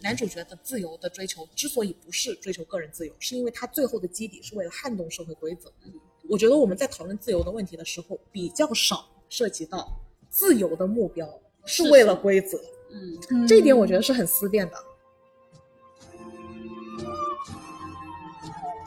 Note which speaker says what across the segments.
Speaker 1: 男主角的自由的追求之所以不是追求个人自由，是因为他最后的基底是为了撼动社会规则。我觉得我们在讨论自由的问题的时候，比较少涉及到自由的目标是为了规则，
Speaker 2: 嗯，
Speaker 1: 这一点我觉得是很思辨的。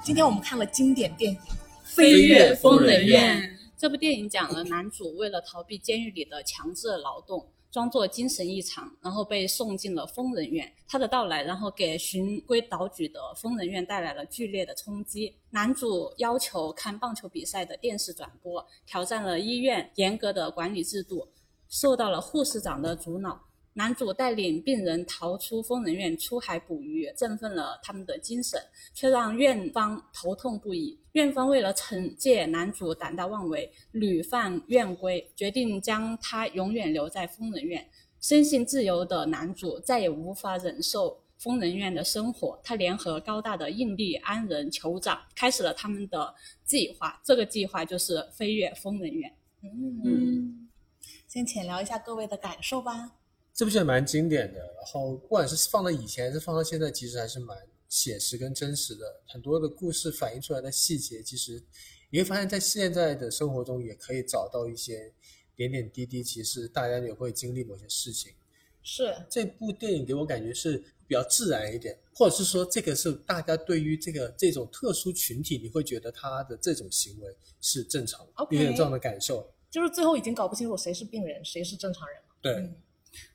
Speaker 1: 今天我们看了经典电影《
Speaker 2: 飞
Speaker 3: 越
Speaker 2: 疯
Speaker 3: 疯人院》。
Speaker 2: 这部电影讲了男主为了逃避监狱里的强制劳动，装作精神异常，然后被送进了疯人院。他的到来，然后给循规蹈矩的疯人院带来了剧烈的冲击。男主要求看棒球比赛的电视转播，挑战了医院严格的管理制度，受到了护士长的阻挠。男主带领病人逃出疯人院，出海捕鱼，振奋了他们的精神。却让院方头痛不已。院方为了惩戒男主胆大妄为、屡犯院规，决定将他永远留在疯人院。深信自由的男主再也无法忍受疯人院的生活，他联合高大的印第安人酋长，开始了他们的计划。这个计划就是飞越疯人院。
Speaker 1: 嗯，先浅聊一下各位的感受吧。
Speaker 3: 这部剧还蛮经典的，然后不管是放到以前还是放到现在，其实还是蛮写实跟真实的。很多的故事反映出来的细节，其实你会发现在现在的生活中也可以找到一些点点滴滴，其实大家也会经历某些事情。
Speaker 1: 是，
Speaker 3: 这部电影给我感觉是比较自然一点，或者是说这个是大家对于这个这种特殊群体，你会觉得他的这种行为是正常的，
Speaker 1: OK
Speaker 3: 你会有这样的感受。
Speaker 1: 就是最后已经搞不清楚谁是病人，谁是正常人了。
Speaker 3: 对，
Speaker 1: 嗯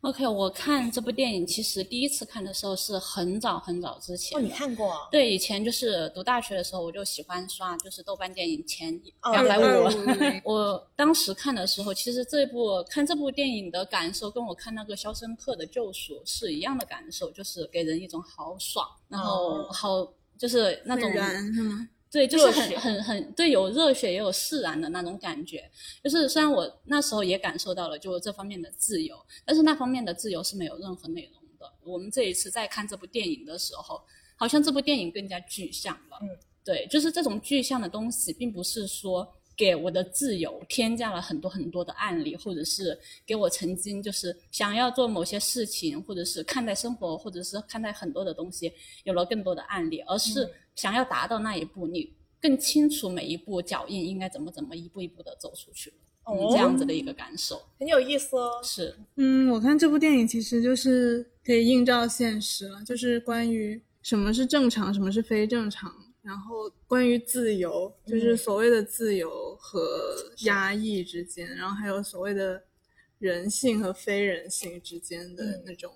Speaker 2: OK，我看这部电影其实第一次看的时候是很早很早之前
Speaker 1: 哦，
Speaker 2: 的，
Speaker 1: 你看过啊？
Speaker 2: 对，以前就是读大学的时候，我就喜欢刷就是豆瓣电影前
Speaker 1: 哦
Speaker 2: 两百
Speaker 1: 嗯
Speaker 2: 五
Speaker 1: 嗯嗯 嗯。
Speaker 2: 我当时看的时候，其实这部看这部电影的感受，跟我看那个《肖申克的救赎》是一样的感受，就是给人一种豪爽，然后
Speaker 1: 哦
Speaker 2: 好就是那种
Speaker 4: 很燃是吗？
Speaker 2: 对，就是
Speaker 1: 热
Speaker 2: 很
Speaker 1: 血
Speaker 2: 很很对，有热血也有释然的那种感觉。就是虽然我那时候也感受到了就这方面的自由，但是那方面的自由是没有任何内容的。我们这一次在看这部电影的时候，好像这部电影更加具象了。
Speaker 1: 嗯，
Speaker 2: 对，就是这种具象的东西，并不是说给我的自由添加了很多很多的案例，或者是给我曾经就是想要做某些事情，或者是看待生活，或者是看待很多的东西，有了更多的案例，而是
Speaker 1: 嗯
Speaker 2: 想要达到那一步，你更清楚每一步脚印应该怎么怎么一步一步的走出去，嗯
Speaker 1: 哦
Speaker 2: 这样子的一个感受
Speaker 1: 很有意思哦。
Speaker 2: 是，
Speaker 4: 嗯，我看这部电影其实就是可以映照现实了，就是关于什么是正常，什么是非正常，然后关于自由，就是所谓的自由和压抑之间，然后还有所谓的人性和非人性之间的
Speaker 1: 嗯
Speaker 4: 那种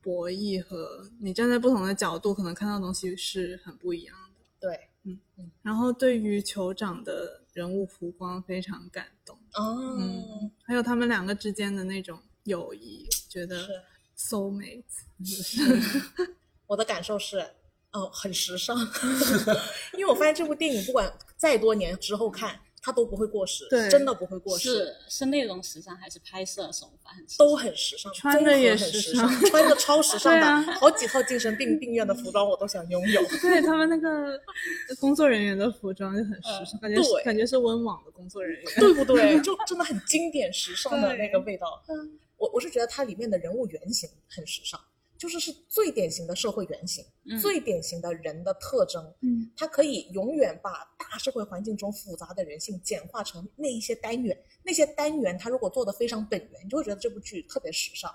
Speaker 4: 博弈和你站在不同的角度，可能看到的东西是很不一样的。
Speaker 1: 对，
Speaker 4: 然后对于酋长的人物弧光非常感动。
Speaker 1: 哦，
Speaker 4: 嗯还有他们两个之间的那种友谊，觉得
Speaker 1: 是
Speaker 4: soul mates。
Speaker 1: 我的感受是，嗯、很时尚， 因为我发现这部电影不管再多年之后看，它都不会过时，
Speaker 4: 对
Speaker 1: 真的不会过时。
Speaker 2: 是是内容时尚还是拍摄手法很时尚
Speaker 1: 都很时尚，
Speaker 4: 穿的也
Speaker 1: 综合很时
Speaker 4: 时尚
Speaker 1: 尚，穿的超时尚的，
Speaker 4: 对啊
Speaker 1: 好几套精神病病院的服装我都想拥有。
Speaker 4: 对他们那个工作人员的服装就很时尚，感觉
Speaker 1: 嗯对
Speaker 4: 是感觉是温网的工作人员。
Speaker 1: 对不对？就真的很经典时尚的那个味道。
Speaker 4: 嗯
Speaker 1: 我我是觉得它里面的人物原型很时尚，就是是最典型的社会原型，
Speaker 2: 嗯
Speaker 1: 最典型的人的特征。
Speaker 4: 嗯，
Speaker 1: 它可以永远把大社会环境中复杂的人性简化成那一些单元，那些单元它如果做的非常本源，你就会觉得这部剧特别时尚。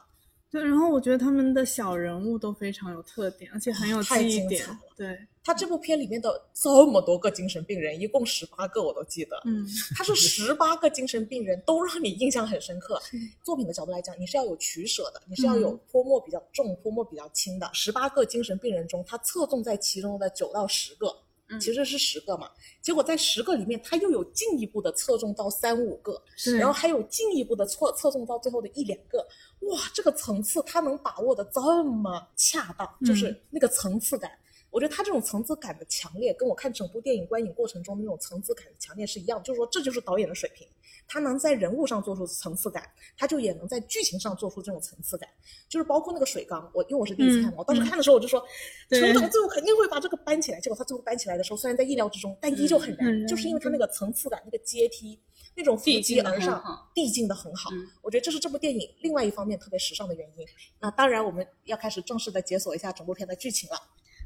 Speaker 4: 对，然后我觉得他们的小人物都非常有特点，而且很有
Speaker 1: 太
Speaker 4: 记忆
Speaker 1: 精
Speaker 4: 点
Speaker 1: 彩了。
Speaker 4: 对，
Speaker 1: 它这部片里面的这么多个精神病人，一共十八个我都记 得，
Speaker 4: 嗯，
Speaker 1: 他是十八个精神病人都让你印象很深刻。作品的角度来讲，你是要有取舍的，你是要有泼墨比较重、泼墨比较轻的。十八个精神病人中，他侧重在其中的九到十个，
Speaker 2: 嗯
Speaker 1: 其实是十个嘛。结果在十个里面，他又有进一步的侧重到三五个，
Speaker 4: 对，
Speaker 1: 然后还有进一步的侧侧重到最后的一两个。
Speaker 4: 嗯
Speaker 1: 哇，这个层次他能把握的这么恰到，就是那个层次感。我觉得他这种层次感的强烈，跟我看整部电影观影过程中的那种层次感的强烈是一样的，就是说这就是导演的水平，他能在人物上做出层次感，他就也能在剧情上做出这种层次感，就是包括那个水缸，我因为我是第一次看嘛，我当时看的时候我就说，
Speaker 4: 嗯对
Speaker 1: 陈总最后肯定会把这个搬起来，结果他最后搬起来的时候，虽然在意料之中，但依旧很
Speaker 4: 嗯很
Speaker 1: 燃，
Speaker 4: 燃
Speaker 1: 就是因为他那个层次感，那个阶梯。那种
Speaker 2: 递
Speaker 1: 扶
Speaker 2: 进
Speaker 1: 梯
Speaker 2: 得
Speaker 1: 而
Speaker 2: 很
Speaker 1: 上
Speaker 2: 好，
Speaker 1: 递进的很好，
Speaker 2: 嗯
Speaker 1: 我觉得这是这部电影另外一方面特别时尚的原因。那当然，我们要开始正式的解锁一下整部片的剧情了。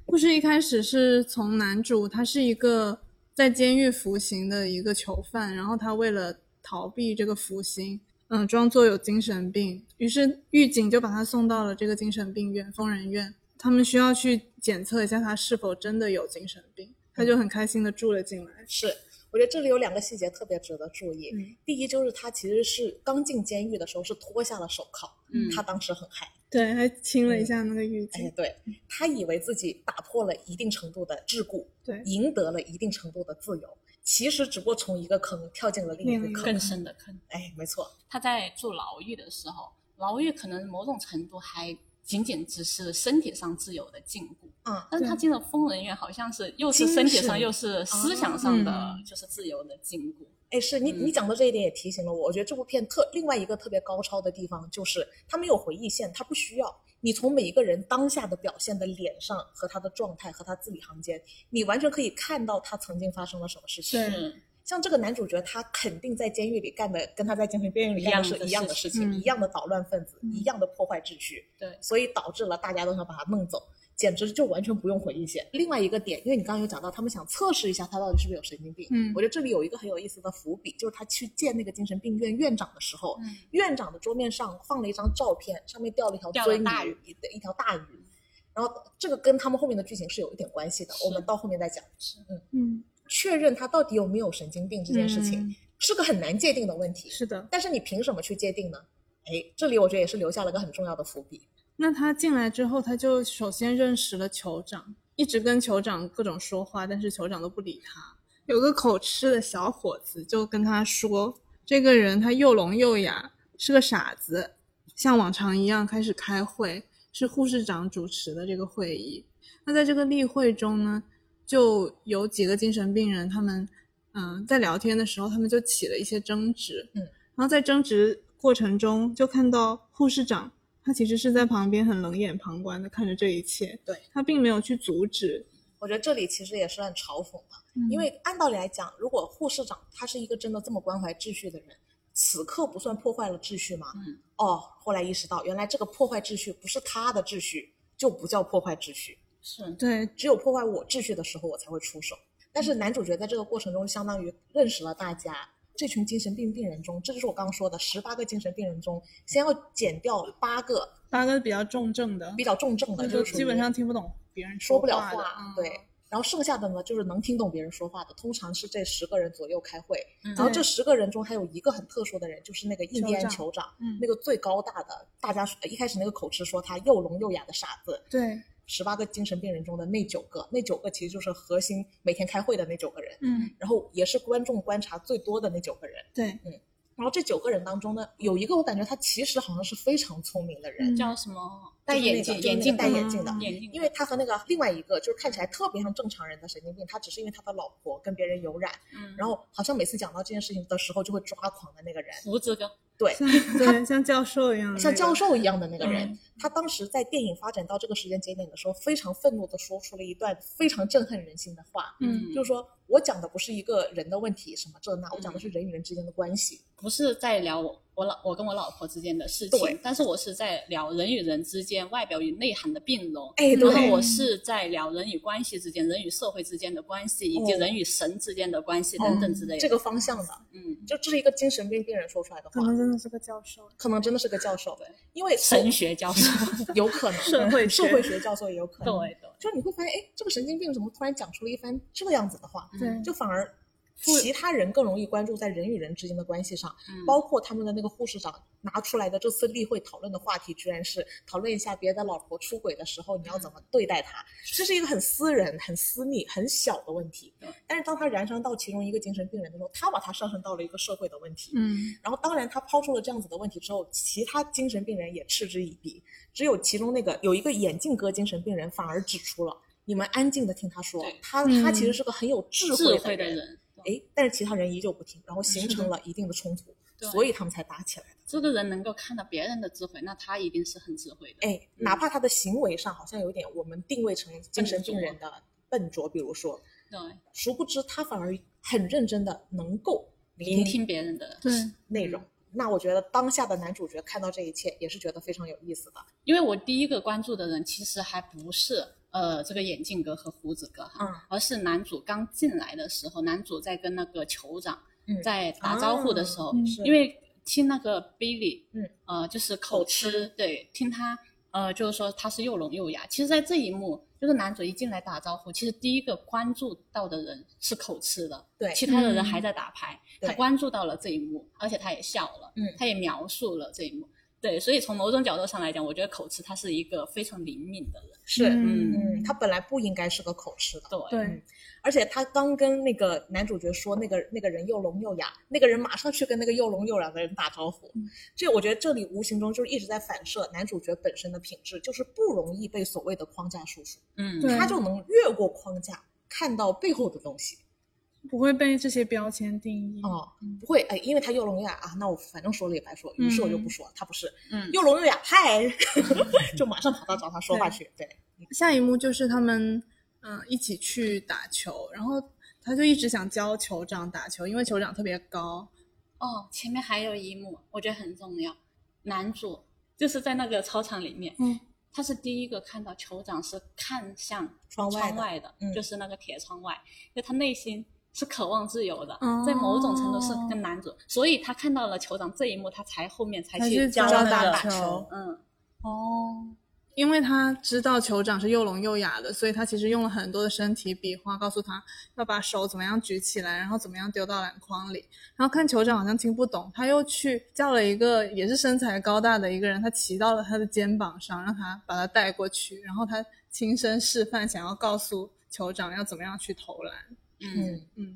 Speaker 4: 故事一开始是从男主，他是一个在监狱服刑的一个囚犯，然后他为了逃避这个服刑，嗯，装作有精神病，于是狱警就把他送到了这个精神病院疯人院，他们需要去检测一下他是否真的有精神病，他就很开心的住了进来。
Speaker 1: 是，我觉得这里有两个细节特别值得注意。
Speaker 4: 嗯
Speaker 1: 第一就是他其实是刚进监狱的时候是脱下了手铐，
Speaker 2: 嗯
Speaker 1: 他当时很嗨，
Speaker 4: 对，还亲了一下那个狱警
Speaker 1: 哎，，对
Speaker 2: 嗯
Speaker 1: 他以为自己打破了一定程度的桎梏，
Speaker 4: 对
Speaker 2: 嗯
Speaker 1: 赢得了一定程度的自由，其实只不过从一个坑跳进了另一
Speaker 4: 另
Speaker 1: 个
Speaker 4: 一个
Speaker 1: 坑
Speaker 2: 更。深的坑。
Speaker 1: 哎，没错，
Speaker 2: 他在住牢狱的时候，牢狱可能某种程度还仅仅只是身体上自由的禁锢，
Speaker 1: 嗯，
Speaker 2: 但是他
Speaker 4: 对
Speaker 2: 进了疯人院，好像是又是
Speaker 1: 精
Speaker 2: 身体上
Speaker 1: 神啊
Speaker 2: 又是思想上的
Speaker 4: 嗯，
Speaker 2: 就是自由的禁锢。
Speaker 1: 哎，是你你
Speaker 2: 嗯
Speaker 1: 讲到这一点也提醒了我，我觉得这部片特另外一个特别高超的地方就是它没有回忆线，它不需要你从每一个人当下的表现的脸上和他的状态和他字里行间，你完全可以看到他曾经发生了什么事情。
Speaker 4: 对
Speaker 2: 是，
Speaker 1: 像这个男主角，他肯定在监狱里干的跟他在精神病院里干的是一样的事情，
Speaker 4: 嗯
Speaker 1: 一样的捣乱分子，
Speaker 4: 嗯
Speaker 1: 一样的破坏秩序，
Speaker 2: 对，
Speaker 1: 所以导致了大家都想把他弄走。简直就完全不用回忆线。另外一个点，因为你刚刚有讲到，他们想测试一下他到底是不是有神经病。
Speaker 4: 嗯
Speaker 1: 我觉得这里有一个很有意思的伏笔，就是他去见那个精神病院院长的时候，
Speaker 2: 嗯
Speaker 1: 院长的桌面上放了一张照片，上面钓了一条
Speaker 2: 钓了
Speaker 1: 鳟鱼，
Speaker 2: 大鱼
Speaker 1: 一一条大鱼。然后这个跟他们后面的剧情是有一点关系的，
Speaker 2: 是
Speaker 1: 我们到后面再讲。
Speaker 4: 嗯，
Speaker 1: 确认他到底有没有神经病这件事情，
Speaker 4: 嗯
Speaker 1: 是个很难界定的问题。
Speaker 4: 是的。
Speaker 1: 但是你凭什么去界定呢？哎，这里我觉得也是留下了个很重要的伏笔。
Speaker 4: 那他进来之后，他就首先认识了酋长，一直跟酋长各种说话，但是酋长都不理他。有个口吃的小伙子就跟他说，这个人他又聋又哑，是个傻子。像往常一样开始开会，是护士长主持的这个会议。那在这个例会中呢，就有几个精神病人，他们嗯、在聊天的时候，他们就起了一些争执。
Speaker 1: 嗯，
Speaker 4: 然后在争执过程中，就看到护士长他其实是在旁边很冷眼旁观的看着这一切，
Speaker 1: 对
Speaker 4: 他并没有去阻止，
Speaker 1: 我觉得这里其实也是很嘲讽的，因为按道理来讲，如果护士长他是一个真的这么关怀秩序的人，此刻不算破坏了秩序吗？
Speaker 2: 嗯，
Speaker 1: 哦，后来意识到原来这个破坏秩序不是他的秩序，就不叫破坏秩序。
Speaker 2: 是
Speaker 4: 对
Speaker 1: 只有破坏我秩序的时候，我才会出手。但是男主角在这个过程中，相当于认识了大家这群精神病病人中，这就是我刚刚说的十八个精神病人中，先要减掉八个
Speaker 4: 八个比较重症的
Speaker 1: 比，较重症的，
Speaker 4: 那
Speaker 1: 就
Speaker 4: 就是
Speaker 1: 属于
Speaker 4: 基本上听不懂别人
Speaker 1: 说不了
Speaker 4: 话的，嗯、
Speaker 1: 对。然后剩下的呢，就是能听懂别人说话的，通常是这十个人左右开会。
Speaker 2: 嗯
Speaker 1: 然后这
Speaker 4: 对
Speaker 1: 十个人中还有一个很特殊的人，就是那个印第安酋长，
Speaker 4: 嗯
Speaker 1: 那个最高大的，大家说一开始那个口吃说他又聋又哑的傻子，
Speaker 4: 对，
Speaker 1: 十八个精神病人中的那九个，那九个其实就是核心每天开会的那九个人，
Speaker 4: 嗯，
Speaker 1: 然后也是观众观察最多的那九个人。
Speaker 4: 对，
Speaker 1: 然后这九个人当中呢，有一个我感觉他其实好像是非常聪明的人，
Speaker 4: 嗯
Speaker 2: 叫什么？
Speaker 1: 戴
Speaker 2: 戴
Speaker 1: 眼
Speaker 2: 眼
Speaker 1: 镜
Speaker 2: 镜，
Speaker 1: 就是那
Speaker 2: 眼
Speaker 1: 个
Speaker 2: 镜
Speaker 1: 戴
Speaker 2: 的
Speaker 1: 眼镜的
Speaker 2: 眼镜的，
Speaker 1: 因为他和那个另外一个就是看起来特别像正常人的神经病，他只是因为他的老婆跟别人有染，
Speaker 2: 嗯
Speaker 1: 然后好像每次讲到这件事情的时候就会抓狂的那个人，
Speaker 2: 胡子哥，
Speaker 1: 对，
Speaker 4: 像对像教授一样的那 个，
Speaker 1: 像教授一样的那个人
Speaker 2: 嗯，
Speaker 1: 他当时在电影发展到这个时间节点的时候，非常愤怒的说出了一段非常震撼人心的话，
Speaker 4: 嗯
Speaker 1: 就是说我讲的不是一个人的问题，什么这那，我讲的是人与人之间的关系。
Speaker 2: 不是在聊我我老我跟我老婆之间的事情
Speaker 1: 对，
Speaker 2: 但是我是在聊人与人之间外表与内涵的并拢。
Speaker 1: 哎，
Speaker 2: 然
Speaker 1: 对
Speaker 2: 后我是在聊人与关系之间、人与社会之间的关系，以及
Speaker 1: 哦
Speaker 2: 人与神之间的关系等等之类的。
Speaker 1: 这个方向的，
Speaker 2: 嗯，
Speaker 1: 就这是一个精神病病人说出来的话
Speaker 4: 可，能真的是个教授，
Speaker 1: 可能真的是个教授
Speaker 2: 对，
Speaker 1: 因为
Speaker 2: 神学教授，
Speaker 1: 有可能
Speaker 4: 社会学
Speaker 1: 社会学教授也有可能。
Speaker 2: 对对，
Speaker 1: 就你会发现，哎，这个神经病怎么突然讲出了一番这样子的话？
Speaker 4: 对
Speaker 1: 嗯就反而其他人更容易关注在人与人之间的关系上，
Speaker 2: 嗯
Speaker 1: 包括他们的那个护士长拿出来的这次例会讨论的话题，居然是讨论一下别的老婆出轨的时候你要怎么
Speaker 2: 嗯
Speaker 1: 对待她。这是一个很私人、很私密、很小的问题
Speaker 2: 对，
Speaker 1: 但是当他燃烧到其中一个精神病人的时候，他把它上升到了一个社会的问题。
Speaker 4: 嗯，
Speaker 1: 然后，当然，他抛出了这样子的问题之后，其他精神病人也嗤之以鼻。只有其中那个有一个眼镜哥精神病人反而指出了，你们安静的听他说
Speaker 2: 对，
Speaker 1: 他
Speaker 4: 嗯
Speaker 1: 他其实是个很有智
Speaker 2: 智
Speaker 1: 慧
Speaker 2: 慧的
Speaker 1: 人，
Speaker 2: 人。
Speaker 1: 哎，但是其他人依旧不听，然后形
Speaker 4: 是的
Speaker 1: 成了一定的冲突，
Speaker 2: 对
Speaker 1: 所以他们才打起来的。
Speaker 2: 这个人能够看到别人的智慧，那他一定是很智慧的。
Speaker 1: 哎，哪怕他的行为上好像有点我们定位成精神病人的笨拙，比如说，
Speaker 2: 对，
Speaker 1: 殊不知他反而很认真的能够
Speaker 2: 聆听嗯别人的，
Speaker 4: 对，
Speaker 1: 内容。那我觉得当下的男主角看到这一切也是觉得非常有意思的。
Speaker 2: 因为我第一个关注的人其实还不是呃这个眼镜哥和胡子哥哈，
Speaker 1: 嗯
Speaker 2: 而是男主刚进来的时候，男主在跟那个酋长
Speaker 1: 嗯哦
Speaker 2: 在打招呼的时候，
Speaker 4: 嗯
Speaker 1: 是
Speaker 2: 因为听那个 Billy，
Speaker 1: 嗯，
Speaker 2: 呃，就是口吃，
Speaker 1: 口吃
Speaker 2: 对，听他呃就是说他是又聋又哑。其实，在这一幕，就是男主一进来打招呼，其实第一个关注到的人是口吃的，
Speaker 1: 对
Speaker 2: 其他的人
Speaker 4: 嗯
Speaker 2: 还在打牌，
Speaker 1: 对
Speaker 2: 他关注到了这一幕，而且他也笑了，
Speaker 1: 嗯
Speaker 2: 他也描述了这一幕。对，所以从某种角度上来讲，我觉得口吃他是一个非常灵敏的人。
Speaker 1: 是
Speaker 2: 嗯
Speaker 1: 嗯，他嗯本来不应该是个口吃的，
Speaker 2: 对，
Speaker 4: 对，
Speaker 1: 而且他刚跟那个男主角说那个那个人又聋又哑，那个人马上去跟那个又聋又哑的人打招呼。这我觉得这里无形中就是一直在反射男主角本身的品质，就是不容易被所谓的框架束缚，
Speaker 2: 嗯，
Speaker 4: 对
Speaker 1: 他就能越过框架看到背后的东西。
Speaker 4: 不会被这些标签定义。
Speaker 1: 哦，不会哎，因为他又聋又哑啊，那我反正说了也白说，于是我就不说。他不是，
Speaker 2: 嗯
Speaker 1: 又聋又哑，嗨， 就马上跑到找他说话去。对，
Speaker 4: 下一幕就是他们嗯、一起去打球，然后他就一直想教酋长打球，因为酋长特别高。
Speaker 2: 哦，前面还有一幕，我觉得很重要。男主就是在那个操场里面，
Speaker 4: 嗯，
Speaker 2: 他是第一个看到酋长是看向
Speaker 1: 窗外的
Speaker 2: 外的，
Speaker 1: 嗯
Speaker 2: 就是那个铁窗外，因为他内心是渴望自由的，
Speaker 4: 哦
Speaker 2: 在某种程度是跟男主，所以他看到了酋长这一幕，他才后面才
Speaker 4: 才
Speaker 2: 去
Speaker 4: 去
Speaker 2: 教
Speaker 4: 教
Speaker 2: 那
Speaker 4: 他
Speaker 2: 个
Speaker 4: 打球
Speaker 2: 嗯，
Speaker 4: 哦，因为他知道酋长是又聋又哑的，所以他其实用了很多的身体比划，告诉他要把手怎么样举起来，然后怎么样丢到篮筐里。然后看酋长好像听不懂，他又去叫了一个也是身材高大的一个人，他骑到了他的肩膀上，让他把他带过去，然后他亲身示范，想要告诉酋长要怎么样去投篮。
Speaker 2: 嗯，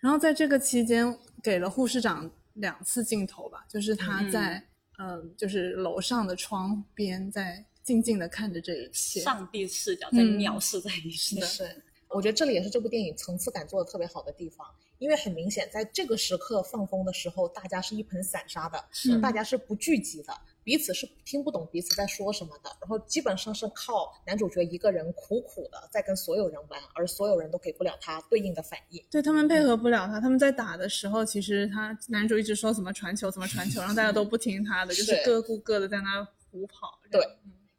Speaker 4: 然后在这个期间给了护士长两次镜头吧，就是他在嗯、呃就是楼上的窗边在静静的看着这一切。
Speaker 2: 上帝视角在
Speaker 4: 嗯
Speaker 2: 藐视这一切，
Speaker 1: 是，我觉得这里也是这部电影层次感做的特别好的地方，因为很明显，在这个时刻放风的时候，大家是一盆散沙的，
Speaker 2: 是
Speaker 1: 大家是不聚集的，彼此是听不懂彼此在说什么的，然后基本上是靠男主角一个人苦苦的在跟所有人玩，而所有人都给不了他对应的反应。
Speaker 4: 对他们配合不了他，他们在打的时候，其实他男主一直说怎么传球，怎么传球，然后大家都不听他 的，就是
Speaker 1: 是
Speaker 4: 各顾各的在那胡跑，
Speaker 1: 对，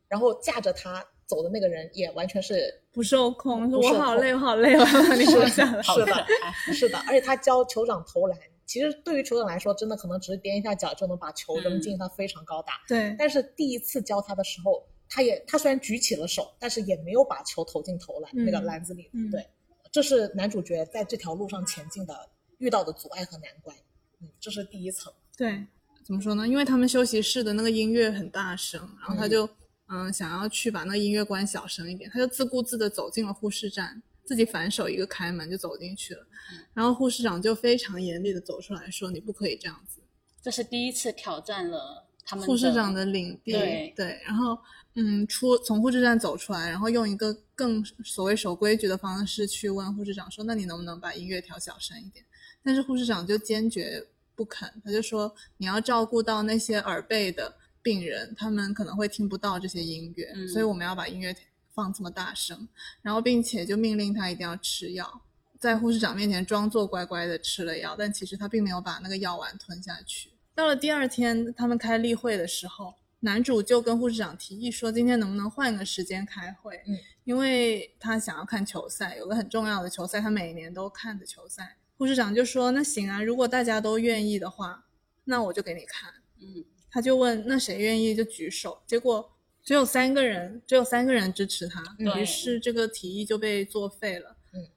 Speaker 1: 然后架着他走的那个人也完全是
Speaker 4: 不受控，说
Speaker 1: 不受
Speaker 4: 我
Speaker 1: 控
Speaker 4: 好累，我好累，我 要 把你留 下来。
Speaker 2: 好
Speaker 1: 是
Speaker 2: 可
Speaker 1: 的
Speaker 2: 爱，
Speaker 1: 是的，而且他教酋长投篮，其实对于酋长来说，真的可能只是踮一下脚就能把球扔进，他非常高大。
Speaker 4: 对，
Speaker 1: 但是第一次教他的时候，他也他虽然举起了手，但是也没有把球投进投篮、
Speaker 4: 嗯
Speaker 1: 那个篮子里。
Speaker 4: 嗯
Speaker 1: 对，这是男主角在这条路上前进的遇到的阻碍和难关。嗯，这是第一层。
Speaker 4: 对，怎么说呢？因为他们休息室的那个音乐很大声，然后他就嗯、想要去把那个音乐关小声一点，他就自顾自的走进了护士站，自己反手一个开门就走进去了。
Speaker 1: 嗯
Speaker 4: 然后护士长就非常严厉的走出来说：“你不可以这样子。
Speaker 2: 这是第一次挑战了他”们
Speaker 4: 护士长的领地，
Speaker 2: 对
Speaker 4: 然后嗯，出从护士站走出来，然后用一个更所谓守规矩的方式去问护士长说：“那你能不能把音乐调小声一点？”但是护士长就坚决不肯，他就说你要照顾到那些耳背的病人，他们可能会听不到这些音乐，
Speaker 2: 嗯
Speaker 4: 所以我们要把音乐放这么大声，然后并且就命令他一定要吃药，在护士长面前装作乖乖的吃了药，但其实他并没有把那个药丸吞下去。到了第二天，他们开例会的时候，男主就跟护士长提议说，今天能不能换个时间开会？
Speaker 1: 嗯，
Speaker 4: 因为他想要看球赛，有个很重要的球赛，他每年都看的球赛。护士长就说：“那行啊，如果大家都愿意的话，那我就给你看。
Speaker 2: 嗯”
Speaker 4: 他就问：“那谁愿意？”就举手。结果只有三个人，只有三个人支持他，
Speaker 2: 对
Speaker 4: 于是这个提议就被作废了。
Speaker 1: 嗯，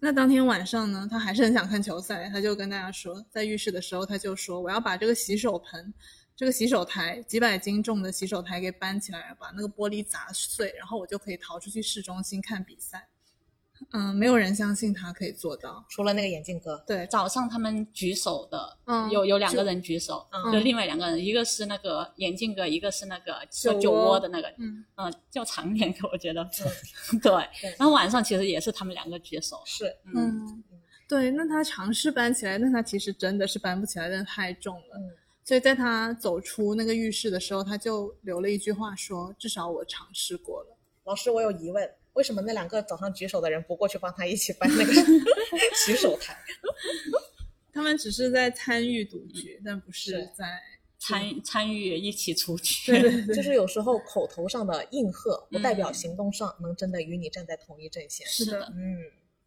Speaker 4: 那当天晚上呢，他还是很想看球赛，他就跟大家说，在浴室的时候，他就说：“我要把这个洗手盆这个洗手台几百斤重的洗手台给搬起来，把那个玻璃砸碎，然后我就可以逃出去市中心看比赛。嗯，没有人相信他可以做到。
Speaker 1: 除了那个眼镜哥，
Speaker 4: 对，
Speaker 2: 早上他们举手的，
Speaker 4: 嗯
Speaker 2: 有有两个人举手，
Speaker 1: 嗯
Speaker 2: 就另外两个人，一个是那个眼镜哥，一个是那个
Speaker 4: 酒窝
Speaker 2: 酒窝的那个，
Speaker 4: 嗯
Speaker 2: 嗯，叫长脸哥，我觉得， 对。然后晚上其实也是他们两个举手，
Speaker 1: 是
Speaker 2: 嗯，
Speaker 4: 嗯，对，那他尝试搬起来，但他其实真的是搬不起来，真的太重了。
Speaker 1: 嗯
Speaker 4: 所以在他走出那个浴室的时候，他就留了一句话说：“至少我尝试过了。
Speaker 1: 老师，我有疑问，为什么那两个早上举手的人不过去帮他一起搬 那个洗手台？”
Speaker 4: 他们只是在参与赌局，但不是
Speaker 1: 是
Speaker 4: 在
Speaker 2: 参参与一起出去，
Speaker 4: 对 对对，
Speaker 1: 就是有时候口头上的应和，不代表行动上能真的与你站在同一阵线。
Speaker 4: 是
Speaker 2: 是
Speaker 4: 的
Speaker 2: 的。
Speaker 1: 嗯，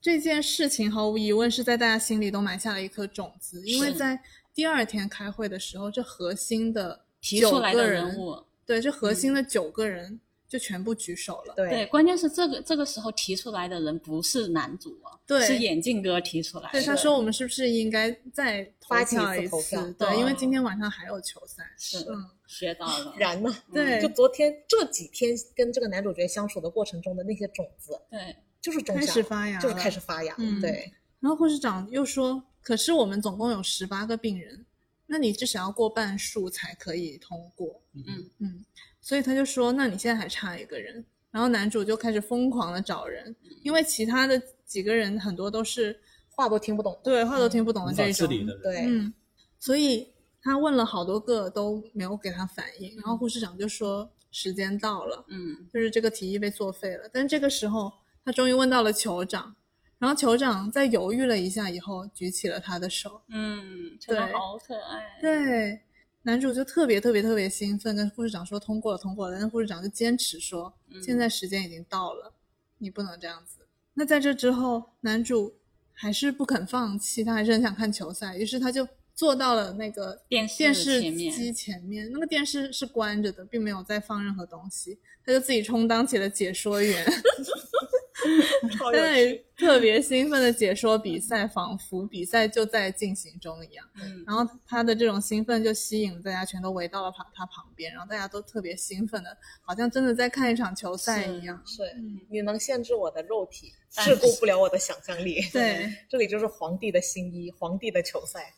Speaker 4: 这件事情毫无疑问是在大家心里都埋下了一颗种子，因为
Speaker 2: 是
Speaker 4: 在第二天开会的时候，这核心的
Speaker 2: 提
Speaker 4: 九
Speaker 2: 出来
Speaker 4: 个
Speaker 2: 的
Speaker 4: 人
Speaker 2: 人物，
Speaker 4: 对，这核心的九个人就全部举手了。
Speaker 1: 对，
Speaker 2: 对，关键是这个这个时候提出来的人不是男主哦，
Speaker 4: 对
Speaker 2: 是眼镜哥提出来
Speaker 4: 所
Speaker 2: 的。
Speaker 4: 以他说我们是不是应该再投
Speaker 1: 发起一
Speaker 4: 票
Speaker 1: 次
Speaker 4: 一
Speaker 1: 投票
Speaker 4: 对，
Speaker 2: 对
Speaker 4: 因为今天晚上还有球赛。
Speaker 2: 是
Speaker 4: 嗯，
Speaker 2: 学到了，嗯
Speaker 1: 然呢？
Speaker 4: 对
Speaker 1: 就昨天这几天跟这个男主角相处的过程中的那些种子，
Speaker 2: 对，
Speaker 1: 就是种
Speaker 4: 开
Speaker 1: 下
Speaker 4: 始，发芽
Speaker 1: 就是开
Speaker 4: 了
Speaker 1: 始发芽。
Speaker 4: 嗯
Speaker 1: 对，
Speaker 4: 然后护士长又说：“可是我们总共有十八个病人，那你至少要过半数才可以通过。”
Speaker 2: 嗯
Speaker 4: 嗯，所以他就说：“那你现在还差一个人。”然后男主就开始疯狂的找人，因为其他的几个人很多都是
Speaker 1: 话都听不懂。
Speaker 4: 对话都听不懂
Speaker 3: 无
Speaker 4: 的
Speaker 3: 法
Speaker 4: 这
Speaker 3: 自
Speaker 4: 种，
Speaker 3: 理的人，
Speaker 1: 对，
Speaker 4: 嗯，所以他问了好多个都没有给他反应，然后护士长就说时间到了，
Speaker 2: 嗯，
Speaker 4: 就是这个提议被作废了。但这个时候，他终于问到了酋长，然后酋长在犹豫了一下以后，举起了他的手。
Speaker 2: 嗯，真的
Speaker 4: 对
Speaker 2: 好可爱。
Speaker 4: 对，男主就特别特别特别兴奋，跟护士长说通过了，通过了。但是护士长就坚持说，
Speaker 2: 嗯
Speaker 4: 现在时间已经到了，你不能这样子。那在这之后，男主还是不肯放弃，他还是很想看球赛，于是他就坐到了那个
Speaker 2: 电视
Speaker 4: 电视
Speaker 2: 前面
Speaker 4: 机前面。那个电视是关着的，并没有在放任何东西，他就自己充当起了解说员，
Speaker 1: 超
Speaker 4: 在
Speaker 1: 有
Speaker 4: 那里特别兴奋的解说比赛，仿佛比赛就在进行中一样。
Speaker 2: 嗯，
Speaker 4: 然后他的这种兴奋就吸引大家全都围到了他他旁边，然后大家都特别兴奋的，好像真的在看一场球赛一样。
Speaker 1: 是，
Speaker 4: 嗯，哎
Speaker 1: 你能限制我的肉 体，
Speaker 2: 但
Speaker 1: 桎梏不了我的想象力。
Speaker 4: 对
Speaker 1: 这里就是皇帝的新衣，皇帝的球 赛，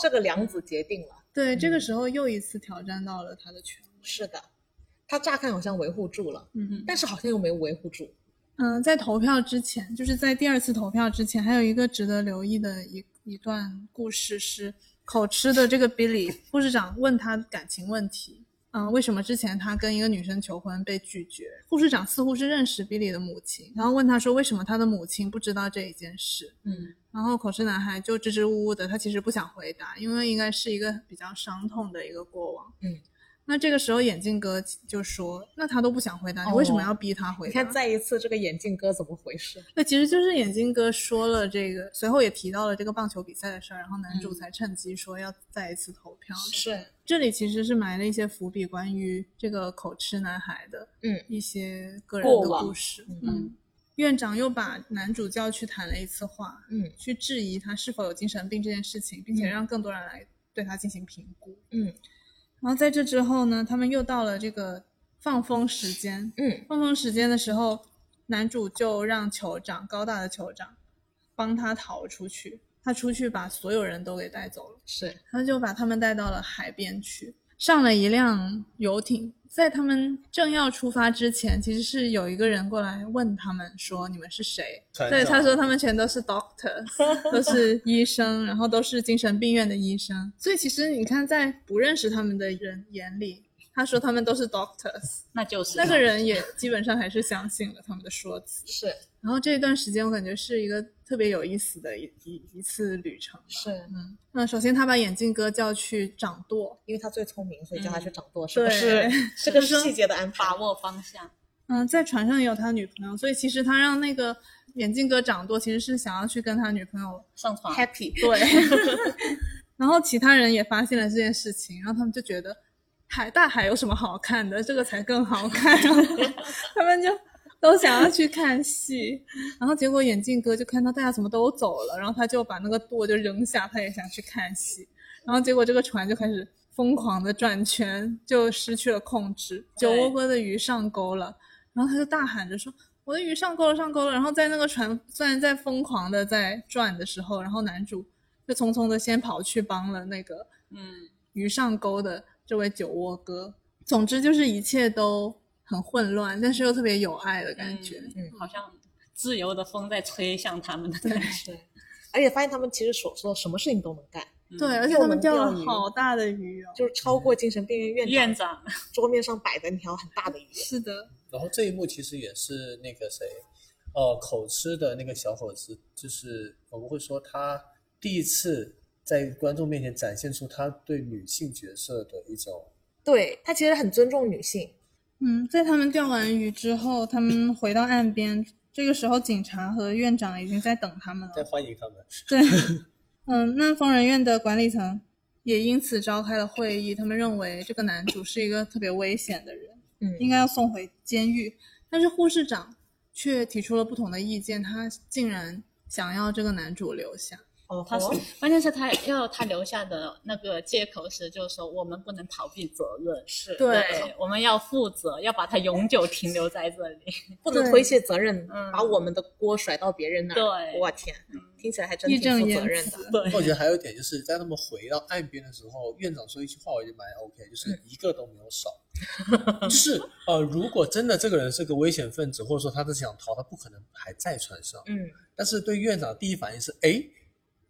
Speaker 1: 这个梁子决定了。
Speaker 4: 对，这个时候又一次挑战到了他的权威。
Speaker 1: 是的，他乍看好像维护住了，
Speaker 4: 嗯
Speaker 1: 但是好像又没有维护住。
Speaker 4: 嗯，在投票之前，就是在第二次投票之前，还有一个值得留意的一一段故事是，口吃的这个 Billy 护士长问他感情问题。嗯，为什么之前他跟一个女生求婚被拒绝？护士长似乎是认识 Billy 的母亲，然后问他说为什么他的母亲不知道这一件事。
Speaker 1: 嗯，
Speaker 4: 然后口吃男孩就支支吾吾的，他其实不想回答，因为应该是一个比较伤痛的一个过往。
Speaker 1: 嗯，
Speaker 4: 那这个时候眼镜哥就说：“那他都不想回答，你为什么要逼他回
Speaker 1: 哦你
Speaker 4: 答？”
Speaker 1: 看，再一次这个眼镜哥怎么回事？
Speaker 4: 那其实就是眼镜哥说了这个，随后也提到了这个棒球比赛的事儿，然后男主
Speaker 2: 嗯
Speaker 4: 才趁机说要再一次投票。
Speaker 1: 是，
Speaker 4: 这里其实是埋了一些伏笔，关于这个口吃男孩的，
Speaker 1: 嗯，
Speaker 4: 一些个人
Speaker 1: 过
Speaker 4: 的
Speaker 1: 往
Speaker 4: 故事。
Speaker 2: 嗯，
Speaker 4: 院长又把男主叫去谈了一次话，
Speaker 1: 嗯
Speaker 4: 去质疑他是否有精神病这件事情，并且
Speaker 1: 嗯
Speaker 4: 让更多人来对他进行评估。
Speaker 1: 嗯
Speaker 4: 然后在这之后呢，他们又到了这个放风时间。
Speaker 1: 嗯
Speaker 4: 放风时间的时候，男主就让酋长高大的酋长帮他逃出去，他出去把所有人都给带走了，
Speaker 1: 是，
Speaker 4: 他就把他们带到了海边去，上了一辆游艇。在他们正要出发之前，其实是有一个人过来问他们说：“你们是谁？”
Speaker 3: 船
Speaker 4: 对，
Speaker 3: 长
Speaker 4: 他说他们全都是 doctor，都是医生，然后都是精神病院的医生。所以其实你看，在不认识他们的人眼里，他说他们都是 doctors，
Speaker 2: 那就是
Speaker 4: 那个人也基本上还是相信了他们的说辞。
Speaker 1: 是
Speaker 4: 然后这一段时间，我感觉是一个特别有意思的一一一次旅程吧。
Speaker 1: 是，
Speaker 4: 嗯，那首先他把眼镜哥叫去掌舵，
Speaker 1: 因为他最聪明，所以叫他去掌舵，是
Speaker 4: 嗯对
Speaker 1: 不 是？这个是细节的安排
Speaker 2: 把。握方向，
Speaker 4: 嗯，在船上也有他女朋友，所以其实他让那个眼镜哥掌舵，其实是想要去跟他女朋友
Speaker 2: 上床
Speaker 1: Happy，
Speaker 4: 对，然后其他人也发现了这件事情，然后他们就觉得海大海有什么好看的，这个才更好看，他们就都想要去看戏，然后结果眼镜哥就看到大家怎么都走了，然后他就把那个舵就扔下，他也想去看戏，然后结果这个船就开始疯狂的转圈，就失去了控制，酒窝
Speaker 2: 对
Speaker 4: 哥的鱼上钩了，然后他就大喊着说。我的鱼上钩了，上钩了。然后在那个船虽然在疯狂的在转的时候，然后男主就匆匆的先跑去帮了那个
Speaker 2: 嗯，
Speaker 4: 鱼上钩的这位酒窝哥。总之就是一切都很混乱，但是又特别有爱的感觉。
Speaker 1: 嗯
Speaker 2: 好像自由的风在吹向他们的感觉。
Speaker 1: 对，而且发现他们其实所说的什么事情都能干，
Speaker 4: 对，
Speaker 2: 嗯
Speaker 4: 而且他们钓
Speaker 1: 又能
Speaker 4: 了
Speaker 1: 钓鱼
Speaker 4: 好大的鱼哦。
Speaker 1: 就是超过精神病院院
Speaker 2: 院
Speaker 1: 院
Speaker 2: 长，
Speaker 1: 桌面上摆的那条很大的鱼。
Speaker 4: 是的，
Speaker 3: 然后这一幕其实也是那个谁，呃，口吃的那个小伙子，就是我们会说他第一次在观众面前展现出他对女性角色的一种，
Speaker 1: 对他其实很尊重女性，
Speaker 4: 嗯，在他们钓完鱼之后，他们回到岸边。这个时候，警察和院长已经在等他们了
Speaker 3: 在。欢迎他们。
Speaker 4: 对，嗯，那疯人院的管理层也因此召开了会议，他们认为这个男主是一个特别危险的人，
Speaker 1: 嗯，
Speaker 4: 应该要送回监狱。但是护士长却提出了不同的意见，他竟然想要这个男主留下。
Speaker 1: 哦，
Speaker 2: 他是关键是他要他留下的那个借口是，就是说我们不能逃避责任，
Speaker 1: 是
Speaker 4: 对
Speaker 2: 我们要负责，要把它永久停留在这 里。
Speaker 1: 不能
Speaker 4: 对
Speaker 1: 推卸责任，
Speaker 2: 嗯
Speaker 1: 把我们的锅甩到别人那儿。
Speaker 2: 对
Speaker 1: 我天，听起来还真
Speaker 4: 义
Speaker 1: 挺
Speaker 4: 正
Speaker 1: 负责
Speaker 4: 言
Speaker 1: 任的。
Speaker 4: 辞，
Speaker 2: 对
Speaker 3: 我觉得还有一点就是在他们回到岸边的时候，院长说一句话，我就蛮 OK，就是一个都没有少。就是呃，如果真的这个人是个危险分子，或者说他是想逃，他不可能还在船上。
Speaker 1: 嗯
Speaker 3: 但是对院长第一反应是，哎，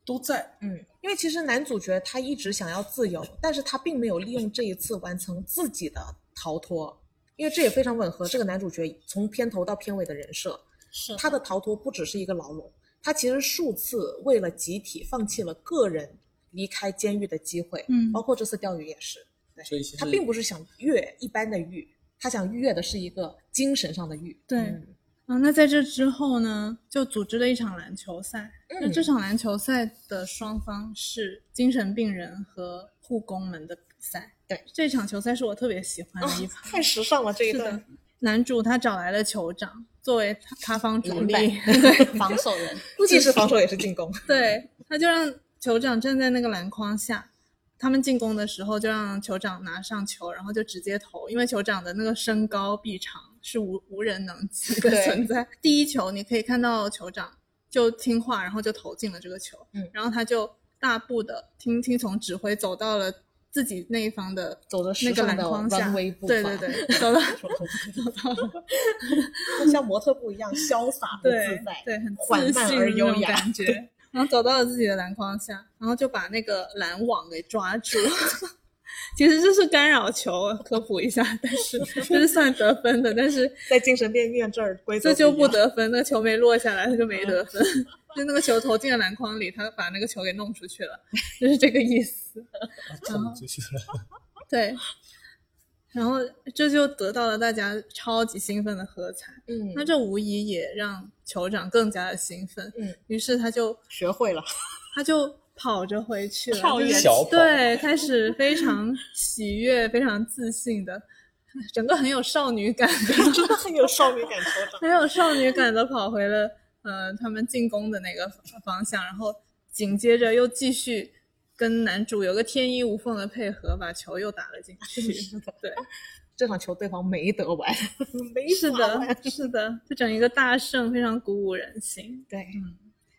Speaker 3: 都在。
Speaker 1: 嗯，因为其实男主角他一直想要自由，但是他并没有利用这一次完成自己的逃脱，因为这也非常吻合这个男主角从片头到片尾的人设。
Speaker 2: 是
Speaker 1: 他的逃脱不只是一个牢笼，他其实数次为了集体放弃了个人离开监狱的机会，
Speaker 4: 嗯
Speaker 1: 包括这次钓鱼也是。
Speaker 3: 所以其实
Speaker 1: 他并不是想越一般的越，他想越的是一个精神上的越。
Speaker 4: 对
Speaker 1: 嗯
Speaker 4: 嗯，那在这之后呢，就组织了一场篮球赛。那、
Speaker 1: 嗯
Speaker 4: 这场篮球赛的双方是精神病人和护工们的比赛。
Speaker 1: 对，
Speaker 4: 这场球赛是我特别喜欢
Speaker 1: 啊
Speaker 4: 的一场。
Speaker 1: 太时尚了这一
Speaker 4: 是
Speaker 1: 段
Speaker 4: 的。，男主他找来了酋长作为他他方主力，
Speaker 1: 明
Speaker 2: 防守人，
Speaker 1: 既是防守也是进攻。
Speaker 4: 对，他就让酋长站在那个篮筐下。他们进攻的时候，就让酋长拿上球，然后就直接投，因为酋长的那个身高臂长是无无人能及的
Speaker 1: 对
Speaker 4: 存在。第一球你可以看到酋长就听话，然后就投进了这个球，
Speaker 1: 嗯
Speaker 4: 然后他就大步的听听从指挥走到了自己那一方的
Speaker 1: 走的时
Speaker 4: 那个
Speaker 1: 尚的
Speaker 4: 篮筐下，
Speaker 1: runway 步伐
Speaker 4: 对对对，走到走到
Speaker 1: 像模特步一样潇洒和
Speaker 4: 对
Speaker 1: 自在。
Speaker 4: 对，很
Speaker 1: 缓
Speaker 4: 自
Speaker 1: 慢
Speaker 4: 信
Speaker 1: 而
Speaker 4: 的那
Speaker 1: 优
Speaker 4: 种
Speaker 1: 雅
Speaker 4: 感觉。然后走到了自己的篮筐下，然后就把那个篮网给抓住。 其实这是干扰球，科普一下，但是这是算得分的，但是
Speaker 1: 在精神病院这儿规则
Speaker 4: 这就
Speaker 1: 一
Speaker 4: 不
Speaker 1: 样
Speaker 4: 得分，那球没落下来，他就没得分。
Speaker 1: 嗯
Speaker 4: 就那个球投进了篮筐里，他把那个球给弄出去了， 就是这个 意思。
Speaker 3: 捅出去了。
Speaker 4: 对，然后这就得到了大家超级兴奋的喝彩。
Speaker 1: 嗯，
Speaker 4: 那这无疑也让酋长更加的兴奋，
Speaker 1: 嗯，
Speaker 4: 于是他就
Speaker 1: 学会了。
Speaker 4: 他就跑着回去了，
Speaker 2: 跳
Speaker 4: 就
Speaker 2: 跃
Speaker 4: 是
Speaker 3: 小跑
Speaker 4: 对，开始非常喜悦、非常自信的，整个很有少女感的，
Speaker 1: 真的很有少女感，酋长。
Speaker 4: 很有少女感的跑回了呃他们进攻的那个方向，然后紧接着又继续跟男主有个天衣无缝的配合，把球又打了进去。对，
Speaker 1: 这场球对方没得玩，没
Speaker 4: 是
Speaker 1: 法玩
Speaker 4: 的，是的，就整一个大胜，非常鼓舞人心。
Speaker 1: 对，
Speaker 4: 嗯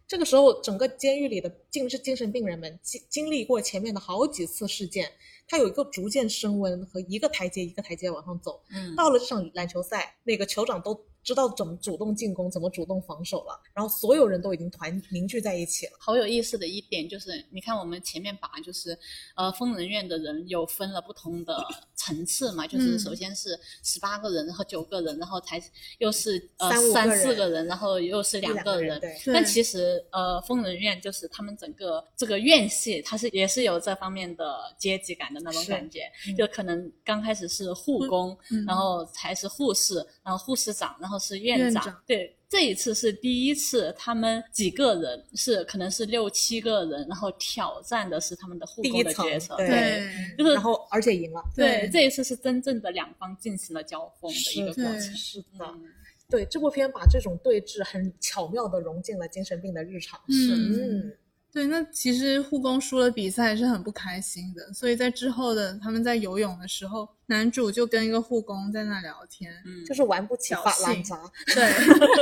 Speaker 1: 这个时候整个监狱里的精精神病人们经经历过前面的好几次事件，他有一个逐渐升温和一个台阶一个台阶往上走。
Speaker 2: 嗯，
Speaker 1: 到了这场篮球赛，那个酋长都知道怎么主动进攻，怎么主动防守了，然后所有人都已经团凝聚在一起了。
Speaker 2: 好有意思的一点就是，你看我们前面把就是，呃，疯人院的人有分了不同的层次嘛，就是
Speaker 4: 嗯
Speaker 2: 首先是十八个人，然后九个人，然后才又是呃
Speaker 1: 三五个
Speaker 2: 三
Speaker 1: 人
Speaker 2: 四个人，然后又是两
Speaker 1: 两
Speaker 2: 个
Speaker 1: 人
Speaker 2: 人。
Speaker 1: 对，
Speaker 4: 对
Speaker 2: 但其实，呃，疯人院就是他们整个这个院系，它是也是有这方面的阶级感的那种
Speaker 1: 是
Speaker 2: 感觉，
Speaker 1: 嗯
Speaker 2: 就可能刚开始是护工，
Speaker 4: 嗯
Speaker 2: 然后才是护士，然后护士长，然后是院
Speaker 4: 院
Speaker 2: 长。
Speaker 4: 长
Speaker 2: 对，这一次是第一次，他们几个人是可能是六七个人，然后挑战的是他们的护
Speaker 1: 第
Speaker 2: 工
Speaker 1: 一
Speaker 2: 的
Speaker 1: 层
Speaker 2: 角色。
Speaker 1: 对
Speaker 4: 对
Speaker 2: 就是
Speaker 1: 然后而且赢了。
Speaker 2: 对，这一次是真正的两方进行了交锋的一个
Speaker 1: 是
Speaker 2: 过
Speaker 4: 的
Speaker 2: 程。
Speaker 1: 是的，
Speaker 2: 嗯
Speaker 1: 对这部片把这种对峙很巧妙的融进了精神病的日常。
Speaker 4: 嗯
Speaker 1: 嗯，
Speaker 4: 对，那其实护工输了比赛是很不开心的，所以在之后的他们在游泳的时候，男主就跟一个护工在那聊天，
Speaker 2: 嗯，
Speaker 1: 就是玩不起
Speaker 4: 侥
Speaker 1: 法兰
Speaker 4: 幸
Speaker 1: 扎，
Speaker 4: 对，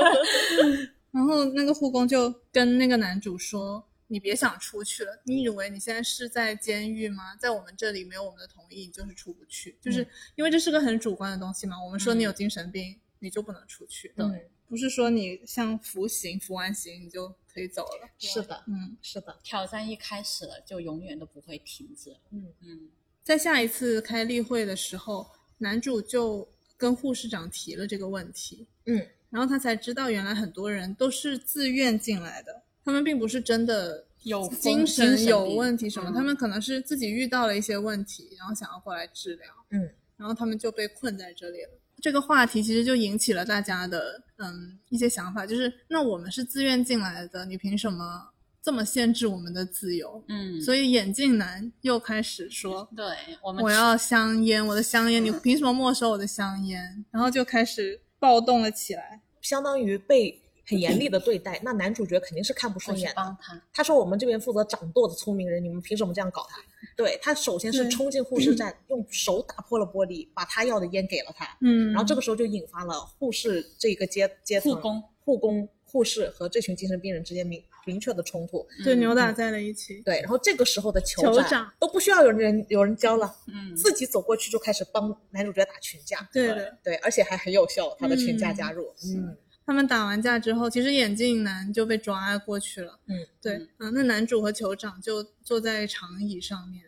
Speaker 4: 然后那个护工就跟那个男主说：“你别想出去了，你以为你现在是在监狱吗？在我们这里没有我们的同意，你就是出不去，就是因为这是个很主观的东西嘛。我们说你有精神病，你就不能出去，
Speaker 2: 对
Speaker 1: 嗯
Speaker 4: 不是说你像服刑，服完刑你就可以走了。
Speaker 1: 是的，
Speaker 4: 嗯，
Speaker 1: 是的，
Speaker 2: 挑战一开始了，就永远都不会停止。
Speaker 1: 嗯
Speaker 2: 嗯，
Speaker 4: 在下一次开例会的时候，男主就跟护士长提了这个问题，
Speaker 1: 嗯，
Speaker 4: 然后他才知道原来很多人都是自愿进来的，他们并不是真的
Speaker 2: 有
Speaker 4: 精神有问题什么，
Speaker 2: 嗯
Speaker 4: 他们可能是自己遇到了一些问题，然后想要过来治疗，
Speaker 1: 嗯，
Speaker 4: 然后他们就被困在这里了。这个话题其实就引起了大家的嗯一些想法，就是那我们是自愿进来的，你凭什么这么限制我们的自由？
Speaker 2: 嗯，
Speaker 4: 所以眼镜男又开始说，
Speaker 2: 对我们
Speaker 4: 我要香烟，我的香烟，你凭什么没收我的香烟？然后就开始暴动了起来。
Speaker 1: 相当于被很严厉的对待，那男主角肯定是看不
Speaker 2: 我
Speaker 1: 顺
Speaker 2: 去
Speaker 1: 眼的。
Speaker 2: 帮他，
Speaker 1: 他说：“我们这边负责掌舵的聪明人，你们凭什么这样搞他？”对他首先是
Speaker 4: 对
Speaker 1: 冲进护士站，用手打破了玻璃，把他要的烟给了他。
Speaker 4: 嗯，
Speaker 1: 然后这个时候就引发了护士这个阶阶层、
Speaker 2: 护工、
Speaker 1: 护工、护士和这群精神病人之间明明确的冲突。
Speaker 4: 对
Speaker 2: 嗯
Speaker 4: 扭打在了一起。
Speaker 1: 对，然后这个时候的酋
Speaker 4: 酋
Speaker 1: 长
Speaker 4: 长
Speaker 1: 都不需要有人有人教了，
Speaker 2: 嗯，
Speaker 1: 自己走过去就开始帮男主角打群架。
Speaker 4: 对的，
Speaker 1: 对，而且还很有效，他的群架
Speaker 4: 嗯
Speaker 1: 加入，嗯，
Speaker 4: 他们打完架之后，其实眼镜男就被抓过去了。
Speaker 1: 嗯，
Speaker 4: 对，
Speaker 2: 嗯
Speaker 4: 嗯、那男主和酋长就坐在长椅上面，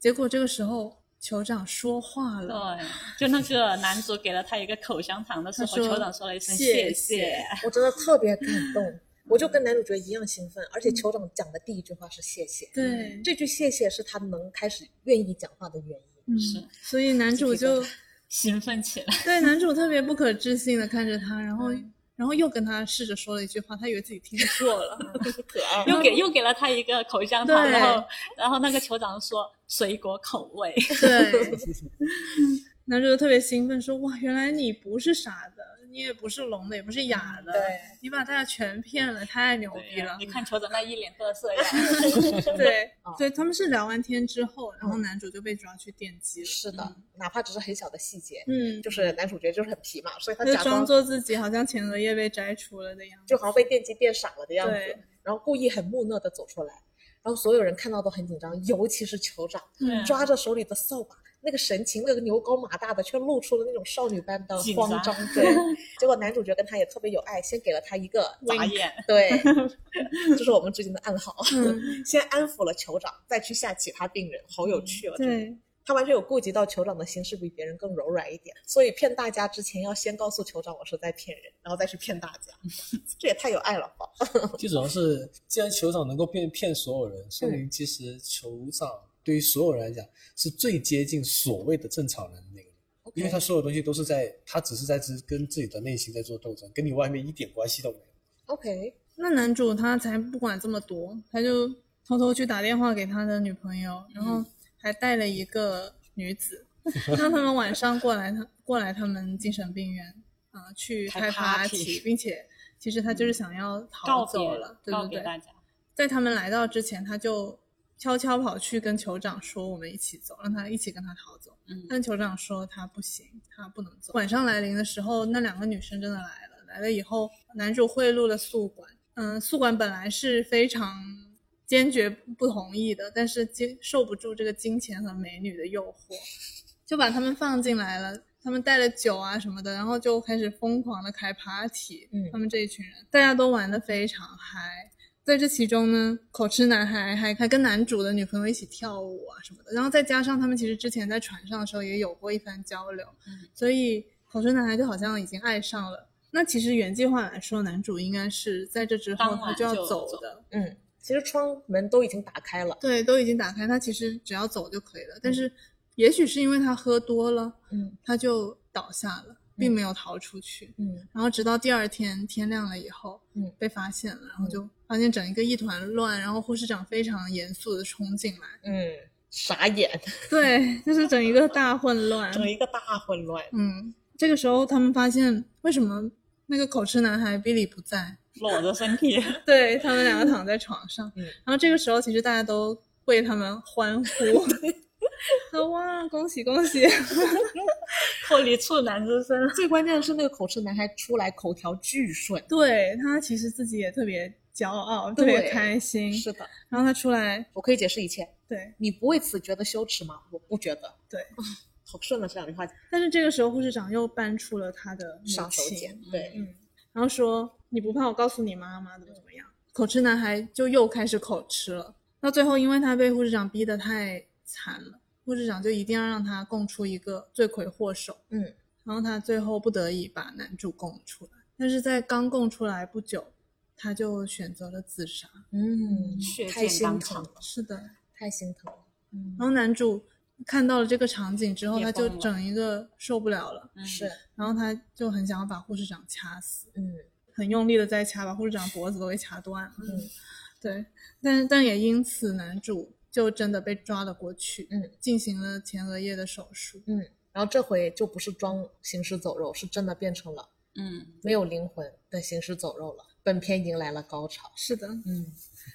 Speaker 4: 结果这个时候酋长说话
Speaker 2: 对
Speaker 4: 了，，
Speaker 2: 就那个男主给了他一个口香糖的时候，
Speaker 4: 他说
Speaker 2: 酋长说了一声
Speaker 4: 谢
Speaker 2: 谢
Speaker 4: 谢，
Speaker 1: 我真的特别感动，我就跟男主角一样兴奋，而且酋长讲的第一句话是谢谢，
Speaker 4: 对，
Speaker 1: 这句谢谢是他能开始愿意讲话的原 因。
Speaker 4: 嗯
Speaker 2: 是，
Speaker 4: 所以男主就
Speaker 2: 兴奋起来，
Speaker 4: 对男主特别不可置信的看着他，然后。然后又跟他试着说了一句话，他以为自己听错了，
Speaker 1: 可 爱，
Speaker 2: 又给又给了他一个口香糖，
Speaker 4: 对
Speaker 2: 然后然后那个酋长说水果口味，
Speaker 4: 对，男主就特别兴奋说：“哇，原来你不是傻子，你也不是聋的，也不是哑的，
Speaker 1: 嗯对
Speaker 4: 你把大家全骗了，太牛
Speaker 2: 对啊
Speaker 4: 逼了
Speaker 2: 你！”看酋长那一脸得 瑟样，
Speaker 4: 对
Speaker 1: 哦
Speaker 4: 对，他们是聊完天之后，然后男主就被抓去电击
Speaker 1: 嗯
Speaker 4: 了。
Speaker 1: 是的，哪怕只是很小的细节，
Speaker 4: 嗯，
Speaker 1: 就是男主角就是很皮嘛，所以他
Speaker 4: 他就
Speaker 1: 假装
Speaker 4: 装作自己好像前额叶被摘除了的样子。
Speaker 1: 就好像被电击电闪了的样子
Speaker 4: 对，
Speaker 1: 然后故意很木讷的走出来，然后所有人看到都很紧张，尤其是酋长
Speaker 2: 对啊
Speaker 1: 抓着手里的扫把。那个神情，那个牛高马大的，却露出了那种少女般的
Speaker 2: 紧
Speaker 1: 慌
Speaker 2: 张
Speaker 1: 张。对，结果男主角跟他也特别有爱，先给了他一个
Speaker 2: 眨
Speaker 1: 眼。
Speaker 2: 眼，
Speaker 1: 对， 这是我们最近的暗号。
Speaker 4: 嗯
Speaker 1: 先安抚了酋长，再去吓其他病人，好有趣哦！这个
Speaker 4: 对，
Speaker 1: 他完全有顾及到酋长的心是比别人更柔软一点，所以骗大家之前要先告诉酋长我是在骗人，然后再去骗大家， 这也太有爱了吧！
Speaker 3: 最主要是，既然酋长能够骗骗所有人，说明其实酋长对于所有人来讲是最接近所谓的正常人的那个人， 因为他所有东西都是在，他只是在自跟自己的内心在做斗争，跟你外面一点关系都没有。
Speaker 1: OK，
Speaker 4: 那男主他才不管这么多，他就偷偷去打电话给他的女朋友，然后
Speaker 2: 嗯
Speaker 4: 还带了一个女子，让他们晚上过来 他过来他们精神病院啊、呃去
Speaker 2: 开
Speaker 4: 开
Speaker 2: party
Speaker 4: party，并且其实他就是想要逃
Speaker 2: 告
Speaker 4: 走
Speaker 2: 别
Speaker 4: 了，对
Speaker 2: 告
Speaker 4: 不
Speaker 2: 别
Speaker 4: 对？
Speaker 2: 大家，
Speaker 4: 在他们来到之前，他就悄悄跑去跟酋长说：“我们一起走，让他一起跟他逃走。”
Speaker 2: 嗯
Speaker 4: 但酋长说他不行，他不能走。晚上来临的时候，那两个女生真的来了。来了以后，男主贿赂了宿管。嗯，宿管本来是非常坚决不同意的，但是经受不住这个金钱和美女的诱惑，就把他们放进来了。他们带了酒啊什么的，然后就开始疯狂的开 party。
Speaker 1: 嗯
Speaker 4: 他们这一群人，大家都玩的非常嗨。在这其中呢，口吃男孩还还跟男主的女朋友一起跳舞啊什么的，然后再加上他们其实之前在船上的时候也有过一番交流，
Speaker 2: 嗯
Speaker 4: 所以口吃男孩就好像已经爱上了。那其实原计划来说，男主应该是在这之后
Speaker 2: 当
Speaker 4: 他
Speaker 2: 晚
Speaker 4: 就要
Speaker 2: 就
Speaker 4: 走
Speaker 2: 走
Speaker 4: 的，
Speaker 1: 嗯，其实窗门都已经打开了，
Speaker 4: 对，都已经打开，他其实只要走就可以了。
Speaker 2: 嗯
Speaker 4: 但是也许是因为他喝多了，
Speaker 1: 嗯
Speaker 4: 他就倒下了，并没有逃出去。
Speaker 1: 嗯，
Speaker 4: 然后直到第二天天亮了以后，
Speaker 1: 嗯，
Speaker 4: 被发现了，然后就发现整一个一团乱，然后护士长非常严肃的冲进来，
Speaker 1: 嗯，傻眼，
Speaker 4: 对，就是整一个大混乱。
Speaker 1: 整一个大混乱。
Speaker 4: 嗯，这个时候他们发现为什么那个口吃男孩比利不在，
Speaker 2: 裸着身体，
Speaker 4: 对他们两个躺在床上，
Speaker 1: 嗯
Speaker 4: 然后这个时候其实大家都为他们欢 呼，说哇恭喜恭喜，
Speaker 2: 脱离处男之身。
Speaker 1: 最关键的是那个口吃男孩出来口条巨顺，
Speaker 4: 对他其实自己也特别骄傲，特
Speaker 1: 对
Speaker 4: 别开心，
Speaker 1: 是的，
Speaker 4: 然后他出来，
Speaker 1: 我可以解释一切。
Speaker 4: 对，
Speaker 1: 你不为此觉得羞耻吗？我不觉得。
Speaker 4: 对嗯
Speaker 1: 啊，好顺了这两句话，
Speaker 4: 但是这个时候护士长又搬出了他的母
Speaker 1: 上手
Speaker 4: 亲
Speaker 1: 锏，。对，
Speaker 4: 嗯，然后说你不怕我告诉你妈妈怎么怎么样？口吃男孩就又开始口吃了，到最后因为他被护士长逼得太惨了，护士长就一定要让他供出一个罪魁祸首。
Speaker 1: 嗯，
Speaker 4: 然后他最后不得已把男主供出来，但是在刚供出来不久，他就选择了自杀。
Speaker 1: 嗯
Speaker 2: 血
Speaker 1: 太
Speaker 2: 溅当
Speaker 1: 心疼
Speaker 2: 场
Speaker 1: 了，
Speaker 4: 是的，
Speaker 1: 太心疼了。嗯
Speaker 4: 然，后男主看到了这个场景之后，
Speaker 2: 也
Speaker 4: 他就
Speaker 2: 疯了
Speaker 4: 整一个受不了了，
Speaker 2: 嗯
Speaker 1: 是，
Speaker 4: 然后他就很想要把护士长掐死。
Speaker 1: 嗯
Speaker 4: 很用力的在掐，把护士长脖子都给掐断了。
Speaker 1: 嗯，
Speaker 4: 对，但但也因此男主就真的被抓了过去，
Speaker 1: 嗯，
Speaker 4: 进行了前额叶的手术。
Speaker 1: 嗯。然后这回就不是装行尸走肉，是真的变成了
Speaker 2: 嗯，
Speaker 1: 没有灵魂的行尸走肉了。本片迎来了高潮。
Speaker 4: 是的，
Speaker 1: 嗯，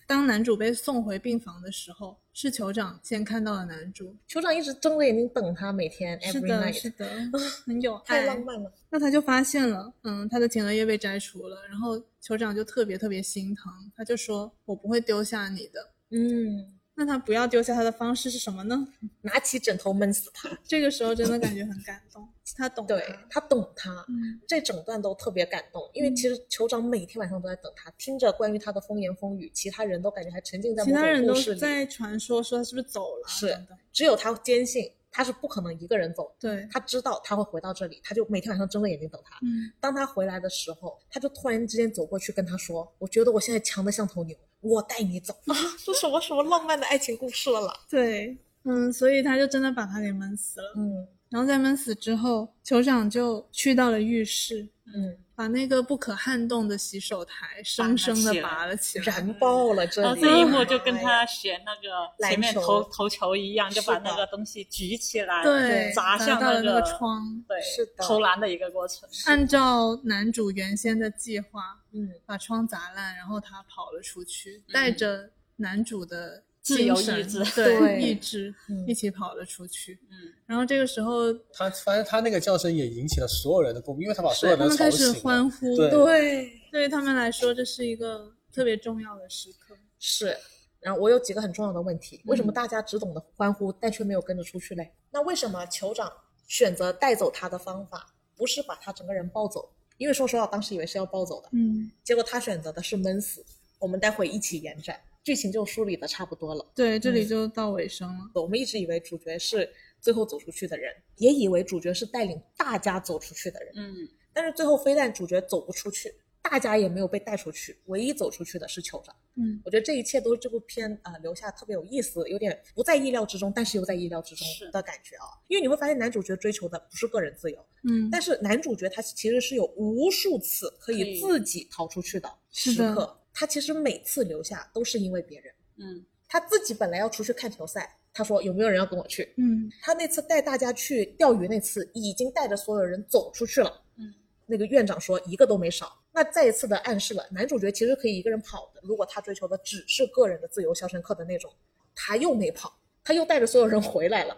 Speaker 4: 当男主被送回病房的时候，是酋长先看到了男主。
Speaker 1: 酋长一直睁着眼睛等他，每天
Speaker 4: 是
Speaker 1: every
Speaker 4: 的，是
Speaker 1: night，
Speaker 4: 的，很有
Speaker 1: 太
Speaker 4: 爱。
Speaker 1: 浪漫了。
Speaker 4: 那他就发现了，嗯，他的前额叶被摘除了，然后酋长就特别特别心疼，他就说：“我不会丢下你的。
Speaker 1: 嗯，”
Speaker 4: 那他不要丢下他的方式是什么呢？
Speaker 1: 拿起枕头闷死他。
Speaker 4: 这个时候真的感觉很感动，他懂
Speaker 1: 对
Speaker 4: 他
Speaker 1: 他懂他，
Speaker 4: 嗯，
Speaker 1: 这整段都特别感动，因为其实酋长每天晚上都在等他，听着关于他的风言风语，其他人都感觉还沉浸在
Speaker 4: 其
Speaker 1: 某
Speaker 4: 他人
Speaker 1: 种
Speaker 4: 都
Speaker 1: 故事里，
Speaker 4: 在传说说他是不是走了啊，
Speaker 1: 是
Speaker 4: 等等
Speaker 1: 只有他坚信他是不可能一个人走的。
Speaker 4: 对，
Speaker 1: 他知道他会回到这里，他就每天晚上睁着眼睛等他。
Speaker 4: 嗯，
Speaker 1: 当他回来的时候，他就突然之间走过去跟他说：“我觉得我现在强的像头牛，我带你走。”啊，这什么什么浪漫的爱情故事了啦？
Speaker 4: 对，嗯，所以他就真的把他给闷死了。
Speaker 1: 嗯
Speaker 4: 然后在闷死之后，酋长就去到了浴室，
Speaker 1: 嗯，
Speaker 4: 把那个不可撼动的洗手台生生的
Speaker 2: 起来
Speaker 4: 拔了起来。
Speaker 1: 燃爆了这
Speaker 2: 然后
Speaker 1: 里！
Speaker 2: 这一幕就跟
Speaker 1: 哎呀
Speaker 2: 他学那个
Speaker 1: 篮
Speaker 2: 前面
Speaker 1: 球
Speaker 2: 投投球一样，就把
Speaker 1: 是的
Speaker 2: 那个东西举起来，
Speaker 4: 对，
Speaker 2: 砸向
Speaker 4: 到了那
Speaker 2: 个
Speaker 4: 个，窗。
Speaker 2: 对，
Speaker 1: 是的
Speaker 2: 投篮的一个过程。
Speaker 4: 按照男主原先的计划，
Speaker 1: 嗯，
Speaker 4: 把窗砸烂，然后他跑了出去，带着男主的
Speaker 2: 自
Speaker 4: 精
Speaker 2: 由
Speaker 4: 神
Speaker 2: 意志
Speaker 4: 对
Speaker 1: 对
Speaker 4: 意志
Speaker 1: 嗯
Speaker 4: 一起跑了出去。
Speaker 2: 嗯，
Speaker 4: 然后这个时候
Speaker 3: 他反正他那个叫声也引起了所有人的共鸣，因为他把所有
Speaker 4: 对他
Speaker 3: 人都
Speaker 4: 们
Speaker 3: 吵
Speaker 4: 开
Speaker 3: 醒
Speaker 4: 始
Speaker 3: 了。
Speaker 4: 欢呼，
Speaker 3: 对
Speaker 1: 对。
Speaker 4: 对于他们来说，这是一个特别重要的时刻。
Speaker 1: 是，然后我有几个很重要的问题：为什么大家只懂得欢呼，但却没有跟着出去嘞？那为什么酋长选择带走他的方法不是把他整个人抱走？因为说实话，我当时以为是要抱走的，
Speaker 4: 嗯，
Speaker 1: 结果他选择的是闷死。我们待会一起延展，剧情就梳理的差不多了。
Speaker 4: 对，这里就到尾声了。
Speaker 1: 我们一直以为主角是最后走出去的人，也以为主角是带领大家走出去的人，
Speaker 2: 嗯，
Speaker 1: 但是最后非但主角走不出去，大家也没有被带出去，唯一走出去的是酋长。
Speaker 4: 嗯，
Speaker 1: 我觉得这一切都是这部片啊、呃留下特别有意思，有点不在意料之中，但是又在意料之中
Speaker 2: 是
Speaker 1: 的感觉啊。因为你会发现男主角追求的不是个人自由，
Speaker 4: 嗯，
Speaker 1: 但是男主角他其实是有无数次可
Speaker 2: 可
Speaker 1: 以
Speaker 2: 以
Speaker 1: 自己逃出去的
Speaker 4: 是
Speaker 1: 时
Speaker 4: 的
Speaker 1: 刻，他其实每次留下都是因为别人。
Speaker 2: 嗯，
Speaker 1: 他自己本来要出去看球赛，他说有没有人要跟我去？
Speaker 4: 嗯，
Speaker 1: 他那次带大家去钓鱼那次，已经带着所有人走出去了。
Speaker 2: 嗯，
Speaker 1: 那个院长说一个都没少。那再一次的暗示了，男主角其实可以一个人跑的。如果他追求的只是个人的自由，肖申克的那种，他又没跑，他又带着所有人回来了。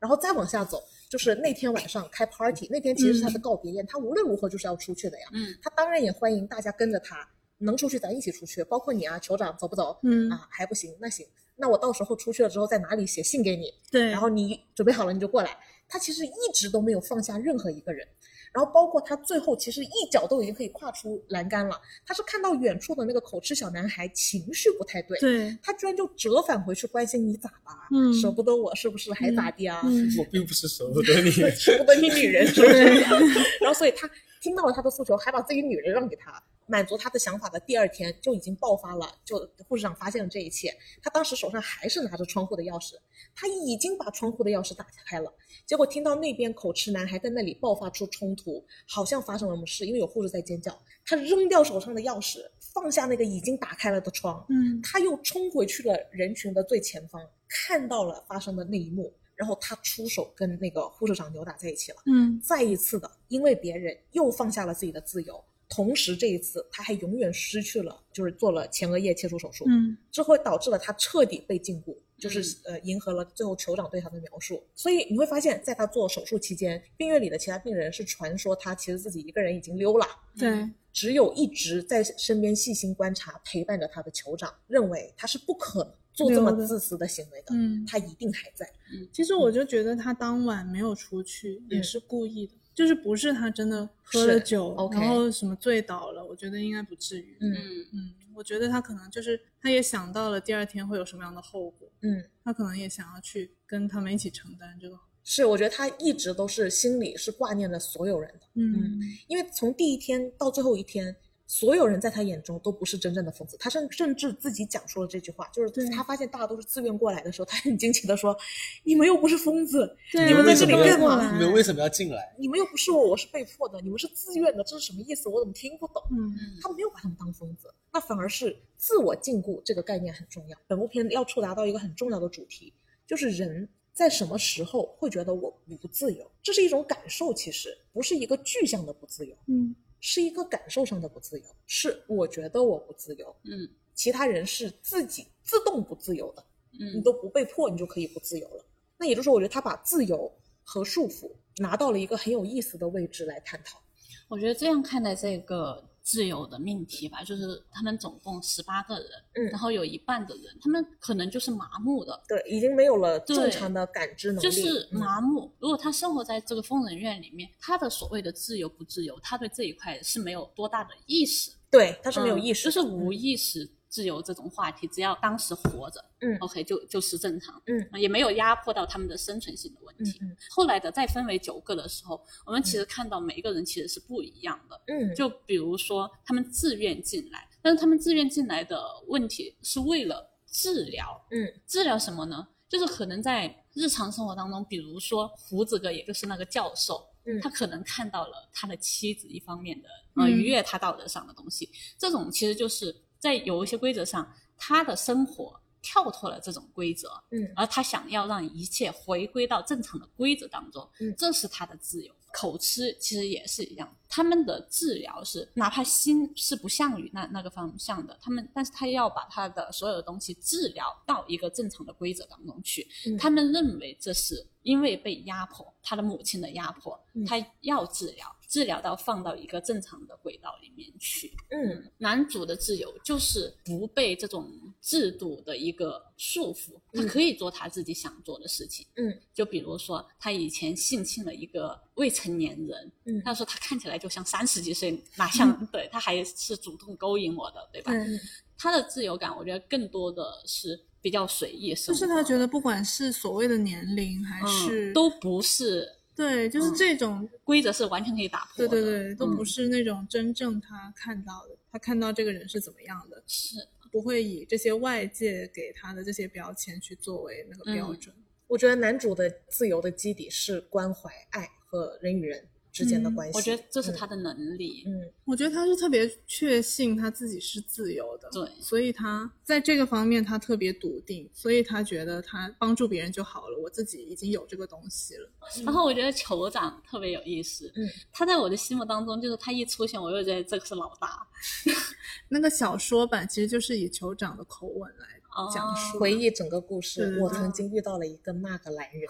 Speaker 1: 然后再往下走，就是那天晚上开 party，那天其实是他的告别宴，他无论如何就是要出去的呀。
Speaker 2: 嗯，
Speaker 1: 他当然也欢迎大家跟着他，能出去咱一起出去，包括你啊，酋长走不走？
Speaker 4: 嗯
Speaker 1: 啊，还不行，那行，那我到时候出去了之后在哪里写信给你，
Speaker 4: 对，
Speaker 1: 然后你准备好了你就过来。他其实一直都没有放下任何一个人，然后包括他最后其实一脚都已经可以跨出栏杆了，他是看到远处的那个口吃小男孩情绪不太对，
Speaker 4: 对，
Speaker 1: 他居然就折返回去关心你咋啦，
Speaker 4: 嗯
Speaker 1: 舍不得我是不是还咋地啊？
Speaker 4: 嗯，
Speaker 3: 我并不是舍不 得你，
Speaker 1: 舍不得你女人，是不是？然后所以他听到了他的诉求，还把自己女人让给他，满足他的想法的第二天就已经爆发了，就护士长发现了这一切，他当时手上还是拿着窗户的钥匙，他已经把窗户的钥匙打开了，结果听到那边口吃男孩在那里爆发出冲突，好像发生了什么事，因为有护士在尖叫，他扔掉手上的钥匙，放下那个已经打开了的窗，
Speaker 4: 嗯，
Speaker 1: 他又冲回去了人群的最前方，看到了发生的那一幕，然后他出手跟那个护士长扭打在一起了。
Speaker 4: 嗯，
Speaker 1: 再一次的，因为别人又放下了自己的自由，同时这一次他还永远失去了，就是做了前额叶切除手术，
Speaker 4: 嗯
Speaker 1: 这会导致了他彻底被禁锢，就是呃迎合了最后酋长对他的描述。所以你会发现，在他做手术期间，病院里的其他病人是传说他其实自己一个人已经溜了。
Speaker 4: 对，
Speaker 1: 只有一直在身边细心观察、陪伴着他的酋长，认为他是不可能做这么
Speaker 4: 对的
Speaker 1: 自私的行为的，
Speaker 4: 嗯。
Speaker 1: 他一定还在。
Speaker 4: 其实我就觉得他当晚没有出去、也
Speaker 1: 嗯
Speaker 4: 是故意的，就是不是他真的喝了
Speaker 1: 是
Speaker 4: 酒，
Speaker 1: ，OK
Speaker 4: 然后什么醉倒了，我觉得应该不至于。
Speaker 1: 嗯
Speaker 2: 嗯
Speaker 4: 嗯，我觉得他可能就是他也想到了第二天会有什么样的后果，
Speaker 1: 嗯，
Speaker 4: 他可能也想要去跟他们一起承担这个。
Speaker 1: 是，我觉得他一直都是心里是挂念着所有人的，
Speaker 4: 嗯
Speaker 1: 因为从第一天到最后一天。所有人在他眼中都不是真正的疯子，他甚甚至自己讲述了这句话，就
Speaker 4: 对
Speaker 1: 是他发现大家都是自愿过来的时候，他很惊奇的说：“你们又不是疯子，
Speaker 4: 对
Speaker 1: 你们
Speaker 3: 为
Speaker 1: 在这
Speaker 3: 什么
Speaker 1: 里
Speaker 3: 要
Speaker 1: 干嘛
Speaker 3: 你们为什么要进来？
Speaker 1: 你们又不是我，我是被迫的，你们是自愿的，这是什么意思？我怎么听不懂？”
Speaker 4: 嗯
Speaker 1: 他没有把他们当疯子，那反而是自我禁锢这个概念很重要。本部片要触达到一个很重要的主题，就是人在什么时候会觉得我不自由，这是一种感受，其实不是一个具象的不自由，
Speaker 4: 嗯
Speaker 1: 是一个感受上的不自由，是我觉得我不自由，
Speaker 2: 嗯
Speaker 1: 其他人是自己自动不自由的，你
Speaker 2: 嗯
Speaker 1: 都不被迫，你就可以不自由了。那也就是说，我觉得他把自由和束缚拿到了一个很有意思的位置来探讨。
Speaker 2: 我觉得这样看待这个自由的命题吧，就是他们总共十八个人，
Speaker 1: 嗯
Speaker 2: 然后有一半的人，他们可能就是麻木的，
Speaker 1: 对，已经没有了正
Speaker 2: 对
Speaker 1: 常的感知能力，
Speaker 2: 就是
Speaker 1: 嗯
Speaker 2: 麻木。如果他生活在这个疯人院里面，他的所谓的自由不自由，他对这一块是没有多大的意识，
Speaker 1: 对，他是没有意识
Speaker 2: 嗯
Speaker 1: 的，
Speaker 2: 就是无意识自由这种话题，只要当时活着，
Speaker 1: 嗯
Speaker 2: ，OK 就就是正常，
Speaker 1: 嗯，
Speaker 2: 也没有压迫到他们的生存性的问
Speaker 1: 嗯
Speaker 2: 题。
Speaker 1: 嗯
Speaker 2: 后来的再分为九个的时候，我们其实看到每一个人其实是不一样的，
Speaker 1: 嗯，
Speaker 2: 就比如说他们自愿进来，但是他们自愿进来的问题是为了治疗，
Speaker 1: 嗯，
Speaker 2: 治疗什么呢？就是可能在日常生活当中，比如说胡子哥，也就是那个教授，
Speaker 1: 嗯
Speaker 2: 他可能看到了他的妻子一方面的
Speaker 4: 嗯
Speaker 2: 呃愉悦他道德上的东西，这种其实就是在有一些规则上，他的生活跳脱了这种规则，
Speaker 1: 嗯
Speaker 2: 而他想要让一切回归到正常的规则当中，
Speaker 1: 嗯
Speaker 2: 这是他的自由。口吃其实也是一样，他们的治疗是哪怕心是不向于那那个方向的，他们但是他要把他的所有的东西治疗到一个正常的规则当中去。
Speaker 1: 嗯
Speaker 2: 他们认为这是因为被压迫，他的母亲的压迫，
Speaker 1: 嗯
Speaker 2: 他要治疗，治疗到放到一个正常的轨道里面去。
Speaker 1: 嗯
Speaker 2: 男主的自由就是不被这种制度的一个束缚，他可以做他自己想做的事情。
Speaker 1: 嗯，
Speaker 2: 就比如说他以前性侵了一个未成年人，
Speaker 1: 嗯
Speaker 2: 他说他看起来就像三十几岁，哪像、对他还是主动勾引我的，对吧？
Speaker 1: 嗯
Speaker 4: 对，
Speaker 2: 他的自由感，我觉得更多的是比较随意生活，
Speaker 4: 就是他觉得不管是所谓的年龄还是、
Speaker 2: 嗯都不是
Speaker 4: 对，就是
Speaker 2: 嗯
Speaker 4: 这种
Speaker 2: 规则是完全可以打破
Speaker 4: 对
Speaker 2: 的，
Speaker 4: 对对，都不
Speaker 2: 嗯
Speaker 4: 是那种真正他看到的，他看到这个人是怎么样的，
Speaker 2: 是
Speaker 4: 不会以这些外界给他的这些标签去作为那个标准。
Speaker 1: 我觉得男主的自由的基底是关怀、爱和人与人之间的
Speaker 4: 嗯
Speaker 1: 关系。
Speaker 2: 我觉得这是
Speaker 1: 嗯
Speaker 2: 他的能力，
Speaker 1: 嗯
Speaker 4: 我觉得他是特别确信他自己是自由的，
Speaker 2: 对
Speaker 4: 所以他在这个方面他特别笃定，所以他觉得他帮助别人就好了，我自己已经有这个东西了。
Speaker 2: 然后我觉得酋长特别有意思，
Speaker 1: 嗯，
Speaker 2: 他在我的心目当中，就是他一出现，我就觉得这个是老大，
Speaker 4: 那个小说版其实就是以酋长的口吻来
Speaker 2: 哦
Speaker 4: 讲述的，
Speaker 1: 哦 回忆整个故
Speaker 4: 对
Speaker 1: 事，
Speaker 4: 对
Speaker 1: 我
Speaker 4: 对
Speaker 1: 曾经遇到了一个那个男人，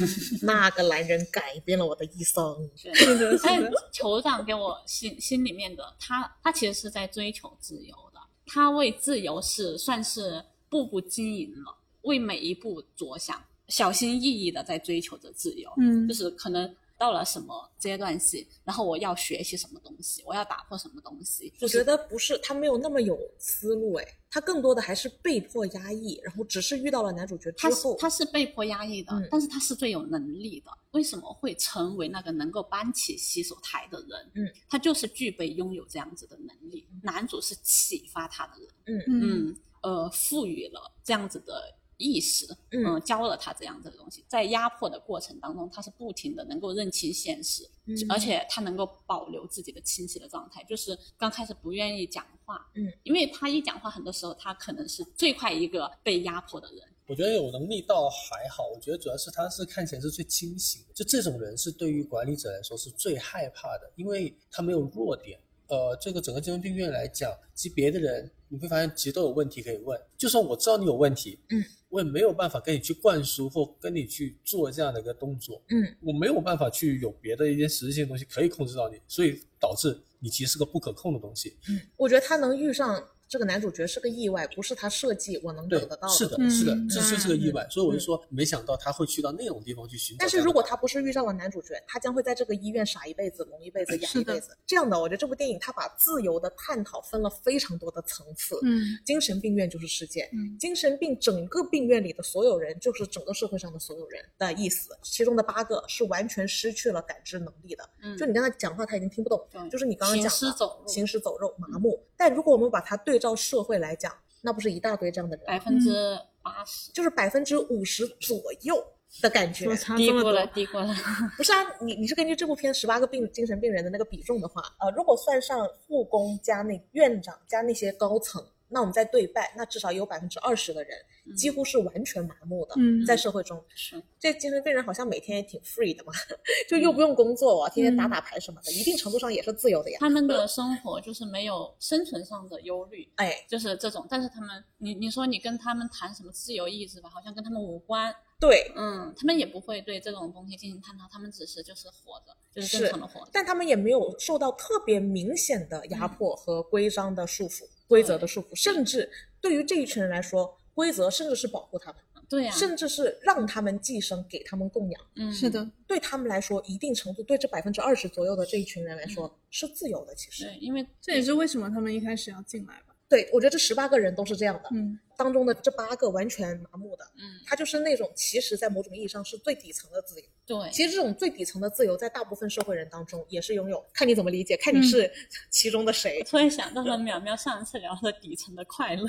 Speaker 2: 嗯
Speaker 1: 那个男人改变了我的一生。
Speaker 2: 对，
Speaker 4: 是的，是
Speaker 2: 但
Speaker 4: 的，
Speaker 2: 酋长给我心心里面的他，他其实是在追求自由的，他为自由是算是步步经营了，为每一步着想，小心翼翼的在追求着自由，
Speaker 4: 嗯
Speaker 2: 就，是可能。到了什么阶段性，然后我要学习什么东西，我要打破什么东西，
Speaker 1: 我觉得不是他没有那么有思路，哎，他更多的还是被迫压抑，然后只是遇到了男主角之
Speaker 2: 他是
Speaker 1: 后，
Speaker 2: 他是被迫压抑的，
Speaker 1: 嗯
Speaker 2: 但是他是最有能力的。为什么会成为那个能够搬起洗手台的人？
Speaker 1: 嗯，
Speaker 2: 他就是具备拥有这样子的能力。男主是启发他的人，
Speaker 4: 嗯
Speaker 2: 嗯，呃，赋予了这样子的意识，
Speaker 1: 嗯
Speaker 2: 教了他这样子的东西。在压迫的过程当中，他是不停的能够认清现实，
Speaker 1: 嗯
Speaker 2: 而且他能够保留自己的清晰的状态，就是刚开始不愿意讲话，
Speaker 1: 嗯，
Speaker 2: 因为他一讲话，很多时候他可能是最快一个被压迫的人。
Speaker 3: 我觉得有能力倒还好，我觉得主要是他是看起来是最清醒的，就这种人是对于管理者来说是最害怕的，因为他没有弱点，呃这个整个精神病院来讲，及别的人，你会发现其实都有问题可以问。就算我知道你有问题，
Speaker 1: 嗯，
Speaker 3: 我也没有办法跟你去灌输或跟你去做这样的一个动作，
Speaker 1: 嗯，
Speaker 3: 我没有办法去有别的一些实质性的东西可以控制到你，所以导致你其实是个不可控的东西。
Speaker 1: 我觉得他能遇上这个男主角是个意外，不是他设计我能
Speaker 3: 对
Speaker 1: 等得，到
Speaker 3: 是
Speaker 1: 的。
Speaker 3: 是的，
Speaker 4: 嗯
Speaker 3: 这这是个意外，所以我就
Speaker 1: 嗯
Speaker 3: 说，没想到他会去到那种地方去寻找
Speaker 1: 但是
Speaker 3: 这样的答案。
Speaker 1: 如果他不是遇上了男主角，他将会在这个医院傻一辈子、聋一辈 子、哑
Speaker 4: 是
Speaker 1: 一
Speaker 4: 的
Speaker 1: 辈子。这样的，我觉得这部电影它把自由的探讨分了非常多的层次。
Speaker 4: 嗯
Speaker 1: 精神病院就是世界，
Speaker 4: 嗯
Speaker 1: 精神病整个病院里的所有人就是整个社会上的所有人的意思。其中的八个是完全失去了感知能力的，
Speaker 2: 嗯，
Speaker 1: 就你跟他讲话，他已经听不懂，
Speaker 2: 对
Speaker 1: 就是你刚刚讲的
Speaker 2: 行尸走肉嗯
Speaker 1: 行尸走肉、麻木。但如果我们把它对照社会来讲，那不是一大堆这样的人吗，
Speaker 2: 百分之八十，
Speaker 1: 就是百分之五十左右的感觉
Speaker 4: 我。差
Speaker 2: 低
Speaker 4: 这么
Speaker 2: 估了，
Speaker 4: 多，
Speaker 2: 低估了。
Speaker 1: 不是啊，你你是根据这部片十八个病精神病人的那个比重的话，呃，如果算上护工加那院长加那些高层，那我们再对半，那至少有百分之二十的人几乎是完全麻木的，
Speaker 4: 嗯
Speaker 1: 在社会中，
Speaker 2: 是，
Speaker 1: 这精神病人好像每天也挺 free 的嘛， 就又不用工作啊，天天打打牌什么的，一定程度上也是自由的呀。
Speaker 2: 他们的生活就是没有生存上的忧虑，
Speaker 1: 哎，
Speaker 2: 就是这种。但是他们，你你说你跟他们谈什么自由意志吧，好像跟他们无关。
Speaker 1: 对，
Speaker 2: 嗯，他们也不会对这种东西进行探讨，他们只是就是活着，就是
Speaker 1: 是
Speaker 2: 正常的活着。
Speaker 1: 但他们也没有受到特别明显的压迫和规章的束缚、规则的束缚，甚至对于这一群人来说，规则甚至是保护他们。
Speaker 2: 对呀、
Speaker 1: 甚至是让他们寄生，给他们供养。
Speaker 2: 嗯，
Speaker 4: 是，的，
Speaker 1: 对他们来说，一定程度对这百分之二十左右的这一群人来说、
Speaker 2: 嗯
Speaker 1: 是自由的。其实，
Speaker 2: 对，因为
Speaker 4: 这也是为什么他们一开始要进来吧。
Speaker 1: 对我觉得这十八个人都是这样的，
Speaker 4: 嗯
Speaker 1: 当中的这八个完全麻木的，
Speaker 2: 嗯，
Speaker 1: 他就是那种其实，在某种意义上是最底层的自由。
Speaker 2: 对，
Speaker 1: 其实这种最底层的自由，在大部分社会人当中也是拥有，看你怎么理解，看你
Speaker 2: 嗯
Speaker 1: 是其中的谁。
Speaker 2: 突然想到了淼淼上次聊的底层的快乐， 嗯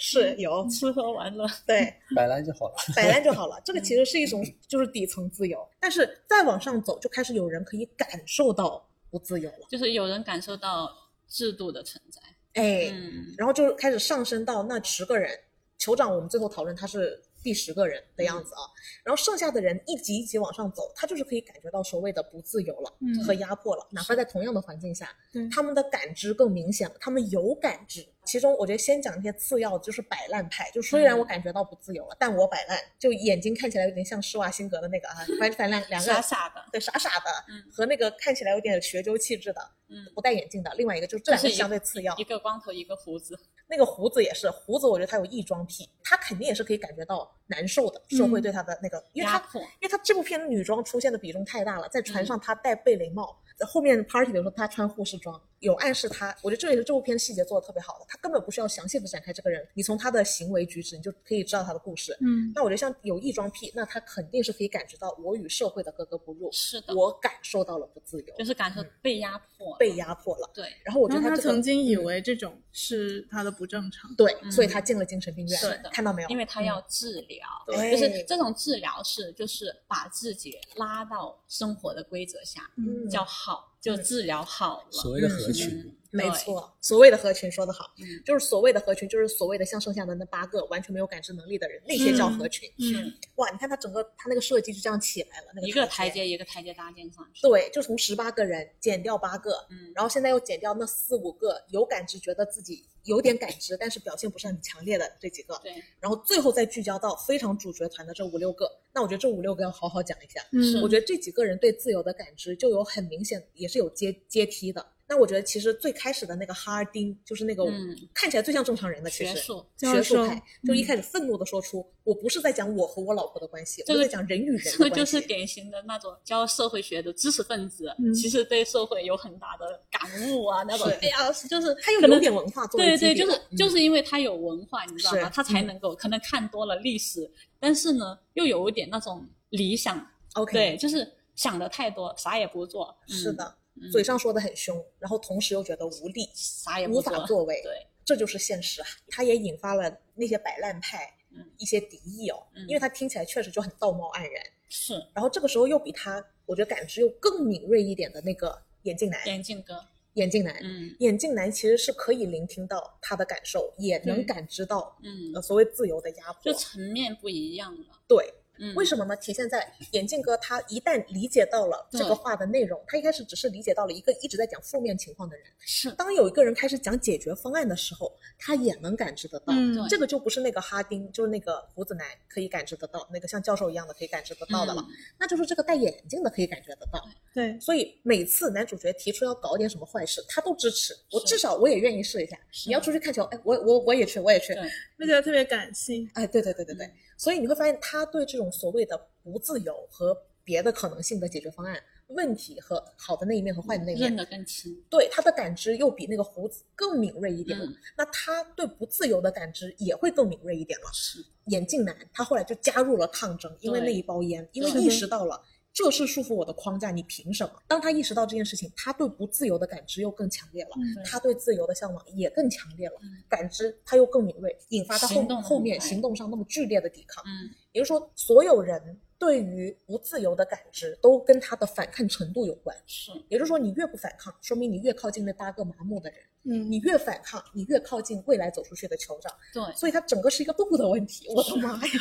Speaker 1: 是有
Speaker 2: 吃喝玩乐，
Speaker 1: 对。
Speaker 3: 摆烂就好了。
Speaker 1: 摆烂就好了。这个其实是一种
Speaker 2: 嗯
Speaker 1: 就是底层自由，但是再往上走，就开始有人可以感受到不自由了，
Speaker 2: 就是有人感受到制度的存在。
Speaker 1: 哎，
Speaker 2: 嗯，
Speaker 1: 然后就开始上升到那十个人，酋长我们最后讨论他是第十个人的样子
Speaker 2: 嗯
Speaker 1: 啊，然后剩下的人一级一级往上走，他就是可以感觉到所谓的不自由了。
Speaker 4: 嗯，
Speaker 1: 和压迫了，哪怕在同样的环境下
Speaker 4: 对，
Speaker 1: 他们的感知更明显了，他们有感知。其中，我觉得先讲一些次要，就是摆烂派。就虽然
Speaker 2: 嗯
Speaker 1: 我感觉到不自由了，但我摆烂，就眼睛看起来有点像施瓦辛格的那个啊，反反两两个
Speaker 2: 傻傻的，
Speaker 1: 对傻傻的，
Speaker 2: 嗯
Speaker 1: 和那个看起来有点学究气质的
Speaker 2: 嗯，
Speaker 1: 不戴眼镜的，另外一个就是这两个
Speaker 2: 就是一
Speaker 1: 相对次要
Speaker 2: 一。个光头一个胡子，
Speaker 1: 那个胡子也是，胡子我觉得他有异装癖，他肯定也是可以感觉到难受的，社会
Speaker 4: 嗯
Speaker 1: 对他的那个，因为
Speaker 2: 压
Speaker 1: 他
Speaker 2: 迫，
Speaker 1: 因为他这部片的女装出现的比重太大了，在船
Speaker 2: 嗯
Speaker 1: 上她戴贝雷帽，在后面 party 的时候她穿护士装，有暗示她。我觉得这也是这部片细节做的特别好的，他根本不需要详细的展开这个人，你从他的行为举止你就可以知道他的故事。
Speaker 4: 嗯
Speaker 1: 那我觉得像有异装癖，那他肯定是可以感觉到我与社会的格格不入，
Speaker 2: 是的，
Speaker 1: 我感受到了不自由，
Speaker 2: 就是感受被压迫，
Speaker 1: 被压迫了。
Speaker 2: 对，
Speaker 1: 然后我觉
Speaker 4: 然
Speaker 1: 得
Speaker 4: 后他
Speaker 1: 这个
Speaker 4: 曾经以为这种是他的不正常，
Speaker 1: 对，
Speaker 2: 嗯
Speaker 1: 所以他进了精神病院
Speaker 2: 是的，
Speaker 1: 看到没有？
Speaker 2: 因为他
Speaker 1: 嗯
Speaker 2: 要治疗，
Speaker 1: 对
Speaker 2: 就是这种治疗是就是把自己拉到生活的规则下，
Speaker 1: 嗯
Speaker 2: 叫好，就治疗好
Speaker 3: 所
Speaker 2: 了，
Speaker 3: 谓的合群，
Speaker 2: 嗯，
Speaker 1: 没
Speaker 2: 对，
Speaker 1: 错，所谓的合群说得好，
Speaker 2: 嗯
Speaker 1: 就是所谓的合群，就是所谓的像剩下的那八个完全没有感知能力的人，那些叫
Speaker 2: 嗯
Speaker 1: 合群。
Speaker 2: 是
Speaker 1: 哇，你看他整个他那个设计就这样起来了，那
Speaker 2: 一个
Speaker 1: 台
Speaker 2: 台。阶一个台阶搭建上去，，
Speaker 1: 对，就从十八个人减掉八个，
Speaker 2: 嗯，
Speaker 1: 然后现在又减掉那四五个有感知，觉得自己有点感知，但是表现不是很强烈的这几个，
Speaker 2: 对，
Speaker 1: 然后最后再聚焦到非常主角团的这五六个。那我觉得这五六个要好好讲一下。
Speaker 4: 嗯
Speaker 1: 我觉得这几个人对自由的感知就有很明显，也是有阶阶梯的。那我觉得其实最开始的那个哈尔丁，就是那个
Speaker 2: 嗯
Speaker 1: 看起来最像正常人的，其
Speaker 2: 学
Speaker 1: 实
Speaker 2: 术，
Speaker 1: 学术派
Speaker 4: 教，
Speaker 1: 就一开始愤怒的说出：“我不是在讲我和我老婆的关系，
Speaker 2: 这
Speaker 1: 我
Speaker 2: 个
Speaker 1: 在讲人 与人
Speaker 2: 这
Speaker 1: 的
Speaker 2: 个
Speaker 1: 关系。”
Speaker 2: 就是典型的那种教社会学的知识分子，
Speaker 4: 嗯
Speaker 2: 其实对社会有很大的感悟啊，那种
Speaker 1: 是
Speaker 2: 哎呀，就是
Speaker 1: 他又
Speaker 2: 可能
Speaker 1: 有点文化作为
Speaker 2: 对
Speaker 1: 基
Speaker 2: 对，
Speaker 1: 底
Speaker 2: 就
Speaker 1: 了，
Speaker 2: 是就是因为他有文化，你知道
Speaker 1: 是
Speaker 2: 吗？他才
Speaker 1: 嗯
Speaker 2: 能够可能看多了历史，但是呢，又有一点那种理想，
Speaker 1: OK，
Speaker 2: 对，就是想的太多，啥也不做，嗯
Speaker 1: 是，的，
Speaker 2: 嗯
Speaker 1: 嘴上说的很凶，然后同时又觉得无力，
Speaker 2: 啥也
Speaker 1: 无
Speaker 2: 不
Speaker 1: 法作为，
Speaker 2: 对，
Speaker 1: 这就是现实啊。他也引发了那些摆烂派
Speaker 2: 嗯
Speaker 1: 一些敌意哦，
Speaker 2: 嗯
Speaker 1: 因为他听起来确实就很道貌岸然。
Speaker 2: 是
Speaker 1: 然后这个时候又比他，我觉得感知又更敏锐一点的那个眼镜男，
Speaker 2: 眼镜哥，
Speaker 1: 眼镜男，
Speaker 2: 嗯
Speaker 1: 眼镜男其实是可以聆听到他的感受，也能
Speaker 4: 对
Speaker 1: 感知到呃
Speaker 2: 嗯
Speaker 1: 呃，所谓自由的压迫
Speaker 2: 就。层面不一样了，
Speaker 1: 对，
Speaker 2: 嗯
Speaker 1: 为什么呢？体现在眼镜哥他一旦理解到了这个
Speaker 2: 对
Speaker 1: 话的内容，他一开始只是理解到了一个一直在讲负面情况的人，
Speaker 2: 是
Speaker 1: 当有一个人开始讲解决方案的时候，他也能感知得到。
Speaker 4: 嗯
Speaker 2: 对
Speaker 1: 这个就不是那个哈丁，就是那个胡子男可以感知得到，那个像教授一样的可以感知得到的了，
Speaker 2: 嗯
Speaker 1: 那就是这个戴眼镜的可以感觉得到。
Speaker 4: 对，
Speaker 1: 所以每次男主角提出要搞点什么坏事，他都支持，我
Speaker 2: 是
Speaker 1: 至少我也愿意试一下。
Speaker 2: 是
Speaker 1: 你要出去看球，哎，我我我也去，我也去。
Speaker 2: 对嗯
Speaker 4: 会觉得特别感性。
Speaker 1: 哎，对对对对对，所以你会发现他对这种所谓的不自由和别的可能性的解决方案、问题和好的那一面和坏的那一面
Speaker 2: 认，得更清，
Speaker 1: 对他的感知又比那个胡子更敏锐一点了，
Speaker 2: 嗯
Speaker 1: 那他对不自由的感知也会更敏锐一点了。
Speaker 2: 是
Speaker 1: 眼镜男他后来就加入了抗争，因为
Speaker 2: 对
Speaker 1: 那一包烟，因为
Speaker 4: 对
Speaker 1: 意识到了这是束缚我的框架，你凭什么？当他意识到这件事情，他对不自由的感知又更强烈了，
Speaker 4: 嗯
Speaker 2: 对
Speaker 1: 他对自由的向往也更强烈了，
Speaker 2: 嗯
Speaker 1: 感知他又更敏锐，引发他后
Speaker 2: 行动
Speaker 1: 后面
Speaker 2: 很快
Speaker 1: 行动上那么剧烈的抵抗。
Speaker 2: 嗯
Speaker 1: 也就是说，所有人对于不自由的感知都跟他的反抗程度有关。
Speaker 2: 是
Speaker 1: 也就是说，你越不反抗，说明你越靠近那八个麻木的人；
Speaker 4: 嗯
Speaker 1: 你越反抗，你越靠近未来走出去的酋长。
Speaker 2: 对
Speaker 1: 所以它整个是一个度的问题。我的妈呀！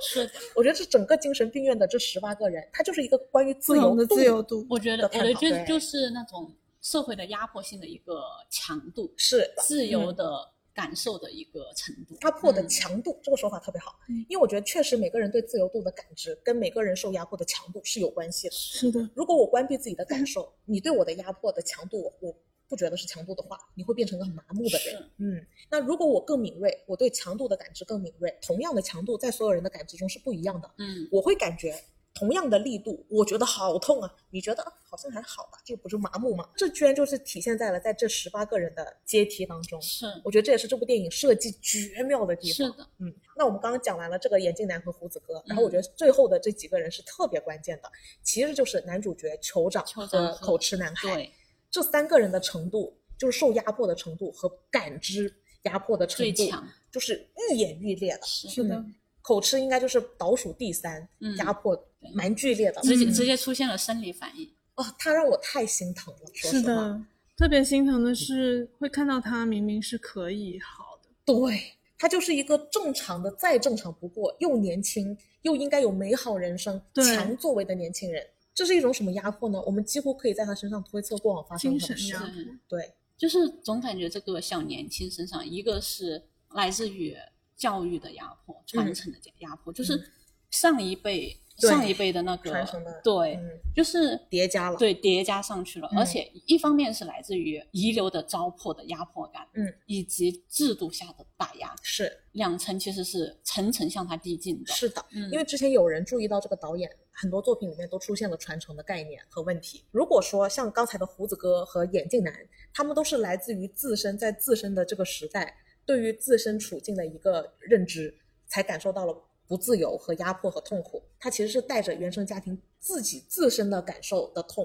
Speaker 2: 是的，
Speaker 1: 我觉得这整个精神病院的这十八个人，他就是一个关于
Speaker 4: 不
Speaker 1: 自由
Speaker 4: 同
Speaker 1: 度
Speaker 4: 的自由度，
Speaker 2: 我觉得
Speaker 1: 的
Speaker 2: 我
Speaker 1: 探
Speaker 2: 觉得
Speaker 1: 讨
Speaker 2: 就
Speaker 1: 对
Speaker 2: 就是那种社会的压迫性的一个强度，
Speaker 1: 是
Speaker 2: 自
Speaker 1: 嗯
Speaker 2: 由的感受的一个程度，
Speaker 1: 压迫的
Speaker 2: 嗯
Speaker 1: 强度，这个说法特别好
Speaker 4: 嗯，
Speaker 1: 因为我觉得确实每个人对自由度的感知跟每个人受压迫的强度是有关系的。
Speaker 4: 是的，
Speaker 1: 如果我关闭自己的
Speaker 4: 嗯
Speaker 1: 感受，你对我的压迫的强度，我不觉得是强度的话，你会变成一个很麻木的人
Speaker 2: 是。
Speaker 1: 嗯，那如果我更敏锐，我对强度的感知更敏锐，同样的强度在所有人的感知中是不一样的，
Speaker 2: 嗯
Speaker 1: 我会感觉。同样的力度，我觉得好痛啊！你觉得啊好像还好吧？这不是麻木吗？这居然就是体现在了在这十八个人的阶梯当中。
Speaker 2: 是
Speaker 1: 我觉得这也是这部电影设计绝妙的地方。
Speaker 2: 是的，
Speaker 1: 嗯，那我们刚刚讲完了这个眼镜男和胡子哥，然后
Speaker 2: 嗯
Speaker 1: 我觉得最后的这几个人是特别关键的，其实就是男主角酋长
Speaker 2: 酋
Speaker 1: 和
Speaker 2: 长和
Speaker 1: 口吃男孩
Speaker 2: 对
Speaker 1: 这三个人的程度，就是受压迫的程度和感知压迫的程
Speaker 2: 最
Speaker 1: 度，
Speaker 2: 强
Speaker 1: 就是愈演愈烈的。
Speaker 2: 是
Speaker 4: 是的，
Speaker 1: 口吃应该就是倒数第三，
Speaker 2: 嗯
Speaker 1: 压迫
Speaker 2: 对
Speaker 1: 蛮剧烈的。
Speaker 2: 直接
Speaker 4: 嗯
Speaker 2: 直接出现了生理反应，
Speaker 1: 哦，他让我太心疼了，说
Speaker 4: 是
Speaker 1: 实话，
Speaker 4: 的。特别心疼的是，会看到他明明是可以好的，
Speaker 1: 对。他就是一个正常的，再正常不过，又年轻，又应该有美好人生、
Speaker 4: 对
Speaker 1: 强作为的年轻人，这是一种什么压迫呢？我们几乎可以在他身上推测过往发生
Speaker 4: 精
Speaker 1: 什么
Speaker 4: 神
Speaker 1: 事
Speaker 4: 压。迫，
Speaker 2: 嗯
Speaker 1: 对，
Speaker 2: 就是总感觉这个小年轻身上，一个是来自于教育的压迫、传承的压迫，就是上一辈、
Speaker 1: 嗯对
Speaker 2: 上一辈的那个
Speaker 1: 传承的
Speaker 2: 对，
Speaker 1: 嗯，
Speaker 2: 就是
Speaker 1: 叠加了。
Speaker 2: 对叠加上去了，
Speaker 1: 嗯
Speaker 2: 而且一方面是来自于遗留的糟粕的压迫感，
Speaker 1: 嗯，
Speaker 2: 以及制度下的打压，
Speaker 1: 是
Speaker 2: 两层其实是层层向他递进的，
Speaker 1: 是的，
Speaker 2: 嗯，
Speaker 1: 因为之前有人注意到这个导演很多作品里面都出现了传承的概念和问题。如果说像刚才的胡子哥和眼镜男，他们都是来自于自身在自身的这个时代对于自身处境的一个认知，才感受到了不自由和压迫和痛苦。他其实是带着原生家庭自己自身的感受的痛，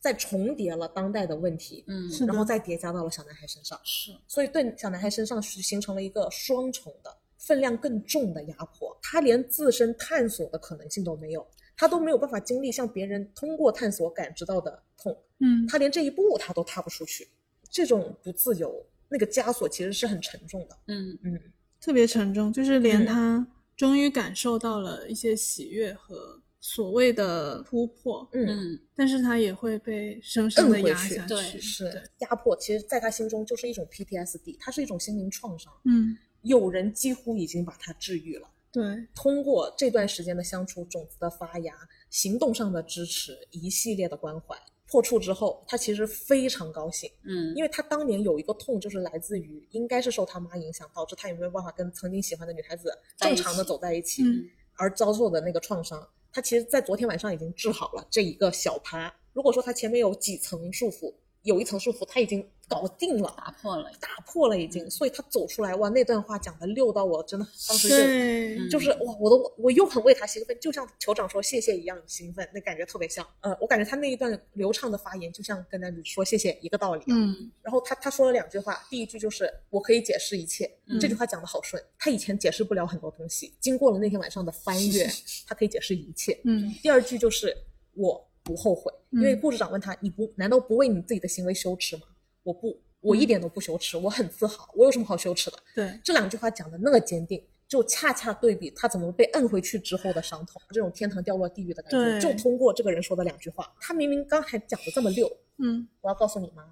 Speaker 1: 再重叠了当代的问题，
Speaker 2: 嗯
Speaker 4: 是
Speaker 1: 然
Speaker 4: 的
Speaker 1: 后再叠加到了小男孩身上。
Speaker 2: 是
Speaker 1: 所以对小男孩身上是形成了一个双重的、分量更重的压迫。他连自身探索的可能性都没有，他都没有办法经历像别人通过探索感知到的痛，
Speaker 4: 嗯，
Speaker 1: 他连这一步他都踏不出去。这种不自由，那个枷锁其实是很沉重的。
Speaker 2: 嗯
Speaker 1: 嗯，
Speaker 4: 特别沉重，就是
Speaker 1: 嗯
Speaker 4: 连他终于感受到了一些喜悦和所谓的突破，
Speaker 1: 嗯，
Speaker 2: 嗯
Speaker 4: 但是他也会被生生的
Speaker 1: 摁回
Speaker 4: 压
Speaker 1: 去
Speaker 4: 下
Speaker 2: 对
Speaker 1: 是压迫，其实在他心中就是一种 PTSD，它是一种心灵创伤。
Speaker 4: 嗯，
Speaker 1: 有人几乎已经把它治愈了。
Speaker 4: 对，
Speaker 1: 通过这段时间的相处、种子的发芽、行动上的支持、一系列的关怀，破处之后，他其实非常高兴，
Speaker 2: 嗯，
Speaker 1: 因为他当年有一个痛，就是来自于应该是受他妈影响，导致他也没有办法跟曾经喜欢的女孩子
Speaker 2: 在
Speaker 1: 正
Speaker 2: 一起
Speaker 1: 常的走在一起，
Speaker 4: 嗯
Speaker 1: 而遭受的那个创伤，他其实在昨天晚上已经治好了这一个小趴。如果说他前面有几层束缚，有一层束缚他已经搞定了。
Speaker 2: 打破了，
Speaker 1: 打破了已经，所以他走出来哇！那段话讲的溜到我真的当时就
Speaker 4: 对，
Speaker 2: 嗯
Speaker 1: 就是哇，我都我又很为他兴奋，就像酋长说谢谢一样兴奋，那感觉特别像。呃，我感觉他那一段流畅的发言，就像跟男主说谢谢一个道理。
Speaker 4: 嗯，
Speaker 1: 然后他他说了两句话，第一句就是我可以解释一切，
Speaker 4: 嗯
Speaker 1: 这句话讲的好顺。他以前解释不了很多东西，经过了那天晚上的翻阅，他可以解释一切。
Speaker 4: 嗯，
Speaker 1: 第二句就是我不后悔，因为
Speaker 4: 嗯
Speaker 1: 顾市长问他，你不难道不为你自己的行为羞耻吗？我
Speaker 4: 嗯
Speaker 1: 不，我一点都不羞耻，我很自豪，我有什么好羞耻的？
Speaker 4: 对，
Speaker 1: 这两句话讲的那个坚定，就恰恰对比他怎么被摁回去之后的伤痛，这种天堂掉落地狱的感觉，
Speaker 4: 对
Speaker 1: 就通过这个人说的两句话。他明明刚才讲的这么溜，
Speaker 4: 嗯，
Speaker 1: 我要告诉你妈，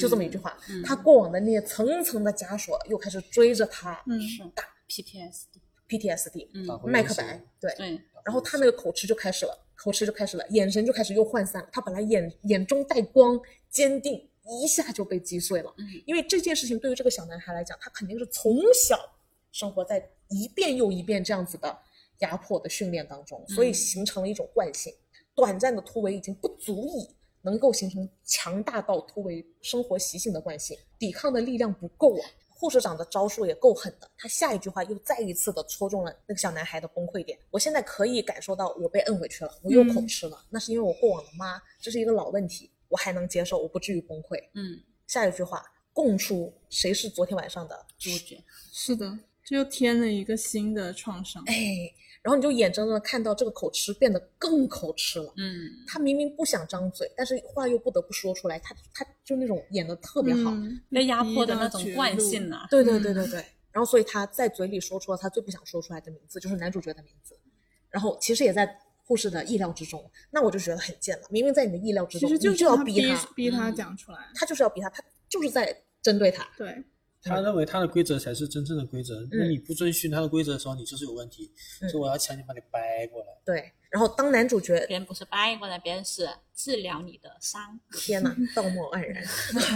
Speaker 1: 就这么一句话。
Speaker 2: 嗯
Speaker 1: 他过往的那些层层的枷锁又开始追着他，
Speaker 4: 嗯
Speaker 2: 是 PTSD，
Speaker 1: PTSD，
Speaker 2: 嗯，
Speaker 3: 打回
Speaker 1: 麦
Speaker 3: 原
Speaker 1: 克
Speaker 3: 形
Speaker 1: 白，对，
Speaker 2: 对，
Speaker 1: 然后他那个口吃就开始了，口吃就开始了，眼神就开始又涣散了。他本来眼眼中带光、坚定，一下就被击碎了。
Speaker 2: 嗯
Speaker 1: 因为这件事情对于这个小男孩来讲，他肯定是从小生活在一遍又一遍这样子的压迫的训练当中，所以
Speaker 2: 嗯
Speaker 1: 形成了一种惯性。短暂的突围已经不足以能够形成强大到突围生活习性的惯性，抵抗的力量不够啊。护士长的招数也够狠的，他下一句话又再一次的戳中了那个小男孩的崩溃点。我现在可以感受到我被摁回去了，我又口吃了，那是因为我过往的妈，这是一个老问题，我还能接受，我不至于崩溃。
Speaker 2: 嗯，
Speaker 1: 下一句话，供出谁是昨天晚上的
Speaker 2: 主角，
Speaker 4: 是的，这又添了一个新的创伤。
Speaker 1: 哎，然后你就眼睁睁的哎看到这个口吃变得更口吃了。
Speaker 2: 嗯
Speaker 1: 他明明不想张嘴，但是话又不得不说出来，他他就那种演的特
Speaker 4: 特
Speaker 1: 别好。
Speaker 4: 嗯
Speaker 2: 被压迫的那种惯性啊，
Speaker 1: 对对对对对。然后所以他在嘴里说出了他最不想说出来的名字，就是男主角的名字。然后其实也在护士的意料之中，那我就觉得很贱了，明明在你的意料之
Speaker 4: 其
Speaker 1: 中，
Speaker 4: 实就
Speaker 1: 你
Speaker 4: 是
Speaker 1: 要
Speaker 4: 他
Speaker 1: 逼
Speaker 4: 逼
Speaker 1: 他，
Speaker 4: 逼他
Speaker 2: 嗯
Speaker 4: 讲出来。
Speaker 1: 他就是要逼他，他就是在针对他。
Speaker 4: 对，
Speaker 3: 他认为他的规则才是真正的规则，那、你不遵循他的规则的时候，你就是有问题，
Speaker 1: 嗯
Speaker 3: 所以我要强行把你掰过来。
Speaker 1: 对，然后当男主角，
Speaker 2: 别人不是掰过来，别人是治疗你的伤，
Speaker 1: 天 哪，道貌岸然，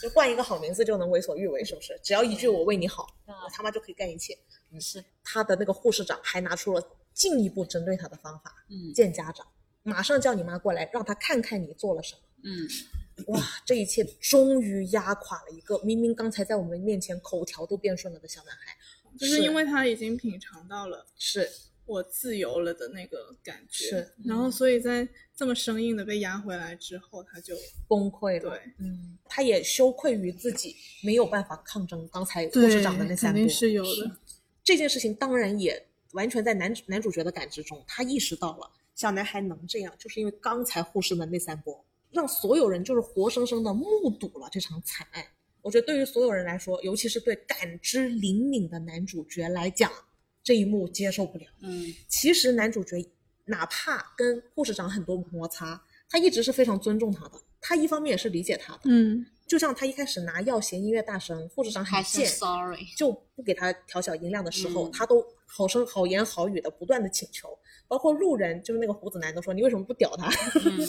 Speaker 1: 就冠一个好名字就能为所欲为，是不是？只要一句我为你好，我他妈就可以干一切。
Speaker 2: 是，
Speaker 1: 他的那个护士长还拿出了进一步针对他的方法，
Speaker 2: 嗯
Speaker 1: 见家长，马上叫你妈过来，让他看看你做了什么。
Speaker 2: 嗯
Speaker 1: 哇，这一切终于压垮了一个明明刚才在我们面前口条都变顺了的小男孩。
Speaker 4: 就是
Speaker 1: 是
Speaker 4: 因为他已经品尝到了
Speaker 1: 是，
Speaker 4: 我自由了的那个感觉，
Speaker 1: 是嗯
Speaker 4: 然后所以在这么生硬的被压回来之后，他就
Speaker 1: 崩溃了。
Speaker 4: 对
Speaker 1: 嗯，他也羞愧于自己没有办法抗争刚才护
Speaker 4: 对
Speaker 1: 士长的那三
Speaker 4: 肯
Speaker 1: 步。
Speaker 4: 定是有的，
Speaker 1: 这件事情当然也完全在男男主角的感知中，他意识到了小男孩能这样，就是因为刚才护士的那三波，让所有人就是活生生的目睹了这场惨案。我觉得对于所有人来说，尤其是对感知灵敏的男主角来讲，这一幕接受不了。
Speaker 2: 嗯
Speaker 1: 其实男主角哪怕跟护士长很多摩擦，他一直是非常尊重他的，他一方面也是理解他的。
Speaker 4: 嗯，
Speaker 1: 就像他一开始拿药嫌音乐大声，护士长很
Speaker 2: 还是
Speaker 1: 贱，
Speaker 2: sorry，
Speaker 1: 就不给他调小音量的时候，
Speaker 2: 嗯
Speaker 1: 他都好声好言好语的不断的请求，包括路人就是那个胡子男都说你为什么不屌他，
Speaker 2: 嗯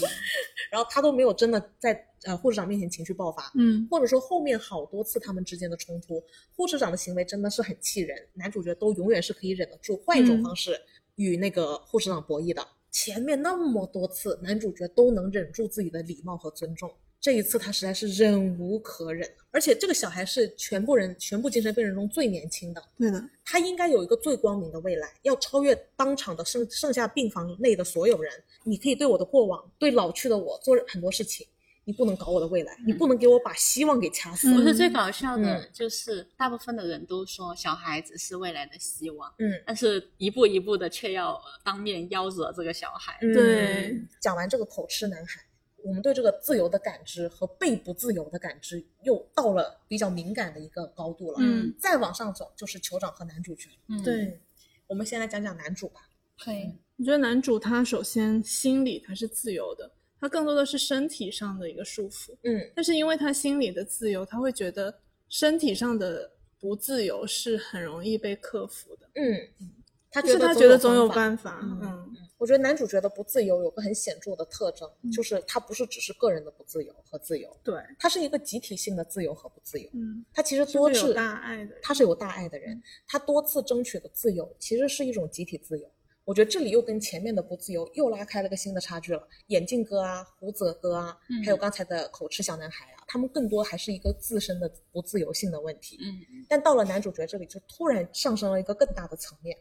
Speaker 1: 然后他都没有真的在呃护士长面前情绪爆发，
Speaker 4: 嗯，
Speaker 1: 或者说后面好多次他们之间的冲突，护士长的行为真的是很气人，男主角都永远是可以忍得住，换一种
Speaker 4: 嗯
Speaker 1: 方式与那个护士长博弈的。前面那么多次，男主角都能忍住自己的礼貌和尊重，这一次他实在是忍无可忍。而且这个小孩是全部人全部精神病人中最年轻的，
Speaker 4: 对的，
Speaker 1: 他应该有一个最光明的未来，要超越当场的剩剩下病房内的所有人。你可以对我的过往，对老去的我做很多事情，你不能搞我的未来，你不能给我把希望给掐死。
Speaker 2: 我
Speaker 4: 嗯
Speaker 2: 觉得最搞笑
Speaker 1: 嗯
Speaker 2: 的就是，大部分的人都说小孩子是未来的希望，
Speaker 1: 嗯
Speaker 2: 但是一步一步的却要呃当面夭折这个小孩。
Speaker 4: 对，
Speaker 1: 嗯讲完这个口吃男孩，我们对这个自由的感知和被不自由的感知又到了比较敏感的一个高度了。
Speaker 4: 嗯，
Speaker 1: 再往上走就是酋长和男主角。
Speaker 2: 嗯，
Speaker 4: 对，
Speaker 1: 我们先来讲讲男主吧。
Speaker 2: 可以，
Speaker 4: 我觉得男主他首先心理他是自由的，他更多的是身体上的一个束缚，
Speaker 1: 嗯
Speaker 4: 但是因为他心里的自由，他会觉得身体上的不自由是很容易被克服的，
Speaker 1: 嗯，他
Speaker 4: 就
Speaker 1: 觉
Speaker 4: 是
Speaker 1: 得
Speaker 4: 他觉得总有
Speaker 1: 方法
Speaker 4: 办法，
Speaker 1: 嗯
Speaker 4: 嗯
Speaker 1: 我觉得男主角的不自由有个很显著的特征，就是他不是只是个人的不自由和自由，
Speaker 4: 对，
Speaker 1: 他是一个集体性的自由和不自由。
Speaker 4: 嗯，
Speaker 1: 他其实
Speaker 4: 是
Speaker 1: 多
Speaker 4: 会有
Speaker 1: 次，
Speaker 4: 大爱的人，
Speaker 1: 他是有大爱的人，他多次争取的自由其实是一种集体自由。我觉得这里又跟前面的不自由又拉开了个新的差距了。眼镜哥啊，胡子哥啊，
Speaker 4: 嗯
Speaker 1: 还有刚才的口吃小男孩啊，他们更多还是一个自身的不自由性的问题。
Speaker 2: 嗯
Speaker 1: 但到了男主角这里，就突然上升了一个更大的层面。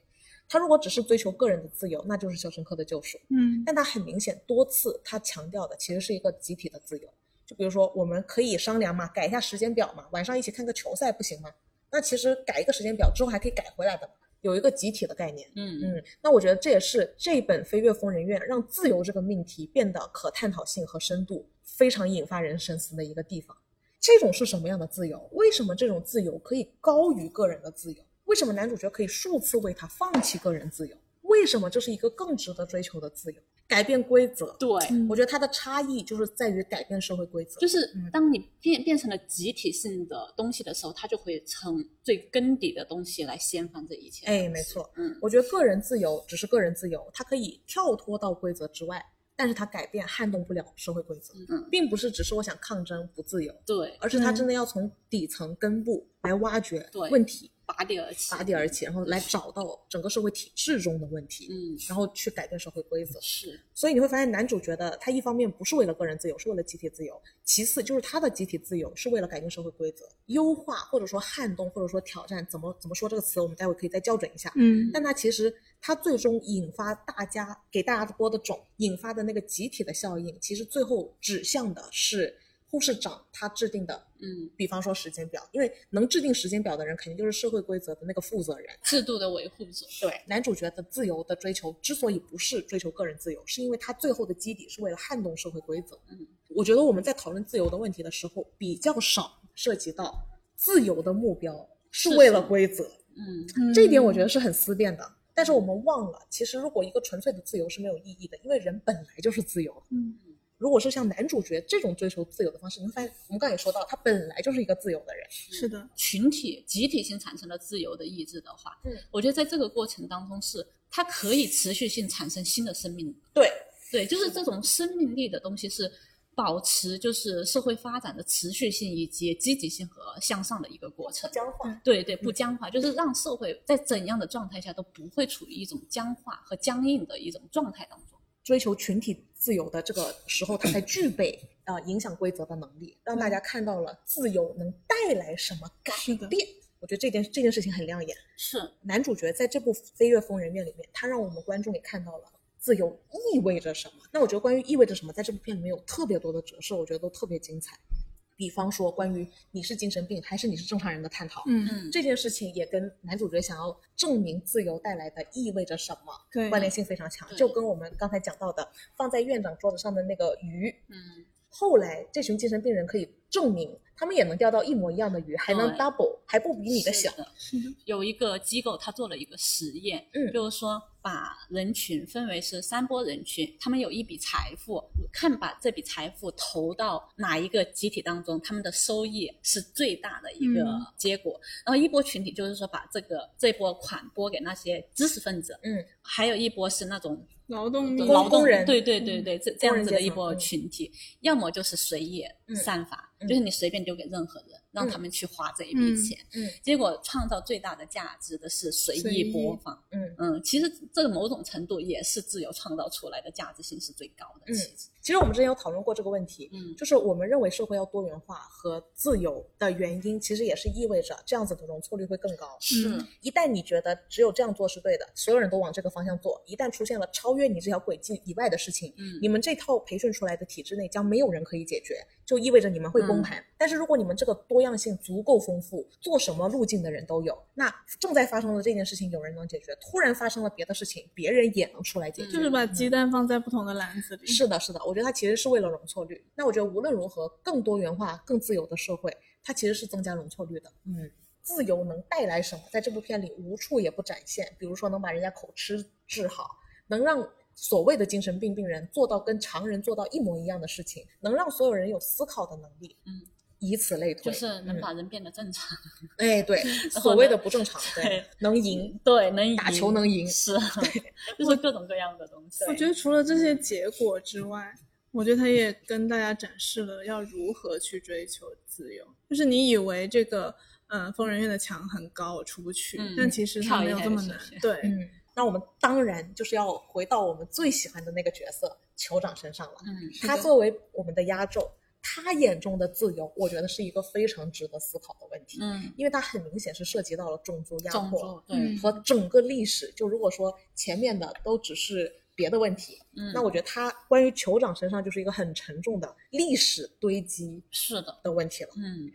Speaker 1: 他如果只是追求个人的自由，那就是《肖申克的救赎》。
Speaker 4: 嗯
Speaker 1: 但他很明显多次他强调的其实是一个集体的自由，就比如说我们可以商量嘛，改一下时间表嘛，晚上一起看个球赛不行吗？那其实改一个时间表之后还可以改回来的嘛，有一个集体的概念。
Speaker 2: 嗯
Speaker 1: 嗯，那我觉得这也是这本《飞越疯人院》让自由这个命题变得可探讨性和深度非常引发人深思的一个地方。这种是什么样的自由？为什么这种自由可以高于个人的自由？为什么男主角可以数次为他放弃个人自由？为什么这是一个更值得追求的自由？改变规则，
Speaker 2: 对，嗯
Speaker 1: 我觉得它的差异就是在于改变社会规则。
Speaker 2: 就是
Speaker 1: 嗯
Speaker 2: 当你变变成了集体性的东西的时候，它就会从最根底的东西来掀翻这一切。
Speaker 1: 哎，没，错，
Speaker 2: 嗯，
Speaker 1: 我觉得个人自由只是个人自由，它可以跳脱到规则之外，但是它改变撼动不了社会规则，
Speaker 2: 嗯
Speaker 1: 并不是只是我想抗争不自由，
Speaker 2: 对，
Speaker 1: 而是它
Speaker 4: 嗯
Speaker 1: 真的要从底层根部来挖掘
Speaker 2: 对
Speaker 1: 问题，
Speaker 2: 拔地而起，
Speaker 1: 拔地而起，然后来找到整个社会体制中的问题，
Speaker 2: 嗯，
Speaker 1: 然后去改变社会规则。
Speaker 2: 是，
Speaker 1: 所以你会发现，男主角的他一方面不是为了个人自由，是为了集体自由；其次就是他的集体自由是为了改变社会规则，优化或者说撼动或者说挑战，怎么怎么说这个词，我们待会可以再校准一下。
Speaker 4: 嗯
Speaker 1: 但它其实它最终引发大家给大家播的种，引发的那个集体的效应，其实最后指向的是护士长他制定的，
Speaker 2: 嗯，
Speaker 1: 比方说时间表，因为能制定时间表的人，肯定就是社会规则的那个负责人。
Speaker 2: 制度的维护者，
Speaker 1: 对，男主角的自由的追求之所以不是追求个人自由，是因为他最后的基底是为了撼动社会规则。
Speaker 2: 嗯，
Speaker 1: 我觉得我们在讨论自由的问题的时候，比较少涉及到自由的目标是
Speaker 2: 是
Speaker 1: 为
Speaker 2: 什
Speaker 1: 了
Speaker 2: 么
Speaker 1: 规则，
Speaker 2: 嗯，
Speaker 1: 这一点我觉得是很思辨的。但是我们忘了，其实如果一个纯粹的自由是没有意义的，因为人本来就是自由的。
Speaker 4: 嗯，
Speaker 1: 如果是像男主角这种追求自由的方式，你会发现，我们刚才也说到，他本来就是一个自由的人。
Speaker 4: 是的，
Speaker 2: 群体集体性产生了自由的意志的话，
Speaker 1: 嗯，
Speaker 2: 我觉得在这个过程当中是它可以持续性产生新的生命，
Speaker 1: 对，
Speaker 2: 对，就是这种生命力的东西是保持就是社会发展的持续性以及积极性和向上的一个过程。
Speaker 1: 僵化。
Speaker 2: 对对，不僵化，就是让社会在怎样的状态下都不会处于一种僵化和僵硬的一种状态当中。
Speaker 1: 追求群体自由的这个时候，他才具备呃影响规则的能力，让大家看到了自由能带来什么改
Speaker 4: 是的，
Speaker 1: 变。我觉得这件这件事情很亮眼。
Speaker 2: 是，
Speaker 1: 男主角在这部《飞越疯人院》里面，他让我们观众也看到了自由意味着什么。那我觉得关于意味着什么，在这部片里面有特别多的折射，我觉得都特别精彩。比方说关于你是精神病还是你是正常人的探讨，
Speaker 4: 嗯，
Speaker 2: 嗯，
Speaker 1: 这件事情也跟男主角想要证明自由带来的意味着什么
Speaker 4: 对，
Speaker 1: 关联性非常强，
Speaker 2: 对
Speaker 1: 就跟我们刚才讲到的放在院长桌子上的那个鱼，
Speaker 2: 嗯，
Speaker 1: 后来这群精神病人可以证明他们也能钓到一模一样的鱼，还能
Speaker 2: 对
Speaker 1: double，还不比你的小
Speaker 2: 是。的
Speaker 4: 是的，
Speaker 2: 有一个机构，他做了一个实验，
Speaker 1: 嗯
Speaker 2: 就是说把人群分为是三波人群，他们有一笔财富，看把这笔财富投到哪一个集体当中，他们的收益是最大的一个
Speaker 4: 嗯
Speaker 2: 结果。然后一波群体就是说把这个这波款拨给那些知识分子，
Speaker 1: 嗯，
Speaker 2: 还有一波是那种
Speaker 4: 劳动密
Speaker 1: 工
Speaker 2: 劳动
Speaker 1: 工人嗯
Speaker 2: 对对对对，这这
Speaker 1: 工
Speaker 2: 样
Speaker 1: 人
Speaker 2: 子
Speaker 1: 阶
Speaker 2: 的一
Speaker 1: 层
Speaker 2: 波
Speaker 1: 嗯
Speaker 2: 群体，要么就是随意
Speaker 1: 嗯
Speaker 2: 散发，
Speaker 1: 嗯
Speaker 2: 就是你随便丢给任何人，让他们去花这一笔
Speaker 4: 嗯
Speaker 2: 钱，
Speaker 1: 嗯
Speaker 2: 结果创造最大的价值的是随
Speaker 4: 随
Speaker 2: 意
Speaker 4: 意
Speaker 2: 播放，
Speaker 1: 嗯
Speaker 2: 嗯，其实这某种程度也是自由创造出来的价值性是最高
Speaker 1: 嗯
Speaker 2: 的，其实，
Speaker 1: 其实我们之前有讨论过这个问题，
Speaker 2: 嗯
Speaker 1: 就是我们认为社会要多元化和自由的原因，其实也是意味着这样子的容错率会更高。
Speaker 4: 嗯
Speaker 2: 是
Speaker 1: 一旦你觉得只有这样做是对的，所有人都往这个方向做，一旦出现了超越你这条轨迹以外的事情，
Speaker 2: 嗯
Speaker 1: 你们这套培训出来的体制内将没有人可以解决，就意味着你们会崩盘。
Speaker 2: 嗯
Speaker 1: 但是如果你们这个多样性足够丰富，做什么路径的人都有，那正在发生的这件事情有人能解决，突然发生了别的事情，别人也能出来解决。
Speaker 4: 就是把鸡蛋放在不同的篮子里，
Speaker 1: 是的，是的，我觉得它其实是为了容错率。那我觉得无论如何，更多元化、更自由的社会，它其实是增加容错率的。嗯，自由能带来什么？在这部片里无处也不展现，比如说能把人家口吃治好，能让所谓的精神病病人做到跟常人做到一模一样的事情，能让所有人有思考的能力。
Speaker 2: 嗯，
Speaker 1: 以此类推，
Speaker 2: 就是能
Speaker 1: 嗯、
Speaker 2: 把人变得正常，
Speaker 1: 哎对， 所
Speaker 2: 后
Speaker 1: 谓
Speaker 2: 呢
Speaker 1: 的不正常，对
Speaker 2: 对，
Speaker 1: 能赢，
Speaker 2: 对，能赢
Speaker 1: 打球能赢
Speaker 2: 是，啊 就是各种各样的东西，
Speaker 4: 我觉得除了这些结果之外，我觉得他也跟大家展示了要如何去追求自由。就是你以为这个，嗯、疯人院的墙很高，我出不去，
Speaker 2: 嗯
Speaker 4: 但其实它没有这么
Speaker 2: 跳一下
Speaker 4: 难
Speaker 2: 就出去。
Speaker 4: 对，
Speaker 1: 嗯。那我们当然就是要回到我们最喜欢的那个角色酋长身上了。
Speaker 2: 嗯，
Speaker 1: 他作为我们的压轴，他眼中的自由，我觉得是一个非常值得思考的问题，
Speaker 2: 嗯，
Speaker 1: 因为它很明显是涉及到了种族压
Speaker 2: 种
Speaker 1: 迫
Speaker 2: 族，对，
Speaker 1: 和整个历史。就如果说前面的都只是别的问题，
Speaker 2: 嗯，
Speaker 1: 那我觉得他关于酋长身上就是一个很沉重的历史堆积
Speaker 2: 是的，
Speaker 1: 的问题了。
Speaker 2: 嗯，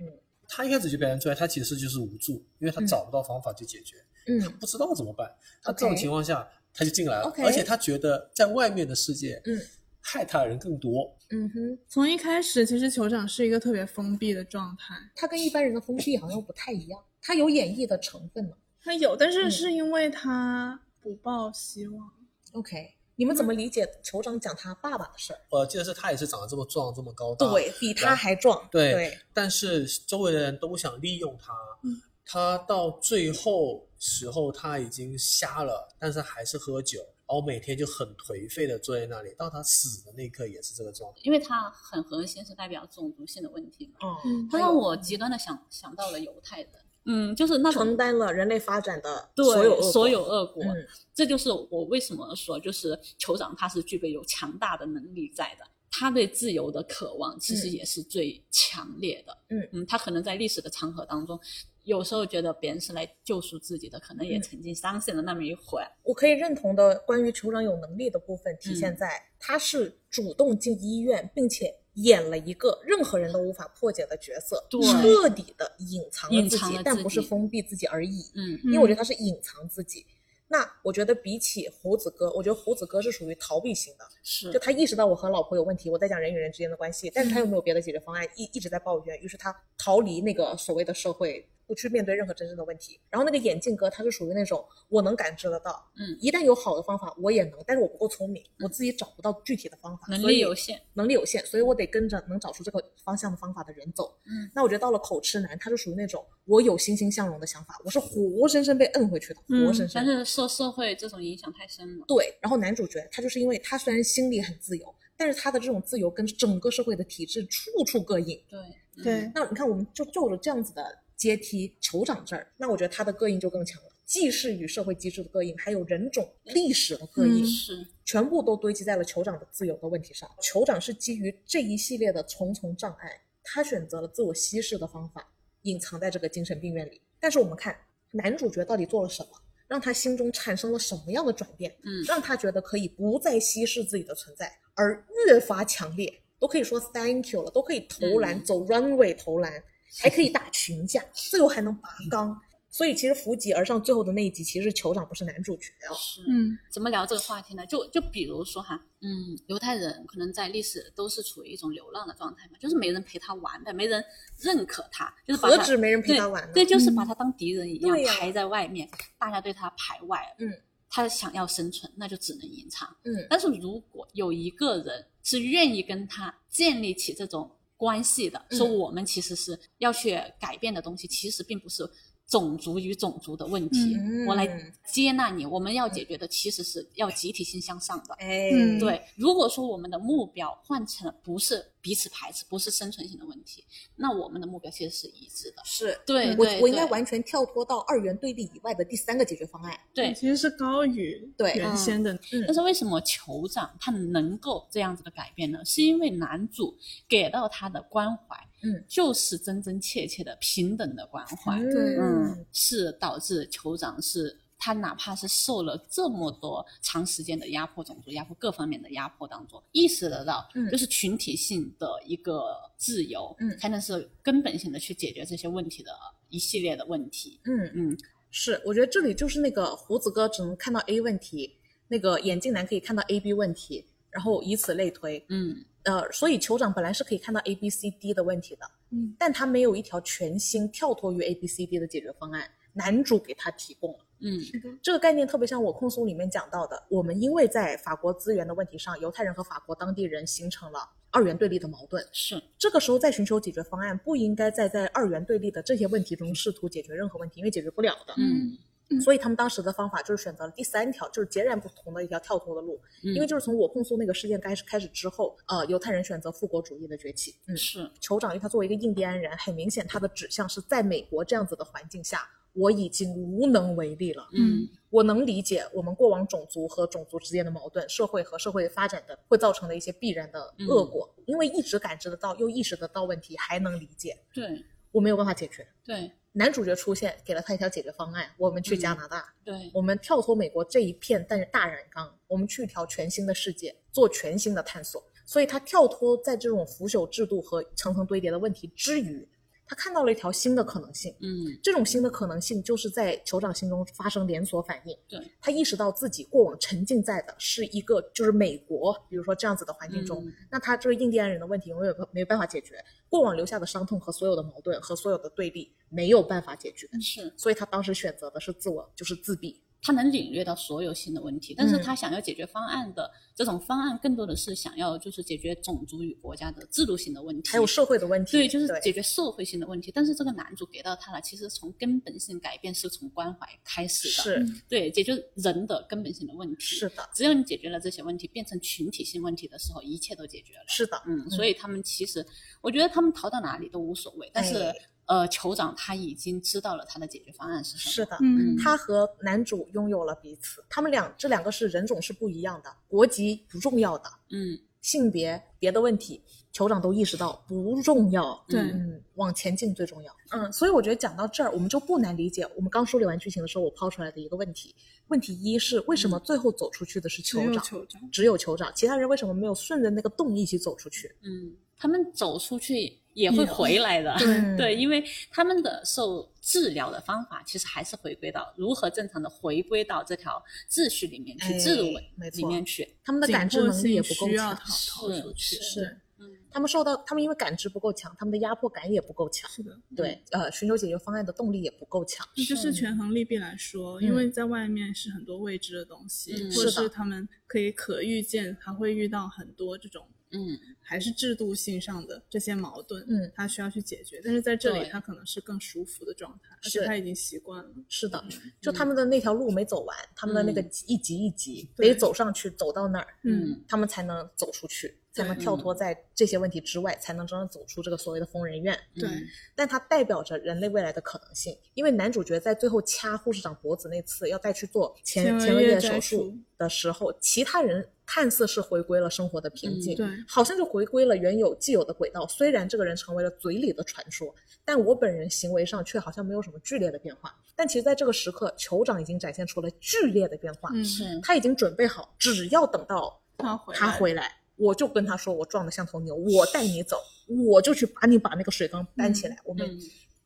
Speaker 3: 他一开始就表现出来，他其实就是无助，因为他找不到方法去解决，
Speaker 1: 嗯
Speaker 3: 他不知道怎么办。他这种
Speaker 1: OK
Speaker 3: 情况下他就进来了
Speaker 1: OK
Speaker 3: 而且他觉得在外面的世界，
Speaker 1: 嗯，
Speaker 3: 害他人更多。
Speaker 1: 嗯哼，
Speaker 4: 从一开始，其实酋长是一个特别封闭的状态。
Speaker 1: 他跟一般人的封闭好像不太一样，他有演绎的成分呢。
Speaker 4: 他有，但是
Speaker 1: 嗯
Speaker 4: 是因为他不抱希望。
Speaker 1: OK，你们怎么理解酋长讲他爸爸的事儿？
Speaker 3: 我记得是他也是长得这么壮，这么高大，
Speaker 1: 对比他还壮，
Speaker 3: 对
Speaker 1: 对，
Speaker 3: 但是周围的人都想利用他
Speaker 4: 嗯。
Speaker 3: 他到最后时候他已经瞎了，但是还是喝酒，然后每天就很颓废的坐在那里。到他死的那一刻也是这个状态。
Speaker 2: 因为它很核心是代表种族性的问题嘛。
Speaker 1: 哦，
Speaker 4: 嗯
Speaker 2: 它让我极端的想想到了犹太人，嗯，就是那
Speaker 1: 承
Speaker 2: 种
Speaker 1: 担了人类发展的
Speaker 2: 对
Speaker 1: 所有恶果
Speaker 2: 所有恶果，
Speaker 1: 嗯
Speaker 2: 这就是我为什么说，就是酋长他是具备有强大的能力在的，他对自由的渴望其实
Speaker 1: 嗯
Speaker 2: 也是最强烈的。
Speaker 1: 嗯
Speaker 2: 嗯，他可能在历史的长河当中，有时候觉得别人是来救赎自己的，可能也
Speaker 1: 嗯
Speaker 2: 曾经相信了那么一会儿。
Speaker 1: 我可以认同的关于酋长有能力的部分，体
Speaker 2: 嗯
Speaker 1: 现在他是主动进医院，并且演了一个任何人都无法破解的角色，
Speaker 2: 对
Speaker 1: 彻底的隐藏了
Speaker 2: 隐
Speaker 1: 自
Speaker 2: 藏
Speaker 1: 己
Speaker 2: 了，
Speaker 1: 但
Speaker 2: 自
Speaker 1: 不是
Speaker 2: 己
Speaker 1: 封闭自己而已。
Speaker 2: 嗯
Speaker 1: 因为我觉得他是隐藏自己。那我觉得比起猴子哥，我觉得猴子哥是属于逃避型的，
Speaker 2: 是
Speaker 1: 就他意识到我和老婆有问题，我在讲人与人之间的关系，但是他又没有别的解决方案，一一直在抱怨，于是他逃离那个所谓的社会，不去面对任何真正的问题。然后那个眼镜哥，他是属于那种我能感知得到，
Speaker 2: 嗯
Speaker 1: 一旦有好的方法我也能，但是我不够聪明，我自己找不到具体的方法，
Speaker 2: 能
Speaker 1: 所以
Speaker 2: 力有限，
Speaker 1: 能力有限，所以我得跟着能找出这个方向的方法的人走。
Speaker 2: 嗯，
Speaker 1: 那我觉得到了口吃男，他是属于那种我有欣欣向荣的想法，我是活生生被摁回去的，
Speaker 4: 嗯
Speaker 1: 活生生
Speaker 2: 但。是受社会这种影响太深了。
Speaker 1: 对，然后男主角他就是因为他虽然心里很自由，但是他的这种自由跟整个社会的体制处处膈应。
Speaker 2: 对，嗯
Speaker 4: 对，
Speaker 1: 那你看，我们就就着这样子的阶梯，酋长这儿，那我觉得他的膈应就更强了，既是与社会机制的膈应，还有人种历史的膈应。
Speaker 4: 嗯
Speaker 2: 是
Speaker 1: 全部都堆积在了酋长的自由的问题上。酋长是基于这一系列的重重障碍，他选择了自我稀释的方法，隐藏在这个精神病院里。但是我们看男主角到底做了什么，让他心中产生了什么样的转变，
Speaker 2: 嗯
Speaker 1: 让他觉得可以不再稀释自己的存在，而越发强烈，都可以说 thank you 了，都可以投篮，
Speaker 2: 嗯
Speaker 1: 走 runway 投篮，还可以打群架，最后还能拔
Speaker 2: 嗯
Speaker 1: 缸。所以其实扶级而上最后的那一集，其实酋长不是男主角哦，
Speaker 2: 是
Speaker 4: 嗯
Speaker 2: 怎么聊这个话题呢？就就比如说哈，嗯，犹太人可能在历史都是处于一种流浪的状态嘛，就是没人陪他玩呗，没人认可他，就是把
Speaker 1: 何
Speaker 2: 他
Speaker 1: 止没人陪
Speaker 2: 对
Speaker 1: 他玩呢？
Speaker 2: 对，就是把他当敌人一
Speaker 1: 嗯
Speaker 2: 样
Speaker 1: 对呀
Speaker 2: 排在外面，大家对他排外了。
Speaker 1: 嗯，
Speaker 2: 他想要生存，那就只能隐藏。
Speaker 1: 嗯，
Speaker 2: 但是如果有一个人是愿意跟他建立起这种关系的，
Speaker 1: 嗯
Speaker 2: 说我们其实是要去改变的东西，其实并不是种族与种族的问题，
Speaker 1: 嗯
Speaker 2: 我来接纳你，我们要解决的其实是要集体性向上的。
Speaker 1: 哎，
Speaker 4: 嗯
Speaker 2: 对，如果说我们的目标换成了不是彼此排斥，不是生存性的问题，那我们的目标其实是一致的。
Speaker 1: 是
Speaker 2: 对
Speaker 1: 嗯我
Speaker 2: 对
Speaker 1: 我应该
Speaker 2: 对
Speaker 1: 完全跳脱到二元对立以外的第三个解决方案。
Speaker 2: 对，
Speaker 4: 其实是高于
Speaker 1: 对
Speaker 4: 原先的。
Speaker 2: 但是为什么酋长他能够这样子的改变呢？是因为男主给到他的关怀，
Speaker 1: 嗯，
Speaker 2: 就是真真切切的平等的关怀，
Speaker 4: 对
Speaker 2: 嗯，是导致酋长是他哪怕是受了这么多长时间的压迫、种族压迫各方面的压迫当中，意识得到
Speaker 1: 嗯，
Speaker 2: 就是群体性的一个自由，
Speaker 1: 嗯
Speaker 2: 才能是根本性的去解决这些问题的一系列的问题，
Speaker 1: 嗯，
Speaker 2: 嗯，
Speaker 1: 是，我觉得这里就是那个胡子哥只能看到 A 问题，那个眼镜男可以看到 A B 问题，然后以此类推。
Speaker 2: 嗯，
Speaker 1: 呃，所以酋长本来是可以看到 A B C D 的问题的，
Speaker 4: 嗯，
Speaker 1: 但他没有一条全新跳脱于 A B C D 的解决方案，男主给他提供了。
Speaker 2: 嗯，
Speaker 1: 这个概念特别像我控诉里面讲到的，我们因为在法国资源的问题上，犹太人和法国当地人形成了二元对立的矛盾。
Speaker 2: 是，
Speaker 1: 这个时候再寻求解决方案，不应该再在二元对立的这些问题中试图解决任何问题，因为解决不了的。
Speaker 2: 嗯，
Speaker 1: 所以他们当时的方法就是选择了第三条，就是截然不同的一条跳脱的路。
Speaker 2: 嗯
Speaker 1: 因为就是从我控诉那个事件开始开始之后，呃，犹太人选择复国主义的崛起。嗯，
Speaker 2: 是，
Speaker 1: 酋长因为他作为一个印第安人，很明显他的指向是在美国这样子的环境下，我已经无能为力了。
Speaker 2: 嗯，
Speaker 1: 我能理解我们过往种族和种族之间的矛盾，社会和社会发展的会造成的一些必然的恶果，因为一直感知得到，又意识得到问题，还能理解，
Speaker 2: 对，
Speaker 1: 我没有办法解决。
Speaker 2: 对，
Speaker 1: 男主角出现，给了他一条解决方案，我们去加拿大，
Speaker 2: 对，
Speaker 1: 我们跳脱美国这一片但是大染缸，我们去一条全新的世界，做全新的探索。所以他跳脱在这种腐朽制度和层层堆叠的问题之余，他看到了一条新的可能性。
Speaker 2: 嗯，
Speaker 1: 这种新的可能性就是在酋长心中发生连锁反应。
Speaker 2: 对，
Speaker 1: 他意识到自己过往沉浸在的是一个就是美国，比如说这样子的环境中，
Speaker 2: 嗯
Speaker 1: 那他这个印第安人的问题永远没有办法解决，过往留下的伤痛和所有的矛盾和所有的对立没有办法解决，
Speaker 2: 嗯是
Speaker 1: 所以他当时选择的是自我，就是自闭。
Speaker 2: 他能领略到所有新的问题，但是
Speaker 1: 嗯
Speaker 2: 他想要解决方案的、这种方案，更多的是想要就是解决种族与国家的制度性的问题，
Speaker 1: 还有社会的问题，
Speaker 2: 对，就是
Speaker 1: 对
Speaker 2: 解决社会性的问题。但是这个男主给到他了，其实从根本性改变是从关怀开始的，
Speaker 1: 是
Speaker 2: 对，解决人的根本性的问题。
Speaker 1: 是，的，
Speaker 2: 只有你解决了这些问题，变成群体性问题的时候，一切都解决了。
Speaker 1: 是的，
Speaker 2: 嗯，所以他们其实，我觉得他们逃到哪里都无所谓，但是
Speaker 1: 哎。
Speaker 2: 呃，酋长他已经知道了他的解决方案是什么。
Speaker 1: 是的。
Speaker 4: 嗯，
Speaker 1: 他和男主拥有了彼此，他们俩这两个是人种是不一样的，国籍不重要的，
Speaker 2: 嗯，
Speaker 1: 性别别的问题，酋长都意识到不重要。
Speaker 4: 对
Speaker 1: 嗯，往前进最重要。嗯，所以我觉得讲到这儿，我们就不难理解我们刚梳理完剧情的时候，我抛出来的一个问题：问题一是为什么最后走出去的是
Speaker 4: 只有
Speaker 1: 酋长，
Speaker 4: 酋长，
Speaker 1: 只有酋长，其他人为什么没有顺着那个洞一起走出去？
Speaker 2: 嗯，他们走出去也会
Speaker 4: 也
Speaker 2: 回来的。
Speaker 1: 嗯
Speaker 2: 对，因为他们的受治疗的方法其实还是回归到如何正常的回归到这条秩序里面去，
Speaker 1: 哎
Speaker 2: 制度
Speaker 1: 没错
Speaker 2: 里面去。
Speaker 1: 他们的感知能力也不够
Speaker 4: 紧迫性需要
Speaker 1: 强
Speaker 4: 逃，逃出去，
Speaker 2: 是
Speaker 1: 是
Speaker 2: 嗯
Speaker 1: 他们受到他们因为感知不够强，他们的压迫感也不够强，
Speaker 4: 是的，
Speaker 1: 对，呃，寻求解决方案的动力也不够强。
Speaker 4: 这就是
Speaker 2: 嗯
Speaker 4: 权衡利弊来说，
Speaker 1: 嗯
Speaker 4: 因为在外面是很多未知的东西，
Speaker 2: 嗯
Speaker 4: 或者
Speaker 1: 是的
Speaker 4: 是他们可以可预见，他会遇到很多这种
Speaker 2: 嗯，
Speaker 4: 还是制度性上的这些矛盾，
Speaker 1: 嗯，
Speaker 4: 他需要去解决。但是在这里，
Speaker 2: 对
Speaker 4: 他可能是更舒服的状态，而
Speaker 1: 是
Speaker 4: 且他已经习惯了。
Speaker 1: 是的，
Speaker 4: 嗯
Speaker 1: 就他们的那条路没走完，他们的那个
Speaker 2: 嗯
Speaker 1: 一级一级
Speaker 4: 对
Speaker 1: 得走上去，走到那儿，
Speaker 2: 嗯，
Speaker 1: 他们才能走出去，才能
Speaker 4: 对嗯
Speaker 1: 跳脱在这些问题之外，才能真正走出这个所谓的疯人院。
Speaker 4: 对，
Speaker 2: 嗯
Speaker 1: 但它代表着人类未来的可能性，因为男主角在最后掐护士长脖子那次要带去做前
Speaker 4: 前额
Speaker 1: 额叶
Speaker 4: 叶
Speaker 1: 手
Speaker 4: 摘
Speaker 1: 术
Speaker 4: 除
Speaker 1: 的时候，其他人看似是回归了生活的平静，
Speaker 2: 嗯
Speaker 4: 对
Speaker 1: 好像就回归了原有既有的轨道。虽然这个人成为了嘴里的传说，但我本人行为上却好像没有什么剧烈的变化。但其实，在这个时刻，酋长已经展现出了剧烈的变化，
Speaker 4: 嗯，
Speaker 2: 是
Speaker 1: 他已经准备好，只要等到
Speaker 4: 他回来
Speaker 1: 他回来，我就跟他说，我撞得像头牛，我带你走，我就去把你把那个水缸搬起来，我们
Speaker 2: 嗯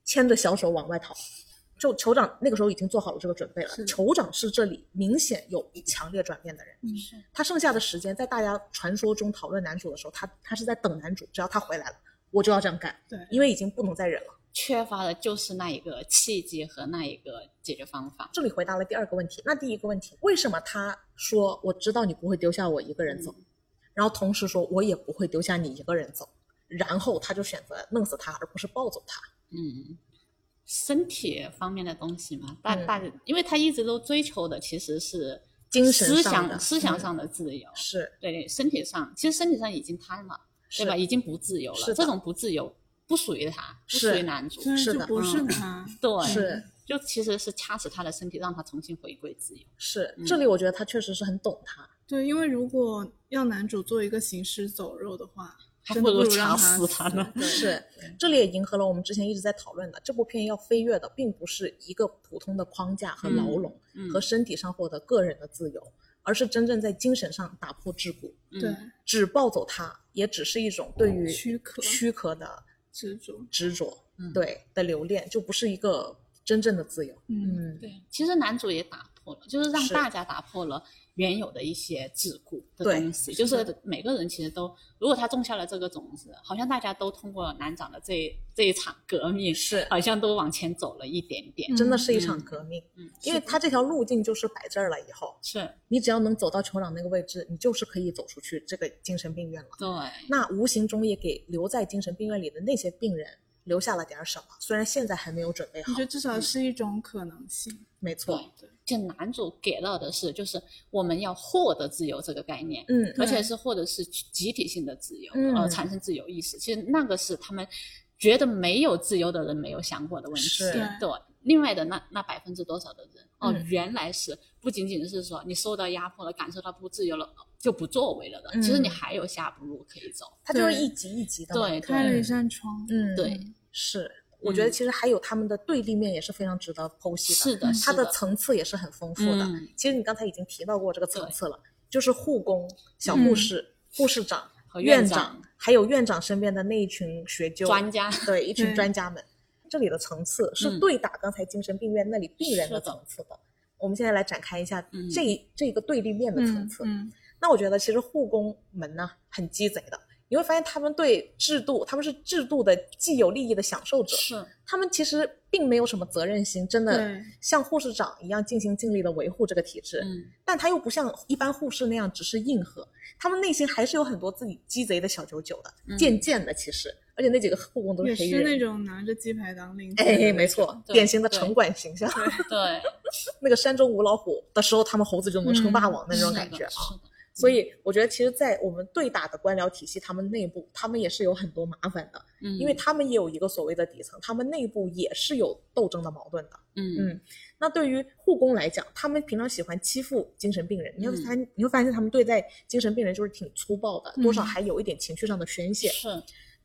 Speaker 1: 牵着小手往外逃。就酋长那个时候已经做好了这个准备了，
Speaker 2: 是
Speaker 1: 酋长是这里明显有强烈转变的人。
Speaker 2: 嗯是
Speaker 1: 他剩下的时间，在大家传说中讨论男主的时候，他他是在等男主，只要他回来了，我就要这样干，
Speaker 4: 对
Speaker 1: 因为已经不能再忍了。
Speaker 2: 缺乏的就是那一个契机和那一个解决方法。
Speaker 1: 这里回答了第二个问题。那第一个问题，为什么他说我知道你不会丢下我一个人走，
Speaker 2: 嗯
Speaker 1: 然后同时说我也不会丢下你一个人走，然后他就选择弄死他，而不是抱走他。
Speaker 2: 嗯，身体方面的东西嘛，大
Speaker 1: 嗯
Speaker 2: 大，因为他一直都追求的其实是
Speaker 1: 精神
Speaker 2: 思
Speaker 1: 上的
Speaker 2: 想思想
Speaker 1: 嗯
Speaker 2: 上的自由。
Speaker 1: 是
Speaker 2: 对，身体上其实身体上已经瘫了，
Speaker 1: 是
Speaker 2: 对吧？已经不自由
Speaker 1: 是的
Speaker 2: 了，这种不自由不属于他，不
Speaker 1: 是
Speaker 2: 属于男主。
Speaker 4: 对，
Speaker 1: 是
Speaker 4: 就
Speaker 1: 的
Speaker 4: 不是
Speaker 2: 嗯
Speaker 4: 他，
Speaker 2: 对，
Speaker 1: 是
Speaker 2: 就其实是掐死他的身体，让他重新回归自由。
Speaker 1: 是，
Speaker 2: 嗯
Speaker 1: 这里我觉得他确实是很懂他。
Speaker 4: 对，因为如果要男主做一个行尸走肉的话，
Speaker 2: 还
Speaker 4: 真
Speaker 2: 不
Speaker 4: 的
Speaker 2: 如
Speaker 4: 如
Speaker 2: 掐
Speaker 4: 让他
Speaker 2: 死他呢
Speaker 4: 对
Speaker 1: 是，这里也迎合了我们之前一直在讨论的，这部片要飞跃的并不是一个普通的框架和牢笼，
Speaker 2: 嗯
Speaker 1: 和身体上获得个人的自由，而是真正在精神上打破桎梏。
Speaker 4: 对
Speaker 2: 嗯，
Speaker 1: 只抱走他，也只是一种对于
Speaker 4: 躯壳
Speaker 1: 躯壳的
Speaker 4: 执着，
Speaker 1: 执着，
Speaker 2: 嗯
Speaker 1: 对的留恋，就不是一个真正的自由。
Speaker 4: 嗯，
Speaker 1: 嗯，
Speaker 2: 对，其实男主也打破了，就是让
Speaker 1: 是
Speaker 2: 大家打破了原有的一些桎梏的
Speaker 1: 对
Speaker 2: 东西。就是每个人其实都，如果他种下了这个种子，好像大家都通过男长的这一这一场革命，
Speaker 1: 是
Speaker 2: 好像都往前走了一点点。
Speaker 4: 嗯
Speaker 1: 真的是一场革命，
Speaker 2: 嗯嗯
Speaker 1: 因为他这条路径就是摆这儿了以后，
Speaker 2: 是
Speaker 1: 你只要能走到酋长那个位置，你就是可以走出去这个精神病院了。
Speaker 2: 对，
Speaker 1: 那无形中也给留在精神病院里的那些病人留下了点儿什么，虽然现在还没有准备
Speaker 4: 我
Speaker 1: 好
Speaker 4: 觉。得至少是一种可能性，
Speaker 1: 没错，
Speaker 2: 对，就男主给到的是，就是我们要获得自由这个概念，
Speaker 1: 嗯，
Speaker 2: 而且是获得是集体性的自由，
Speaker 1: 嗯
Speaker 2: 呃，产生自由意识。其实那个是他们觉得没有自由的人没有想过的问题
Speaker 1: 是。
Speaker 2: 对，另外的那那百分之多少的人，哦、
Speaker 1: 嗯
Speaker 2: 原来是不仅仅是说你受到压迫了，感受到不自由了就不作为了的，
Speaker 1: 嗯
Speaker 2: 其实你还有下步路可以走。
Speaker 1: 他就是
Speaker 4: 对
Speaker 1: 一级一级的嘛。
Speaker 2: 对
Speaker 4: 开了
Speaker 2: 对
Speaker 4: 一扇窗，
Speaker 1: 嗯，
Speaker 2: 对，，嗯
Speaker 1: 是。我觉得其实还有他们的对立面也是非常值得剖析
Speaker 2: 是的，
Speaker 1: 它
Speaker 2: 是
Speaker 1: 的层次也是很丰富的。
Speaker 2: 嗯
Speaker 1: 其实你刚才已经提到过这个层次了，就是护工、小
Speaker 2: 嗯
Speaker 1: 护士、护士长、
Speaker 2: 和
Speaker 1: 院
Speaker 2: 呃院长
Speaker 1: 还有院长身边的那一群学究
Speaker 2: 专家，
Speaker 1: 对一群
Speaker 4: 对
Speaker 1: 专家们，这里的层次是
Speaker 2: 嗯
Speaker 1: 对打刚才精神病院那里病人的
Speaker 2: 是的
Speaker 1: 层次的。我们现在来展开一下
Speaker 2: 嗯
Speaker 1: 这一、这一个对立面的层
Speaker 4: 嗯
Speaker 1: 次。
Speaker 4: 嗯
Speaker 1: 那我觉得其实护工们呢很鸡贼的，你会发现他们对制度，他们是制度的既有利益的享受者，
Speaker 2: 是
Speaker 1: 他们其实并没有什么责任心，真的
Speaker 4: 对
Speaker 1: 像护士长一样尽心尽力的维护这个体制，
Speaker 2: 嗯
Speaker 1: 但他又不像一般护士那样只是硬核，他们内心还是有很多自己鸡贼的小九九的，
Speaker 2: 嗯
Speaker 1: 贱贱的其实，而且那几个护工都
Speaker 4: 也
Speaker 1: 是黑
Speaker 4: 是那
Speaker 1: 人。
Speaker 4: 种拿着鸡排当令箭的那种。
Speaker 1: 哎，没错，
Speaker 2: 对
Speaker 1: 典型的
Speaker 2: 对
Speaker 1: 城管形象。
Speaker 2: 对
Speaker 1: 那个山中无老虎的时候，他们猴子就能称霸王的那种
Speaker 2: 嗯是
Speaker 1: 感
Speaker 2: 的
Speaker 1: 觉啊。
Speaker 2: 是的
Speaker 1: 所以我觉得，其实，在我们对打的官僚体系，他们内部，他们也是有很多麻烦的，
Speaker 2: 嗯
Speaker 1: 因为他们也有一个所谓的底层，他们内部也是有斗争的矛盾的。
Speaker 2: 嗯
Speaker 1: 嗯，那对于护工来讲，他们平常喜欢欺负精神病人，
Speaker 2: 嗯
Speaker 1: 你会发现，你会发现他们对待精神病人就是挺粗暴的，多少
Speaker 4: 嗯
Speaker 1: 还有一点情绪上的宣泄
Speaker 2: 是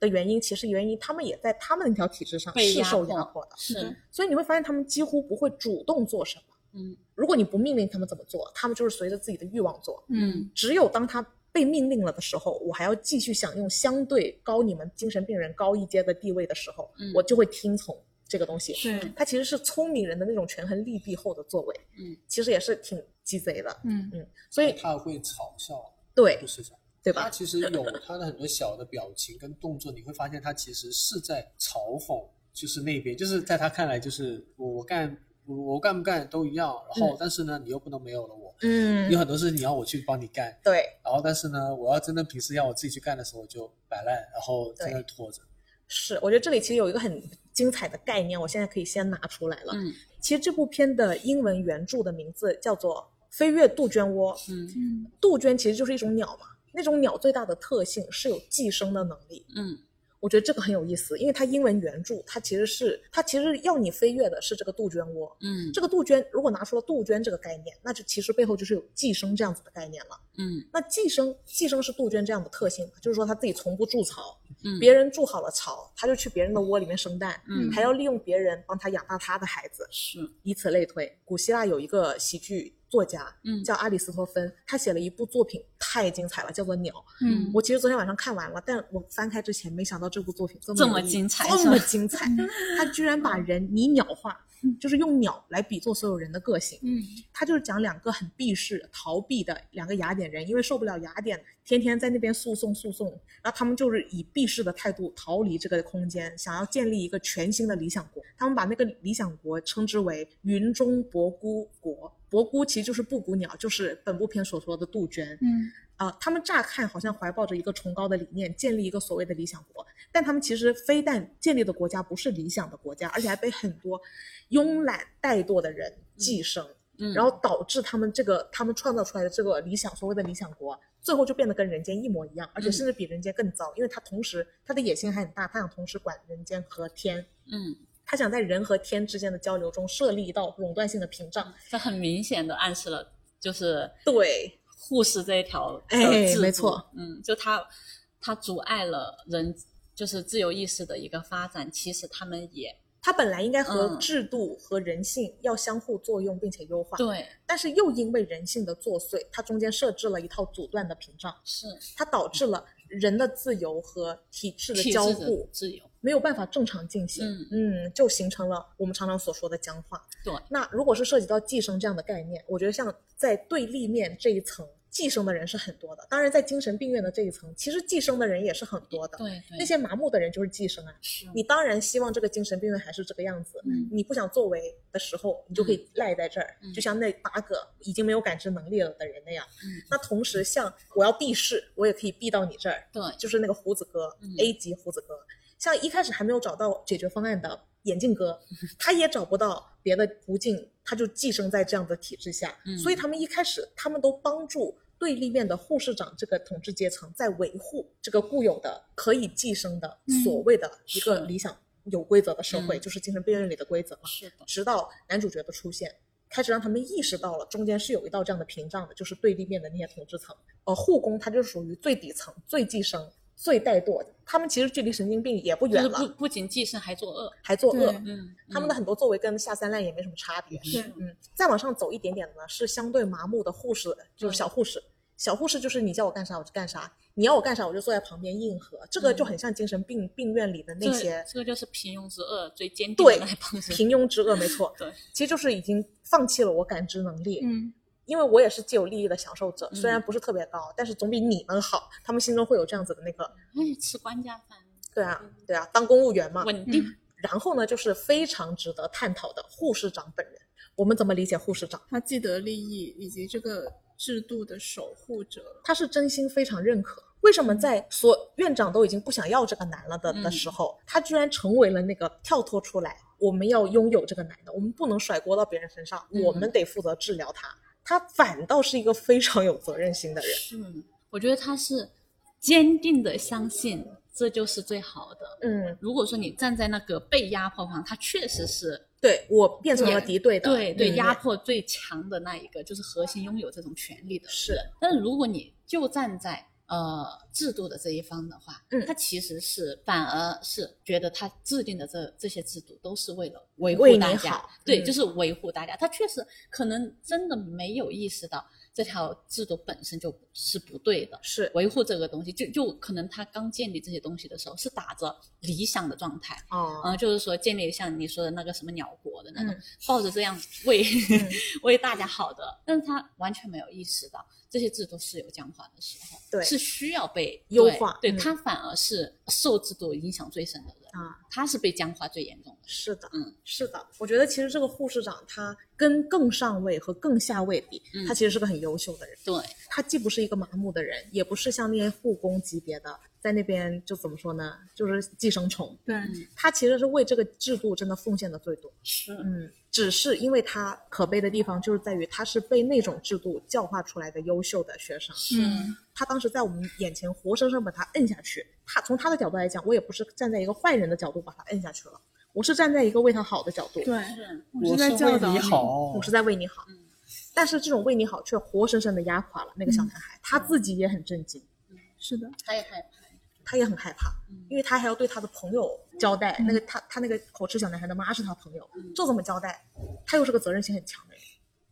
Speaker 1: 的原因，其实源于他们也在他们那条体制上
Speaker 2: 被
Speaker 1: 是
Speaker 2: 压
Speaker 1: 受压
Speaker 2: 迫
Speaker 1: 迫的，
Speaker 2: 是
Speaker 1: 所以你会发现他们几乎不会主动做什么。
Speaker 2: 嗯
Speaker 1: 如果你不命令他们怎么做，他们就是随着自己的欲望做。
Speaker 2: 嗯
Speaker 1: 只有当他被命令了的时候，我还要继续享用相对高你们精神病人高一阶的地位的时候，
Speaker 2: 嗯
Speaker 1: 我就会听从这个东西。
Speaker 4: 对，
Speaker 1: 它其实是聪明人的那种权衡利弊后的作为，
Speaker 2: 嗯，
Speaker 1: 其实也是挺鸡贼的，
Speaker 4: 嗯
Speaker 1: 嗯，所以
Speaker 3: 他会嘲笑
Speaker 1: 对
Speaker 3: 护士长，
Speaker 1: 对
Speaker 3: 他
Speaker 1: 吧？
Speaker 3: 其实有他的很多小的表情跟动作，你会发现他其实是在嘲讽，就是那边，就是在他看来，就是我我干我我干不干都一样，然后但是呢，你又不能没有了我，
Speaker 1: 嗯
Speaker 3: 有，很多事你要我去帮你干，
Speaker 1: 对，
Speaker 3: 然后但是呢，我要真的平时要我自己去干的时候，我就摆烂，然后在那拖着。
Speaker 1: 是，我觉得这里其实有一个很精彩的概念，我现在可以先拿出来了。
Speaker 2: 嗯
Speaker 1: 其实这部片的英文原著的名字叫做《飞越杜鹃窝》，
Speaker 2: 嗯
Speaker 4: 嗯
Speaker 1: 杜鹃其实就是一种鸟嘛，那种鸟最大的特性是有寄生的能力。
Speaker 2: 嗯
Speaker 1: 我觉得这个很有意思，因为它英文原著它其实是它其实要你飞跃的是这个杜鹃窝，
Speaker 2: 嗯
Speaker 1: 这个杜鹃如果拿出了杜鹃这个概念，那就其实背后就是有寄生这样子的概念了。
Speaker 2: 嗯
Speaker 1: 那寄生寄生是杜鹃这样的特性嘛，就是说它自己从不筑巢，
Speaker 2: 嗯
Speaker 1: 别人筑好了巢，它就去别人的窝里面生蛋，
Speaker 2: 嗯
Speaker 1: 还要利用别人帮它养大它的孩子，
Speaker 2: 是
Speaker 1: 以此类推。古希腊有一个喜剧作家
Speaker 2: 嗯
Speaker 1: 叫阿里斯托芬，他写了一部作品太精彩了，叫做《鸟》。
Speaker 4: 嗯
Speaker 1: 我其实昨天晚上看完了，但我翻开之前没想到这部作品这么
Speaker 2: 这
Speaker 1: 有
Speaker 2: 么
Speaker 1: 意义
Speaker 2: 精彩
Speaker 1: 这
Speaker 2: 是吧嗯
Speaker 1: 么精 彩。他居然把人拟鸟化，就是用鸟来比作所有人的个性。
Speaker 4: 嗯
Speaker 1: 他就是讲两个很避世、逃避的两个雅典人，因为受不了雅典天天在那边诉讼诉讼，然后他们就是以避世的态度逃离这个空间，想要建立一个全新的理想国。他们把那个理想国称之为“云中博姑国”。博姑其实就是布谷鸟，就是本部片所说的杜鹃。
Speaker 4: 嗯
Speaker 1: 啊、他们乍看好像怀抱着一个崇高的理念，建立一个所谓的理想国，但他们其实非但建立的国家不是理想的国家，而且还被很多慵懒怠惰的人寄生，
Speaker 2: 嗯
Speaker 1: 然后导致他们这个他们创造出来的这个理想所谓的理想国，最后就变得跟人间一模一样，而且
Speaker 2: 嗯
Speaker 1: 甚至比人间更糟，因为他同时他的野心还很大，他想同时管人间和天。
Speaker 2: 嗯，
Speaker 1: 他想在人和天之间的交流中设立一道垄断性的屏障。
Speaker 2: 这很明显的暗示了就是
Speaker 1: 对，
Speaker 2: 护士这一条的
Speaker 1: 哎
Speaker 2: 制度
Speaker 1: 没错，
Speaker 2: 嗯，就它它阻碍了人就是自由意识的一个发展，其实他们也
Speaker 1: 它本来应该和
Speaker 2: 嗯
Speaker 1: 制度和人性要相互作用并且优化，
Speaker 2: 对
Speaker 1: 但是又因为人性的作祟，它中间设置了一套阻断的屏障，
Speaker 2: 是
Speaker 1: 它导致了人的自由和体制的
Speaker 2: 体
Speaker 1: 交
Speaker 2: 制
Speaker 1: 互
Speaker 2: 的自由，
Speaker 1: 没有办法正常进行。
Speaker 2: 嗯
Speaker 1: 嗯，就形成了我们常常所说的僵化。
Speaker 2: 对，
Speaker 1: 那如果是涉及到寄生这样的概念，我觉得像在对立面这一层，寄生的人是很多的。当然，在精神病院的这一层，其实寄生的人也是很多的。
Speaker 2: 对对
Speaker 1: 那些麻木的人就是寄生啊。
Speaker 2: 是
Speaker 1: 你当然希望这个精神病院还是这个样子，
Speaker 2: 嗯
Speaker 1: 你不想作为的时候，你就可以赖在这儿，
Speaker 2: 嗯
Speaker 1: 就像那八个已经没有感知能力了的人那样。
Speaker 2: 嗯
Speaker 1: 那同时，像我要避世，我也可以避到你这儿，
Speaker 2: 对
Speaker 1: 就是那个胡子哥、
Speaker 2: 嗯
Speaker 1: A 级胡子哥，像一开始还没有找到解决方案的眼镜 哥，他也找不到别的途径，他就寄生在这样的体制下，
Speaker 2: 嗯
Speaker 1: 所以他们一开始他们都帮助。对立面的护士长这个统治阶层在维护这个固有的可以寄生的
Speaker 4: 嗯
Speaker 1: 所谓的一个
Speaker 2: 是
Speaker 1: 理想有规则的社会，
Speaker 2: 嗯
Speaker 1: 就是精神病院里的规则嘛。
Speaker 2: 是的，
Speaker 1: 直到男主角的出现，开始让他们意识到了中间是有一道这样的屏障的，就是对立面的那些统治层。呃，护工他就是属于最底层、最寄生、最怠惰的，他们其实距离神经病也不
Speaker 2: 就
Speaker 1: 远
Speaker 2: 是
Speaker 1: 了，
Speaker 2: 不不仅寄生还作恶，
Speaker 1: 还作恶
Speaker 4: 对。
Speaker 2: 嗯，
Speaker 1: 他们的很多作为跟下三滥也没什么差别。
Speaker 4: 对
Speaker 1: 嗯，再往上走
Speaker 2: 嗯
Speaker 1: 一点点呢，是相对麻木的护士，就是小护士。小护士就是你叫我干啥我就干啥，你要我干啥，我就坐在旁边硬核，这个就
Speaker 2: 嗯
Speaker 1: 很像精神病病院里的那些
Speaker 2: 这这个就是平庸之恶最坚定的
Speaker 1: 对
Speaker 2: 那帮人。
Speaker 1: 平庸之恶，没错，
Speaker 2: 对，
Speaker 1: 其实就是已经放弃了我感知能力，
Speaker 4: 嗯，
Speaker 1: 因为我也是既有利益的享受者，
Speaker 2: 嗯
Speaker 1: 虽然不是特别高，但是总比你们好，他们心中会有这样子的那个，
Speaker 2: 哎，吃官家饭，
Speaker 1: 对啊，
Speaker 2: 嗯
Speaker 1: 对啊，当公务员嘛，
Speaker 2: 稳定。
Speaker 1: 然后呢，就是非常值得探讨的护士长本人，我们怎么理解护士长？
Speaker 4: 他既得利益以及这个制度的守护者，
Speaker 1: 他是真心非常认可。为什么在所院长都已经不想要这个男了的
Speaker 2: 嗯
Speaker 1: 的时候，他居然成为了那个跳脱出来，我们要拥有这个男的，我们不能甩锅到别人身上，
Speaker 2: 嗯
Speaker 1: 我们得负责治疗他。他反倒是一个非常有责任心的人。
Speaker 2: 是，我觉得他是坚定的相信这就是最好的。
Speaker 1: 嗯，
Speaker 2: 如果说你站在那个被压迫方，他确实是
Speaker 1: 对我变成了敌对的，
Speaker 2: 对对
Speaker 1: 嗯
Speaker 2: 压迫最强的那一个，就是核心拥有这种权利的。
Speaker 1: 是，
Speaker 2: 但是如果你就站在呃制度的这一方的话，
Speaker 1: 嗯
Speaker 2: 他其实是反而是觉得他制定的这这些制度都是为了维
Speaker 1: 为
Speaker 2: 护
Speaker 1: 你
Speaker 2: 大家
Speaker 1: 好，
Speaker 2: 对，
Speaker 1: 嗯
Speaker 2: 就是维护大家。他确实可能真的没有意识到这条制度本身就是不对的。
Speaker 1: 是
Speaker 2: 维护这个东西，就就可能他刚建立这些东西的时候是打着理想的状态，
Speaker 1: 哦，
Speaker 2: 嗯、就是说建立像你说的那个什么鸟国的那种，
Speaker 1: 嗯
Speaker 2: 抱着这样为、为大家好的，但是他完全没有意识到这些制度是有僵化的时候，
Speaker 1: 对
Speaker 2: 是需要被
Speaker 1: 优
Speaker 2: 对
Speaker 1: 化
Speaker 2: 对、
Speaker 1: 嗯
Speaker 2: 他反而是受制度影响最深的人，
Speaker 1: 啊，
Speaker 2: 他是被僵化最严重的，
Speaker 1: 是的，
Speaker 2: 嗯，
Speaker 1: 是的。我觉得其实这个护士长他跟更上位和更下位比，
Speaker 2: 嗯
Speaker 1: 他其实是个很优秀的人。
Speaker 2: 对，
Speaker 1: 他既不是一个麻木的人，也不是像那些护工级别的，在那边就怎么说呢，就是寄生虫。
Speaker 4: 对，
Speaker 1: 他其实是为这个制度真的奉献的最多。
Speaker 2: 是，
Speaker 1: 嗯，只是因为他可悲的地方就是在于他是被那种制度教化出来的优秀的学生，
Speaker 2: 是，
Speaker 1: 他当时在我们眼前活生生把他摁下去。他从他的角度来讲，我也不是站在一个坏人的角度把他摁下去了，我是站在一个为他好的角度。
Speaker 4: 对，
Speaker 2: 是，
Speaker 4: 我是在教导
Speaker 3: 你
Speaker 4: 你
Speaker 3: 好，
Speaker 1: 我是在为你好。
Speaker 2: 嗯
Speaker 1: 但是这种为你好却活生生的压垮了那个小男孩，他自己也很震惊，
Speaker 4: 是的，
Speaker 2: 他也害怕，
Speaker 1: 他也很害怕，
Speaker 2: 嗯
Speaker 1: 因为他还要对他的朋友交代，那个他他那个口吃小男孩的妈是他朋友，
Speaker 2: 嗯
Speaker 1: 就这么交代，他又是个责任心很强的人，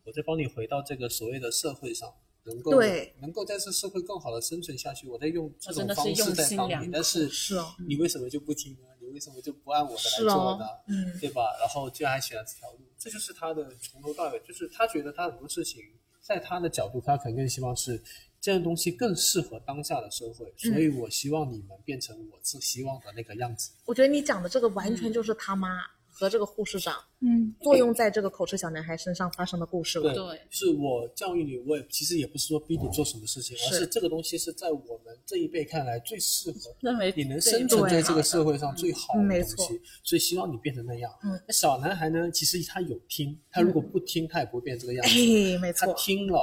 Speaker 3: 我再帮你回到这个所谓的社会上，能够
Speaker 1: 对
Speaker 3: 能够在这社会更好的生存下去，我在用这
Speaker 2: 我真
Speaker 3: 种
Speaker 2: 的是
Speaker 3: 方式
Speaker 2: 用
Speaker 3: 在
Speaker 2: 心
Speaker 3: 帮
Speaker 2: 良
Speaker 3: 你
Speaker 2: 苦，
Speaker 3: 但是
Speaker 1: 是哦
Speaker 3: 你为什么就不听呢？你为什么就不按我的来
Speaker 1: 是
Speaker 3: 做
Speaker 1: 哦
Speaker 3: 呢？，
Speaker 1: 嗯，
Speaker 3: 对吧？然后居然还选了这条路，这就是他的从头到尾，就是他觉得他很多事情，在他的角度，他可能更希望是这样东西更适合当下的社会，所以我希望你们变成我自希望的那个样子。
Speaker 1: 我觉得你讲的这个完全就是他妈和这个护士长
Speaker 4: 嗯，
Speaker 1: 作用在这个口吃小男孩身上发生的故事了，
Speaker 2: 对
Speaker 3: 是我教育你，我也其实也不是说逼你做什么事情，而
Speaker 1: 是
Speaker 3: 是这个东西是在我们这一辈看来最适合
Speaker 2: 认为
Speaker 3: 你能
Speaker 2: 对
Speaker 3: 生存
Speaker 1: 对
Speaker 3: 在这个社会上最好的
Speaker 1: 嗯没
Speaker 3: 东
Speaker 1: 错
Speaker 3: 西，所以希望你变成那样。
Speaker 1: 嗯
Speaker 3: 那小男孩呢，其实他有听，他如果不听，他也不会变这个样子。
Speaker 1: 哎，没
Speaker 3: 他
Speaker 1: 错，
Speaker 3: 听了，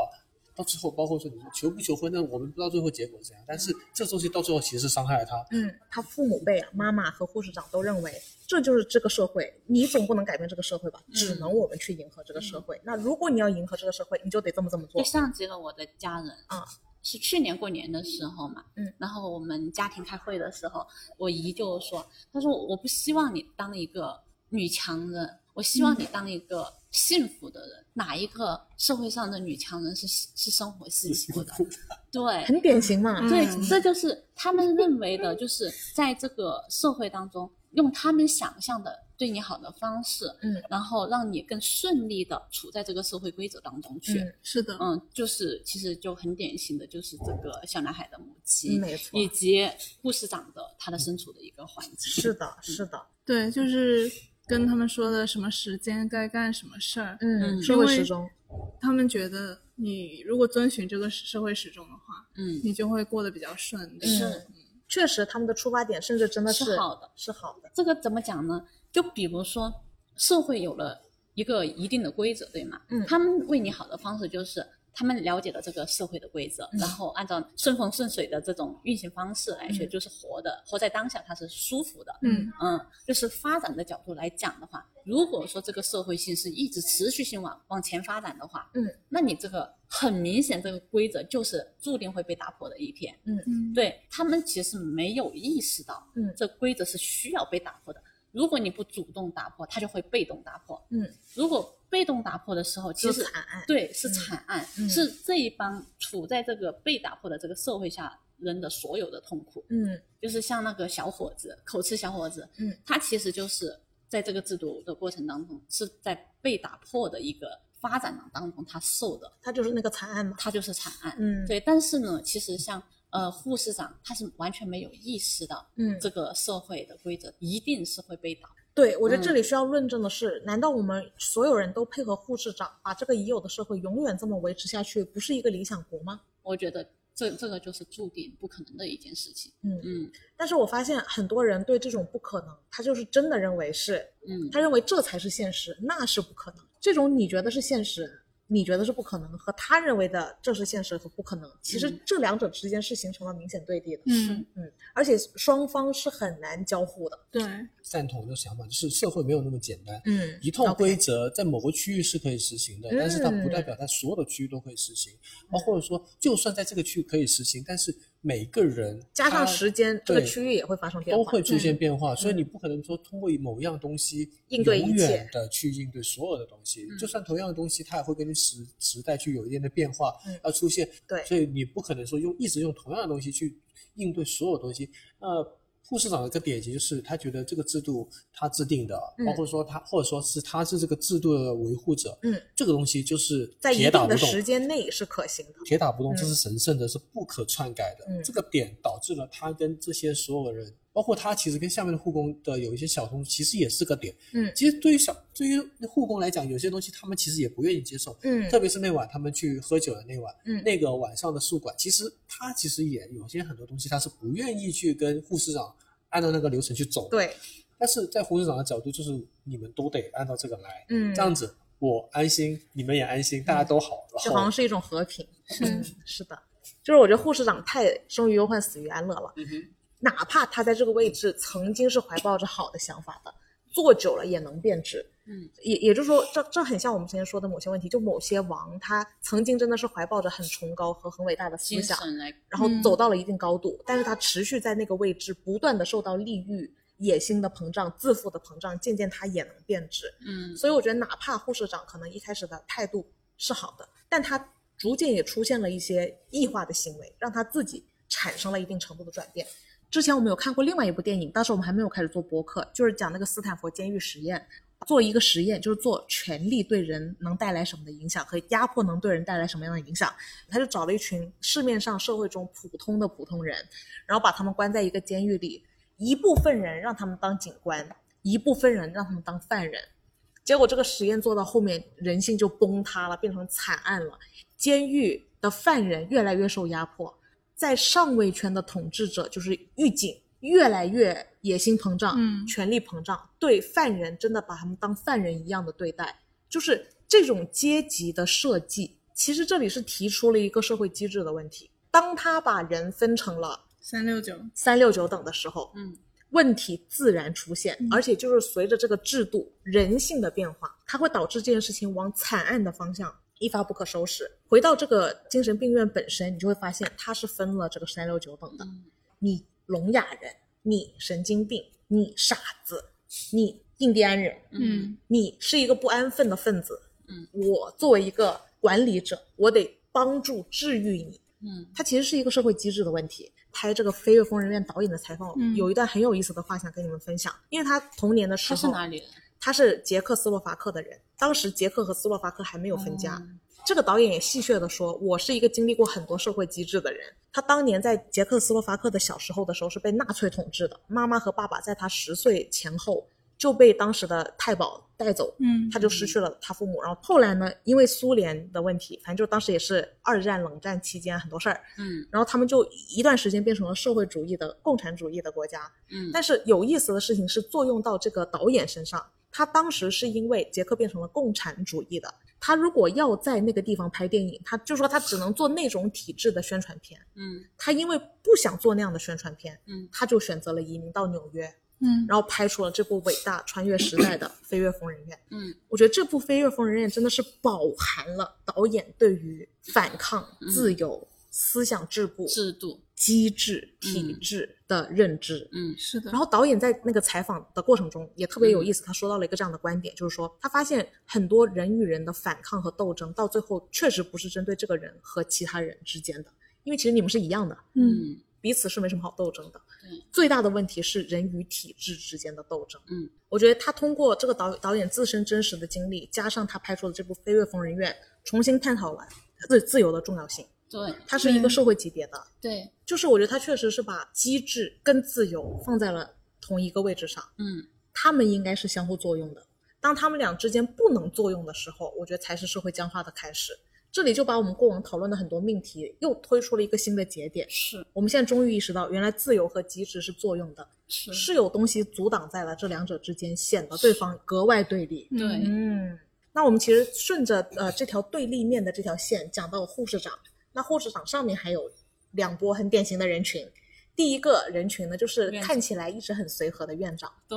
Speaker 3: 到最后包括说你求不求婚，那我们不知道最后结果是怎样，但是这东西到最后其实是伤害了他。
Speaker 1: 嗯，他父母辈啊，妈妈和护士长都认为这就是这个社会，你总不能改变这个社会吧？
Speaker 2: 嗯
Speaker 1: 只能我们去迎合这个社会。那如果你要迎合这个社会，你就得这么这么做
Speaker 2: 就。像极了我嗯的家人
Speaker 1: 啊，
Speaker 2: 是去年过年的时候嘛，
Speaker 1: 嗯，
Speaker 2: 然后我们家庭开会的时候，我姨就说，她说我不希望你当一个女强人，我希望你当一个幸福的人。哪一个社会上的女强人是是生活幸福的？对，
Speaker 1: 很典型嘛，
Speaker 4: 嗯
Speaker 2: 对，这就是他们认为的，就是在这个社会当中，用他们想象的对你好的方式，
Speaker 1: 嗯，
Speaker 2: 然后让你更顺利的处在这个社会规则当中去。
Speaker 1: 嗯
Speaker 4: 是的，
Speaker 2: 嗯，就是其实就很典型的就是这个小男孩的母
Speaker 1: 嗯
Speaker 2: 鸡，
Speaker 1: 没错
Speaker 2: 以，及护士长的他的身处的一个环境。
Speaker 1: 是的，是的，
Speaker 4: 对，就是跟他们说的什么时间该干什么事儿，
Speaker 1: 嗯，
Speaker 2: 嗯
Speaker 1: 社会时钟，
Speaker 4: 他们觉得你如果遵循这个社会时钟的话，
Speaker 2: 嗯，
Speaker 4: 你就会过得比较顺利。
Speaker 1: 是确实他们的出发点甚至真的
Speaker 2: 是好的。
Speaker 1: 是好的，
Speaker 2: 这个怎么讲呢？就比如说，社会有了一个一定的规则，对吗？
Speaker 1: 嗯
Speaker 2: 他们为你好的方式就是他们了解了这个社会的规则，
Speaker 1: 嗯
Speaker 2: 然后按照顺风顺水的这种运行方式来学，
Speaker 1: 嗯
Speaker 2: 就是活的，活在当下，它是舒服的。
Speaker 4: 嗯，
Speaker 2: 嗯，就是发展的角度来讲的话，如果说这个社会性是一直持续性往往前发展的话，
Speaker 1: 嗯，
Speaker 2: 那你这个很明显这个规则就是注定会被打破的一天。
Speaker 4: 嗯，
Speaker 2: 对他们其实没有意识到，
Speaker 1: 嗯
Speaker 2: 这规则是需要被打破的。如果你不主动打破，它就会被动打破。
Speaker 1: 嗯，
Speaker 2: 如果被动打破的时候，其
Speaker 1: 就
Speaker 2: 实
Speaker 1: 惨案，
Speaker 2: 对是
Speaker 1: 嗯
Speaker 2: 惨案，
Speaker 1: 嗯
Speaker 2: 是这一帮处在这个被打破的这个社会下人的所有的痛苦。
Speaker 1: 嗯
Speaker 2: 就是像那个小伙子，口吃小伙子，
Speaker 1: 嗯，
Speaker 2: 他其实就是在这个制度的过程当中是在被打破的一个发展当中他受的，
Speaker 1: 他就是那个惨案嘛。
Speaker 2: 他就是惨案。
Speaker 1: 嗯，
Speaker 2: 对，但是呢，其实像呃护士长，他是完全没有意识到
Speaker 1: 嗯，
Speaker 2: 这个社会的规则一定是会被打破。
Speaker 1: 对，我觉
Speaker 2: 嗯
Speaker 1: 得这里需要论证的是，难道我们所有人都配合护士长，把这个已有的社会永远这么维持下去，不是一个理想国吗？
Speaker 2: 我觉得这这个就是注定不可能的一件事情。
Speaker 1: 嗯
Speaker 2: 嗯
Speaker 1: 但是我发现很多人对这种不可能，他就是真的认为是，
Speaker 2: 嗯，
Speaker 1: 他认为这才是现实，那是不可能。这种你觉得是现实，你觉得是不可能，和他认为的这是现实和不可能，其实
Speaker 2: 嗯
Speaker 1: 这两者之间是形成了明显对立的，
Speaker 4: 嗯，
Speaker 1: 而且双方是很难交互的。
Speaker 4: 对，
Speaker 3: 赞同的想法，就是社会没有那么简单。
Speaker 1: 嗯
Speaker 3: 一套规则在某个区域是可以实行的，但是它
Speaker 1: 嗯
Speaker 3: 不代表它所有的区域都可以实行。啊，或者说，就算在这个区域可以实行，但是每个人
Speaker 1: 加上
Speaker 3: 他
Speaker 1: 时间，这个
Speaker 3: 对
Speaker 1: 区域也会发生变
Speaker 3: 都
Speaker 1: 化。嗯
Speaker 3: 会出现变化，所以你不可能说通过某样东西
Speaker 1: 应对一切
Speaker 3: 永远的去应对所有的东西，
Speaker 2: 嗯
Speaker 3: 就算同样的东西，它也会跟时时代去有一定的变化
Speaker 1: 嗯
Speaker 3: 要出现，
Speaker 1: 对
Speaker 3: 所以你不可能说用一直用同样的东西去应对所有东西，呃。护士长的一个典籍就是，他觉得这个制度他制定的，
Speaker 1: 嗯
Speaker 3: 包括说他或者说是他是这个制度的维护者，
Speaker 1: 嗯，
Speaker 3: 这个东西就是
Speaker 1: 在一
Speaker 3: 铁打
Speaker 1: 定
Speaker 3: 不
Speaker 1: 的
Speaker 3: 动，
Speaker 1: 时间内是可行的。
Speaker 3: 铁打不动，
Speaker 1: 嗯
Speaker 3: 这是神圣的，是不可篡改的。
Speaker 1: 嗯
Speaker 3: 这个点导致了他跟这些所有人，包括他其实跟下面的护工的有一些小东西，其实也是个点。
Speaker 1: 嗯
Speaker 3: 其实对于小对于护工来讲，有些东西他们其实也不愿意接受，
Speaker 1: 嗯
Speaker 3: 特别是那晚他们去喝酒的那晚，
Speaker 1: 嗯
Speaker 3: 那个晚上的宿管，其实他其实也有些很多东西他是不愿意去跟护士长按照那个流程去走。，
Speaker 1: 对，
Speaker 3: 但是在护士长的角度，就是你们都得按照这个来，
Speaker 1: 嗯，
Speaker 3: 这样子我安心，你们也安心，大家都好，然
Speaker 1: 就
Speaker 3: 后
Speaker 1: 好像是一种和平。
Speaker 4: 嗯
Speaker 1: 是的，就是我觉得护士长太生于忧患，死于安乐了。
Speaker 2: 嗯哼，
Speaker 1: 哪怕他在这个位置曾经是怀抱着好的想法的，做久了也能变质。
Speaker 2: 嗯，
Speaker 1: 也也就是说，这这很像我们之前说的某些问题，就某些王他曾经真的是怀抱着很崇高和很伟大的思
Speaker 2: 精
Speaker 1: 想，
Speaker 2: 神来，
Speaker 1: 然后走到了一定高度，但是他持续在那个位置不断的受到利欲、野心的膨胀、自负的膨胀，渐渐他也能变质。
Speaker 2: 嗯
Speaker 1: 所以我觉得，哪怕护士长可能一开始的态度是好的，但他逐渐也出现了一些异化的行为，让他自己产生了一定程度的转变。之前我们有看过另外一部电影，当时我们还没有开始做播客，就是讲那个斯坦福监狱实验，做一个实验，就是做权力对人能带来什么的影响和压迫能对人带来什么样的影响。他就找了一群市面上社会中普通的普通人，然后把他们关在一个监狱里，一部分人让他们当警官，一部分人让他们当犯人。结果这个实验做到后面，人性就崩塌了，变成惨案了。监狱的犯人越来越受压迫，在上位圈的统治者就是狱警越来越野心膨胀，
Speaker 4: 嗯
Speaker 1: 权力膨胀，对犯人真的把他们当犯人一样的对待，就是这种阶级的设计。其实这里是提出了一个社会机制的问题。当他把人分成了
Speaker 4: 三六九，
Speaker 1: 三六九等的时候，
Speaker 2: 嗯
Speaker 1: 问题自然出现，
Speaker 4: 嗯
Speaker 1: 而且就是随着这个制度人性的变化，它会导致这件事情往惨案的方向一发不可收拾。回到这个精神病院本身，你就会发现它是分了这个三六九等的，
Speaker 2: 嗯
Speaker 1: 你聋哑人，你神经病，你傻子，你印第安人，
Speaker 4: 嗯
Speaker 1: 你是一个不安分的分子，
Speaker 2: 嗯，
Speaker 1: 我作为一个管理者，我得帮助治愈你，
Speaker 2: 嗯
Speaker 1: 它其实是一个社会机制的问题。拍这个《飞越疯人院》导演的采访，
Speaker 4: 嗯
Speaker 1: 有一段很有意思的话想跟你们分享，因为他童年的时
Speaker 2: 他
Speaker 1: 候，
Speaker 2: 是哪里人？
Speaker 1: 他是捷克斯洛伐克的人，当时捷克和斯洛伐克还没有分家。
Speaker 2: 嗯
Speaker 1: 这个导演也戏谑地说：“我是一个经历过很多社会机制的人。他当年在捷克斯洛伐克的小时候的时候是被纳粹统治的，妈妈和爸爸在他十岁前后就被当时的太保带走，
Speaker 4: 嗯
Speaker 1: 他就失去了他父母。然后后来呢，因为苏联的问题，反正就当时也是二战、冷战期间很多事儿，
Speaker 2: 嗯
Speaker 1: 然后他们就一段时间变成了社会主义的共产主义的国家。
Speaker 2: 嗯，
Speaker 1: 但是有意思的事情是作用到这个导演身上，他当时是因为捷克变成了共产主义的，他如果要在那个地方拍电影，他就说他只能做那种体制的宣传片。
Speaker 2: 嗯
Speaker 1: 他因为不想做那样的宣传片，
Speaker 2: 嗯
Speaker 1: 他就选择了移民到纽约，
Speaker 4: 嗯
Speaker 1: 然后拍出了这部伟大穿越时代的《飞越疯人院》。
Speaker 2: 嗯
Speaker 1: 我觉得这部《飞越疯人院》真的是饱含了导演对于反抗、
Speaker 2: 嗯
Speaker 1: 自由、思想桎梏、
Speaker 2: 制度，
Speaker 1: 机制、体
Speaker 2: 嗯
Speaker 1: 制的认知。
Speaker 2: 嗯
Speaker 4: 是的，
Speaker 1: 然后导演在那个采访的过程中也特别有意思，他说到了一个这样的观点，就是说他发现很多人与人的反抗和斗争，到最后确实不是针对这个人和其他人之间的，因为其实你们是一样的，
Speaker 4: 嗯
Speaker 2: 嗯
Speaker 1: 彼此是没什么好斗争的
Speaker 2: 对。
Speaker 1: 最大的问题是人与体制之间的斗争。
Speaker 2: 嗯，
Speaker 1: 我觉得他通过这个导导演自身真实的经历，加上他拍出的这部《飞越疯人院》，重新探讨了自自由的重要性。
Speaker 2: 对
Speaker 1: 它是一个
Speaker 4: 嗯
Speaker 1: 社会级别的，
Speaker 2: 对，
Speaker 1: 就是我觉得他确实是把机制跟自由放在了同一个位置上，
Speaker 2: 嗯
Speaker 1: 他们应该是相互作用的。当他们俩之间不能作用的时候，我觉得才是社会僵化的开始。这里就把我们过往讨论的很多命题又推出了一个新的节点。
Speaker 2: 是
Speaker 1: 我们现在终于意识到，原来自由和机制是作用的，
Speaker 2: 是
Speaker 1: 是有东西阻挡在了这两者之间，显得对方格外对立。
Speaker 4: 嗯
Speaker 2: 对
Speaker 1: 嗯，那我们其实顺着呃这条对立面的这条线讲到护士长，那护士长上面还有两波很典型的人群，第一个人群呢就是
Speaker 2: 院长
Speaker 1: 看起来一直很随和的院长，
Speaker 2: 对，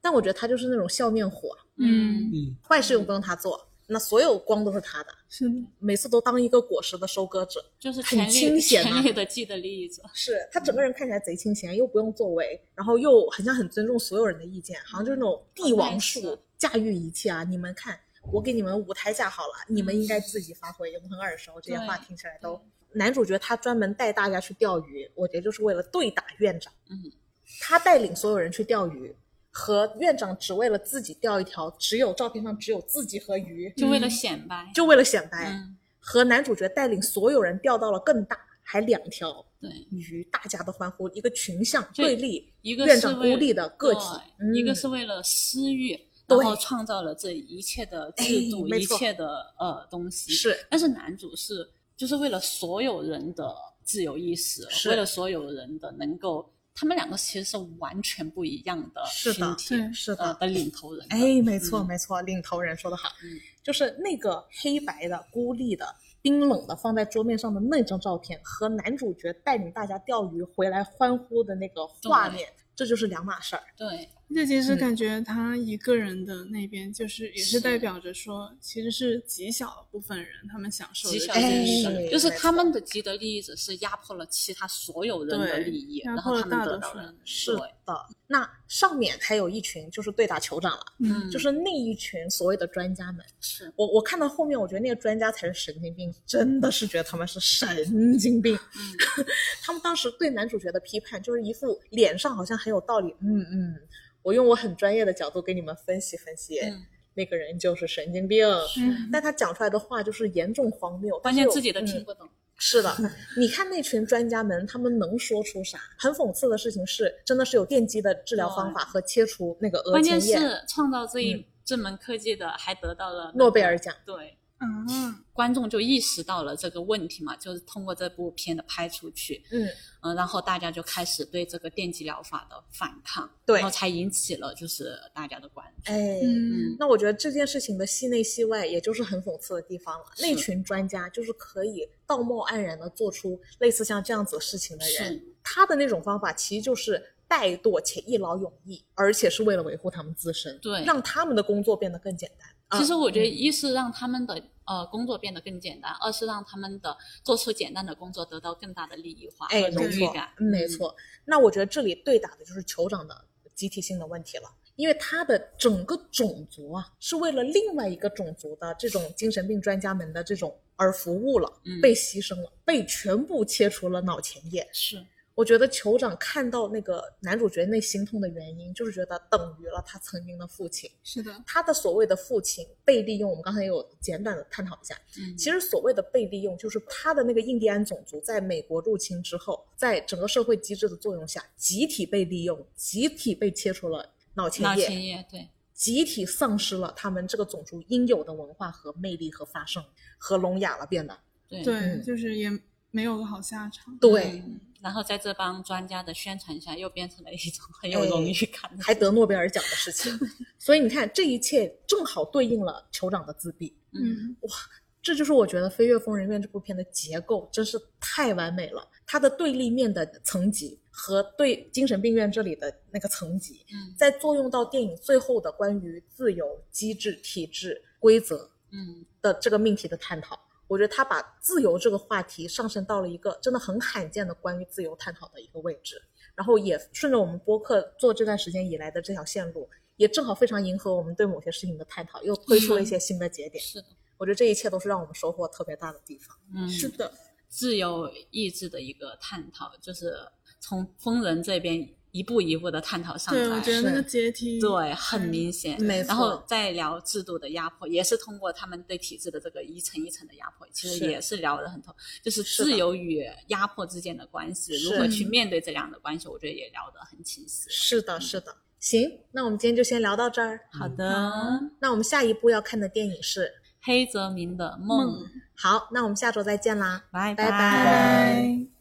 Speaker 1: 但我觉得他就是那种笑面虎啊，
Speaker 4: 嗯
Speaker 3: 嗯，
Speaker 1: 坏事又不用他做，那所有光都是他的，
Speaker 4: 是的，
Speaker 1: 每次都当一个果实的收割者，
Speaker 2: 就是
Speaker 1: 很
Speaker 2: 权力
Speaker 1: 清闲啊
Speaker 2: 权力的既得利益者，
Speaker 1: 是他整
Speaker 2: 嗯
Speaker 1: 个人看起来贼清闲，又不用作为，然后又很像很尊重所有人的意见，好像就是那种帝王术
Speaker 2: 嗯，
Speaker 1: 驾驭一切啊！你们看，我给你们舞台架好了，你们应该自己发挥。我们很耳熟，这些话
Speaker 2: 对
Speaker 1: 听起来都。男主角他专门带大家去钓鱼，我觉得就是为了对打院长。
Speaker 2: 嗯，
Speaker 1: 他带领所有人去钓鱼，和院长只为了自己钓一条只有照片上只有自己和鱼，
Speaker 2: 就为了显摆。
Speaker 1: 嗯就为了显摆。
Speaker 2: 嗯，
Speaker 1: 和男主角带领所有人钓到了更大，还两条。
Speaker 2: 对，
Speaker 1: 鱼，大家都欢呼，一个群像
Speaker 2: 对
Speaker 1: 对立，
Speaker 2: 一个
Speaker 1: 院
Speaker 2: 是
Speaker 1: 长
Speaker 2: 为
Speaker 1: 孤立的个体，
Speaker 2: 对一个
Speaker 1: 嗯
Speaker 2: 是为了私欲，
Speaker 1: 对
Speaker 2: 然后创造了这一切的制度，
Speaker 1: 哎没
Speaker 2: 一
Speaker 1: 错
Speaker 2: 切的呃东西。
Speaker 1: 是
Speaker 2: 但是男主是就是为了所有人的自由意识，
Speaker 1: 是
Speaker 2: 为了所有人的能够，他们两个其实是完全不一样的
Speaker 1: 是的
Speaker 2: 群体，
Speaker 1: 是
Speaker 2: 呃
Speaker 1: 的，
Speaker 2: 的领头人的。
Speaker 1: 哎，没错
Speaker 2: 嗯
Speaker 1: 没错，领头人说的好
Speaker 2: 嗯，
Speaker 1: 就是那个黑白的、孤立的、冰冷的放在桌面上的那张照片，和男主角带领大家钓鱼回来欢呼的那个画面，这就是两码事儿。
Speaker 2: 对，
Speaker 4: 这其实
Speaker 1: 嗯
Speaker 4: 感觉他一个人的那边，就是也
Speaker 2: 是
Speaker 4: 是代表着说，其实是极小部分人他们享受
Speaker 2: 极
Speaker 4: 的
Speaker 2: 小
Speaker 4: 这件
Speaker 2: 利益
Speaker 4: 事
Speaker 2: 者
Speaker 1: 哎
Speaker 2: 就是
Speaker 1: 没
Speaker 2: 他
Speaker 1: 错
Speaker 2: 们的既得利益者是压迫了其他所有人的
Speaker 4: 对
Speaker 2: 利益，
Speaker 4: 压
Speaker 2: 然
Speaker 4: 迫
Speaker 2: 后
Speaker 4: 了
Speaker 2: 他们
Speaker 4: 大
Speaker 2: 得
Speaker 4: 多
Speaker 2: 到
Speaker 4: 数
Speaker 2: 了
Speaker 4: 人
Speaker 1: 是的，那上面还有一群就是对打酋长了，
Speaker 2: 嗯，
Speaker 1: 就是那一群所谓的专家们。
Speaker 2: 是嗯
Speaker 1: 我我看到后面，我觉得那个专家才是神经病，真的是觉得他们是神经病。他们当时对男主角的批判，就是一副脸上好像很有道理，嗯嗯，我用我很专业的角度给你们分析分析，
Speaker 2: 嗯
Speaker 1: 那个人就是神经病。
Speaker 4: 嗯，
Speaker 1: 但他讲出来的话就是严重荒谬，
Speaker 2: 关键自己都
Speaker 1: 但是
Speaker 2: 听
Speaker 1: 有嗯
Speaker 2: 不懂。
Speaker 1: 是的，你看那群专家们，他们能说出啥？很讽刺的事情是，真的是有电击的治疗方法和切除那个额
Speaker 2: 哦关
Speaker 1: 前
Speaker 2: 键
Speaker 1: 叶
Speaker 2: 是创造这一、这门科技的还得到了那
Speaker 1: 诺贝
Speaker 2: 个
Speaker 1: 尔。奖。
Speaker 2: 对，
Speaker 4: 啊，
Speaker 2: 观众就意识到了这个问题嘛，就是通过这部片的拍出去，
Speaker 1: 嗯，
Speaker 2: 嗯、然后大家就开始对这个电击疗法的反抗，
Speaker 1: 对
Speaker 2: 然后才引起了就是大家的关注。
Speaker 1: 哎，
Speaker 4: 嗯，
Speaker 1: 那我觉得这件事情的戏内戏外，也就是很讽刺的地方了。
Speaker 2: 是
Speaker 1: 那群专家就是可以道貌岸然的做出类似像这样子事情的人
Speaker 2: 是，
Speaker 1: 他的那种方法其实就是怠惰且一劳永逸，而且是为了维护他们自身，
Speaker 2: 对
Speaker 1: 让他们的工作变得更简单。啊
Speaker 2: 其实我觉得，一是让他们的呃工作变得更简单，二是让他们的做出简单的工作得到更大的利益化和
Speaker 1: 哎，
Speaker 2: 荣
Speaker 1: 没
Speaker 2: 誉
Speaker 1: 错
Speaker 2: 感，。
Speaker 1: 嗯没错。那我觉得这里对打的就是酋长的集体性的问题了。因为他的整个种族啊，是为了另外一个种族的这种精神病专家们的这种而服务了，
Speaker 2: 嗯
Speaker 1: 被牺牲了，被全部切除了脑前叶。
Speaker 2: 是
Speaker 1: 我觉得酋长看到那个男主角那心痛的原因，就是觉得等于了他曾经的父亲，
Speaker 4: 是的，
Speaker 1: 他的所谓的父亲被利用。我们刚才有简短的探讨一下，
Speaker 2: 嗯，
Speaker 1: 其实所谓的被利用，就是他的那个印第安种族在美国入侵之后，在整个社会机制的作用下，集体被利用，集体被切除了脑前
Speaker 2: 脑
Speaker 1: 叶，
Speaker 2: 前叶对，
Speaker 1: 集体丧失了他们这个种族应有的文化和魅力和发声和聋哑了，变得
Speaker 2: 对
Speaker 4: 对，
Speaker 1: 嗯
Speaker 4: 就是也没有个好下场，
Speaker 1: 对，
Speaker 2: 嗯然后在这帮专家的宣传下，又变成了一种很有荣誉感
Speaker 1: 哎
Speaker 2: 的，
Speaker 1: 还得诺贝尔奖的事情。 所以你看，这一切正好对应了酋长的自闭。
Speaker 2: 嗯，
Speaker 4: 嗯，
Speaker 1: 这就是我觉得《飞越疯人院》这部片的结构真是太完美了，它的对立面的层级和对精神病院这里的那个层级，
Speaker 2: 嗯
Speaker 1: 再作用到电影最后的关于自由、机制、体制、规则
Speaker 2: 嗯，
Speaker 1: 的这个命题的探讨。我觉得他把自由这个话题上升到了一个真的很罕见的关于自由探讨的一个位置，然后也顺着我们播客做这段时间以来的这条线路，也正好非常迎合我们对某些事情的探讨，又推出了一些新的节点。
Speaker 2: 是的，
Speaker 1: 我觉得这一切都是让我们收获特别大的地方。
Speaker 2: 嗯，
Speaker 4: 的，
Speaker 2: 自由意志的一个探讨，就是从疯人这边一步一步的探讨上
Speaker 4: 对，我
Speaker 2: 来。
Speaker 4: 觉得那个阶梯，
Speaker 2: 对，很
Speaker 1: 嗯
Speaker 2: 明显。
Speaker 1: 没
Speaker 2: 然
Speaker 1: 错
Speaker 2: 后再聊制度的压迫，也是通过他们对体制的这个一层一层的压迫，其实
Speaker 1: 是
Speaker 2: 也是聊得很透，就是
Speaker 1: 是的
Speaker 2: 自由与压迫之间的关系，如
Speaker 1: 是
Speaker 2: 何去面对这两个关系，我觉得也聊得很清晰。
Speaker 1: 是的，是的。行，那我们今天就先聊到这儿。
Speaker 2: 好的，
Speaker 1: 那我们下一步要看的电影是……
Speaker 2: 黑泽明的梦，
Speaker 1: 好，那我们下周再见啦。
Speaker 2: 拜
Speaker 1: 拜拜
Speaker 4: 拜拜。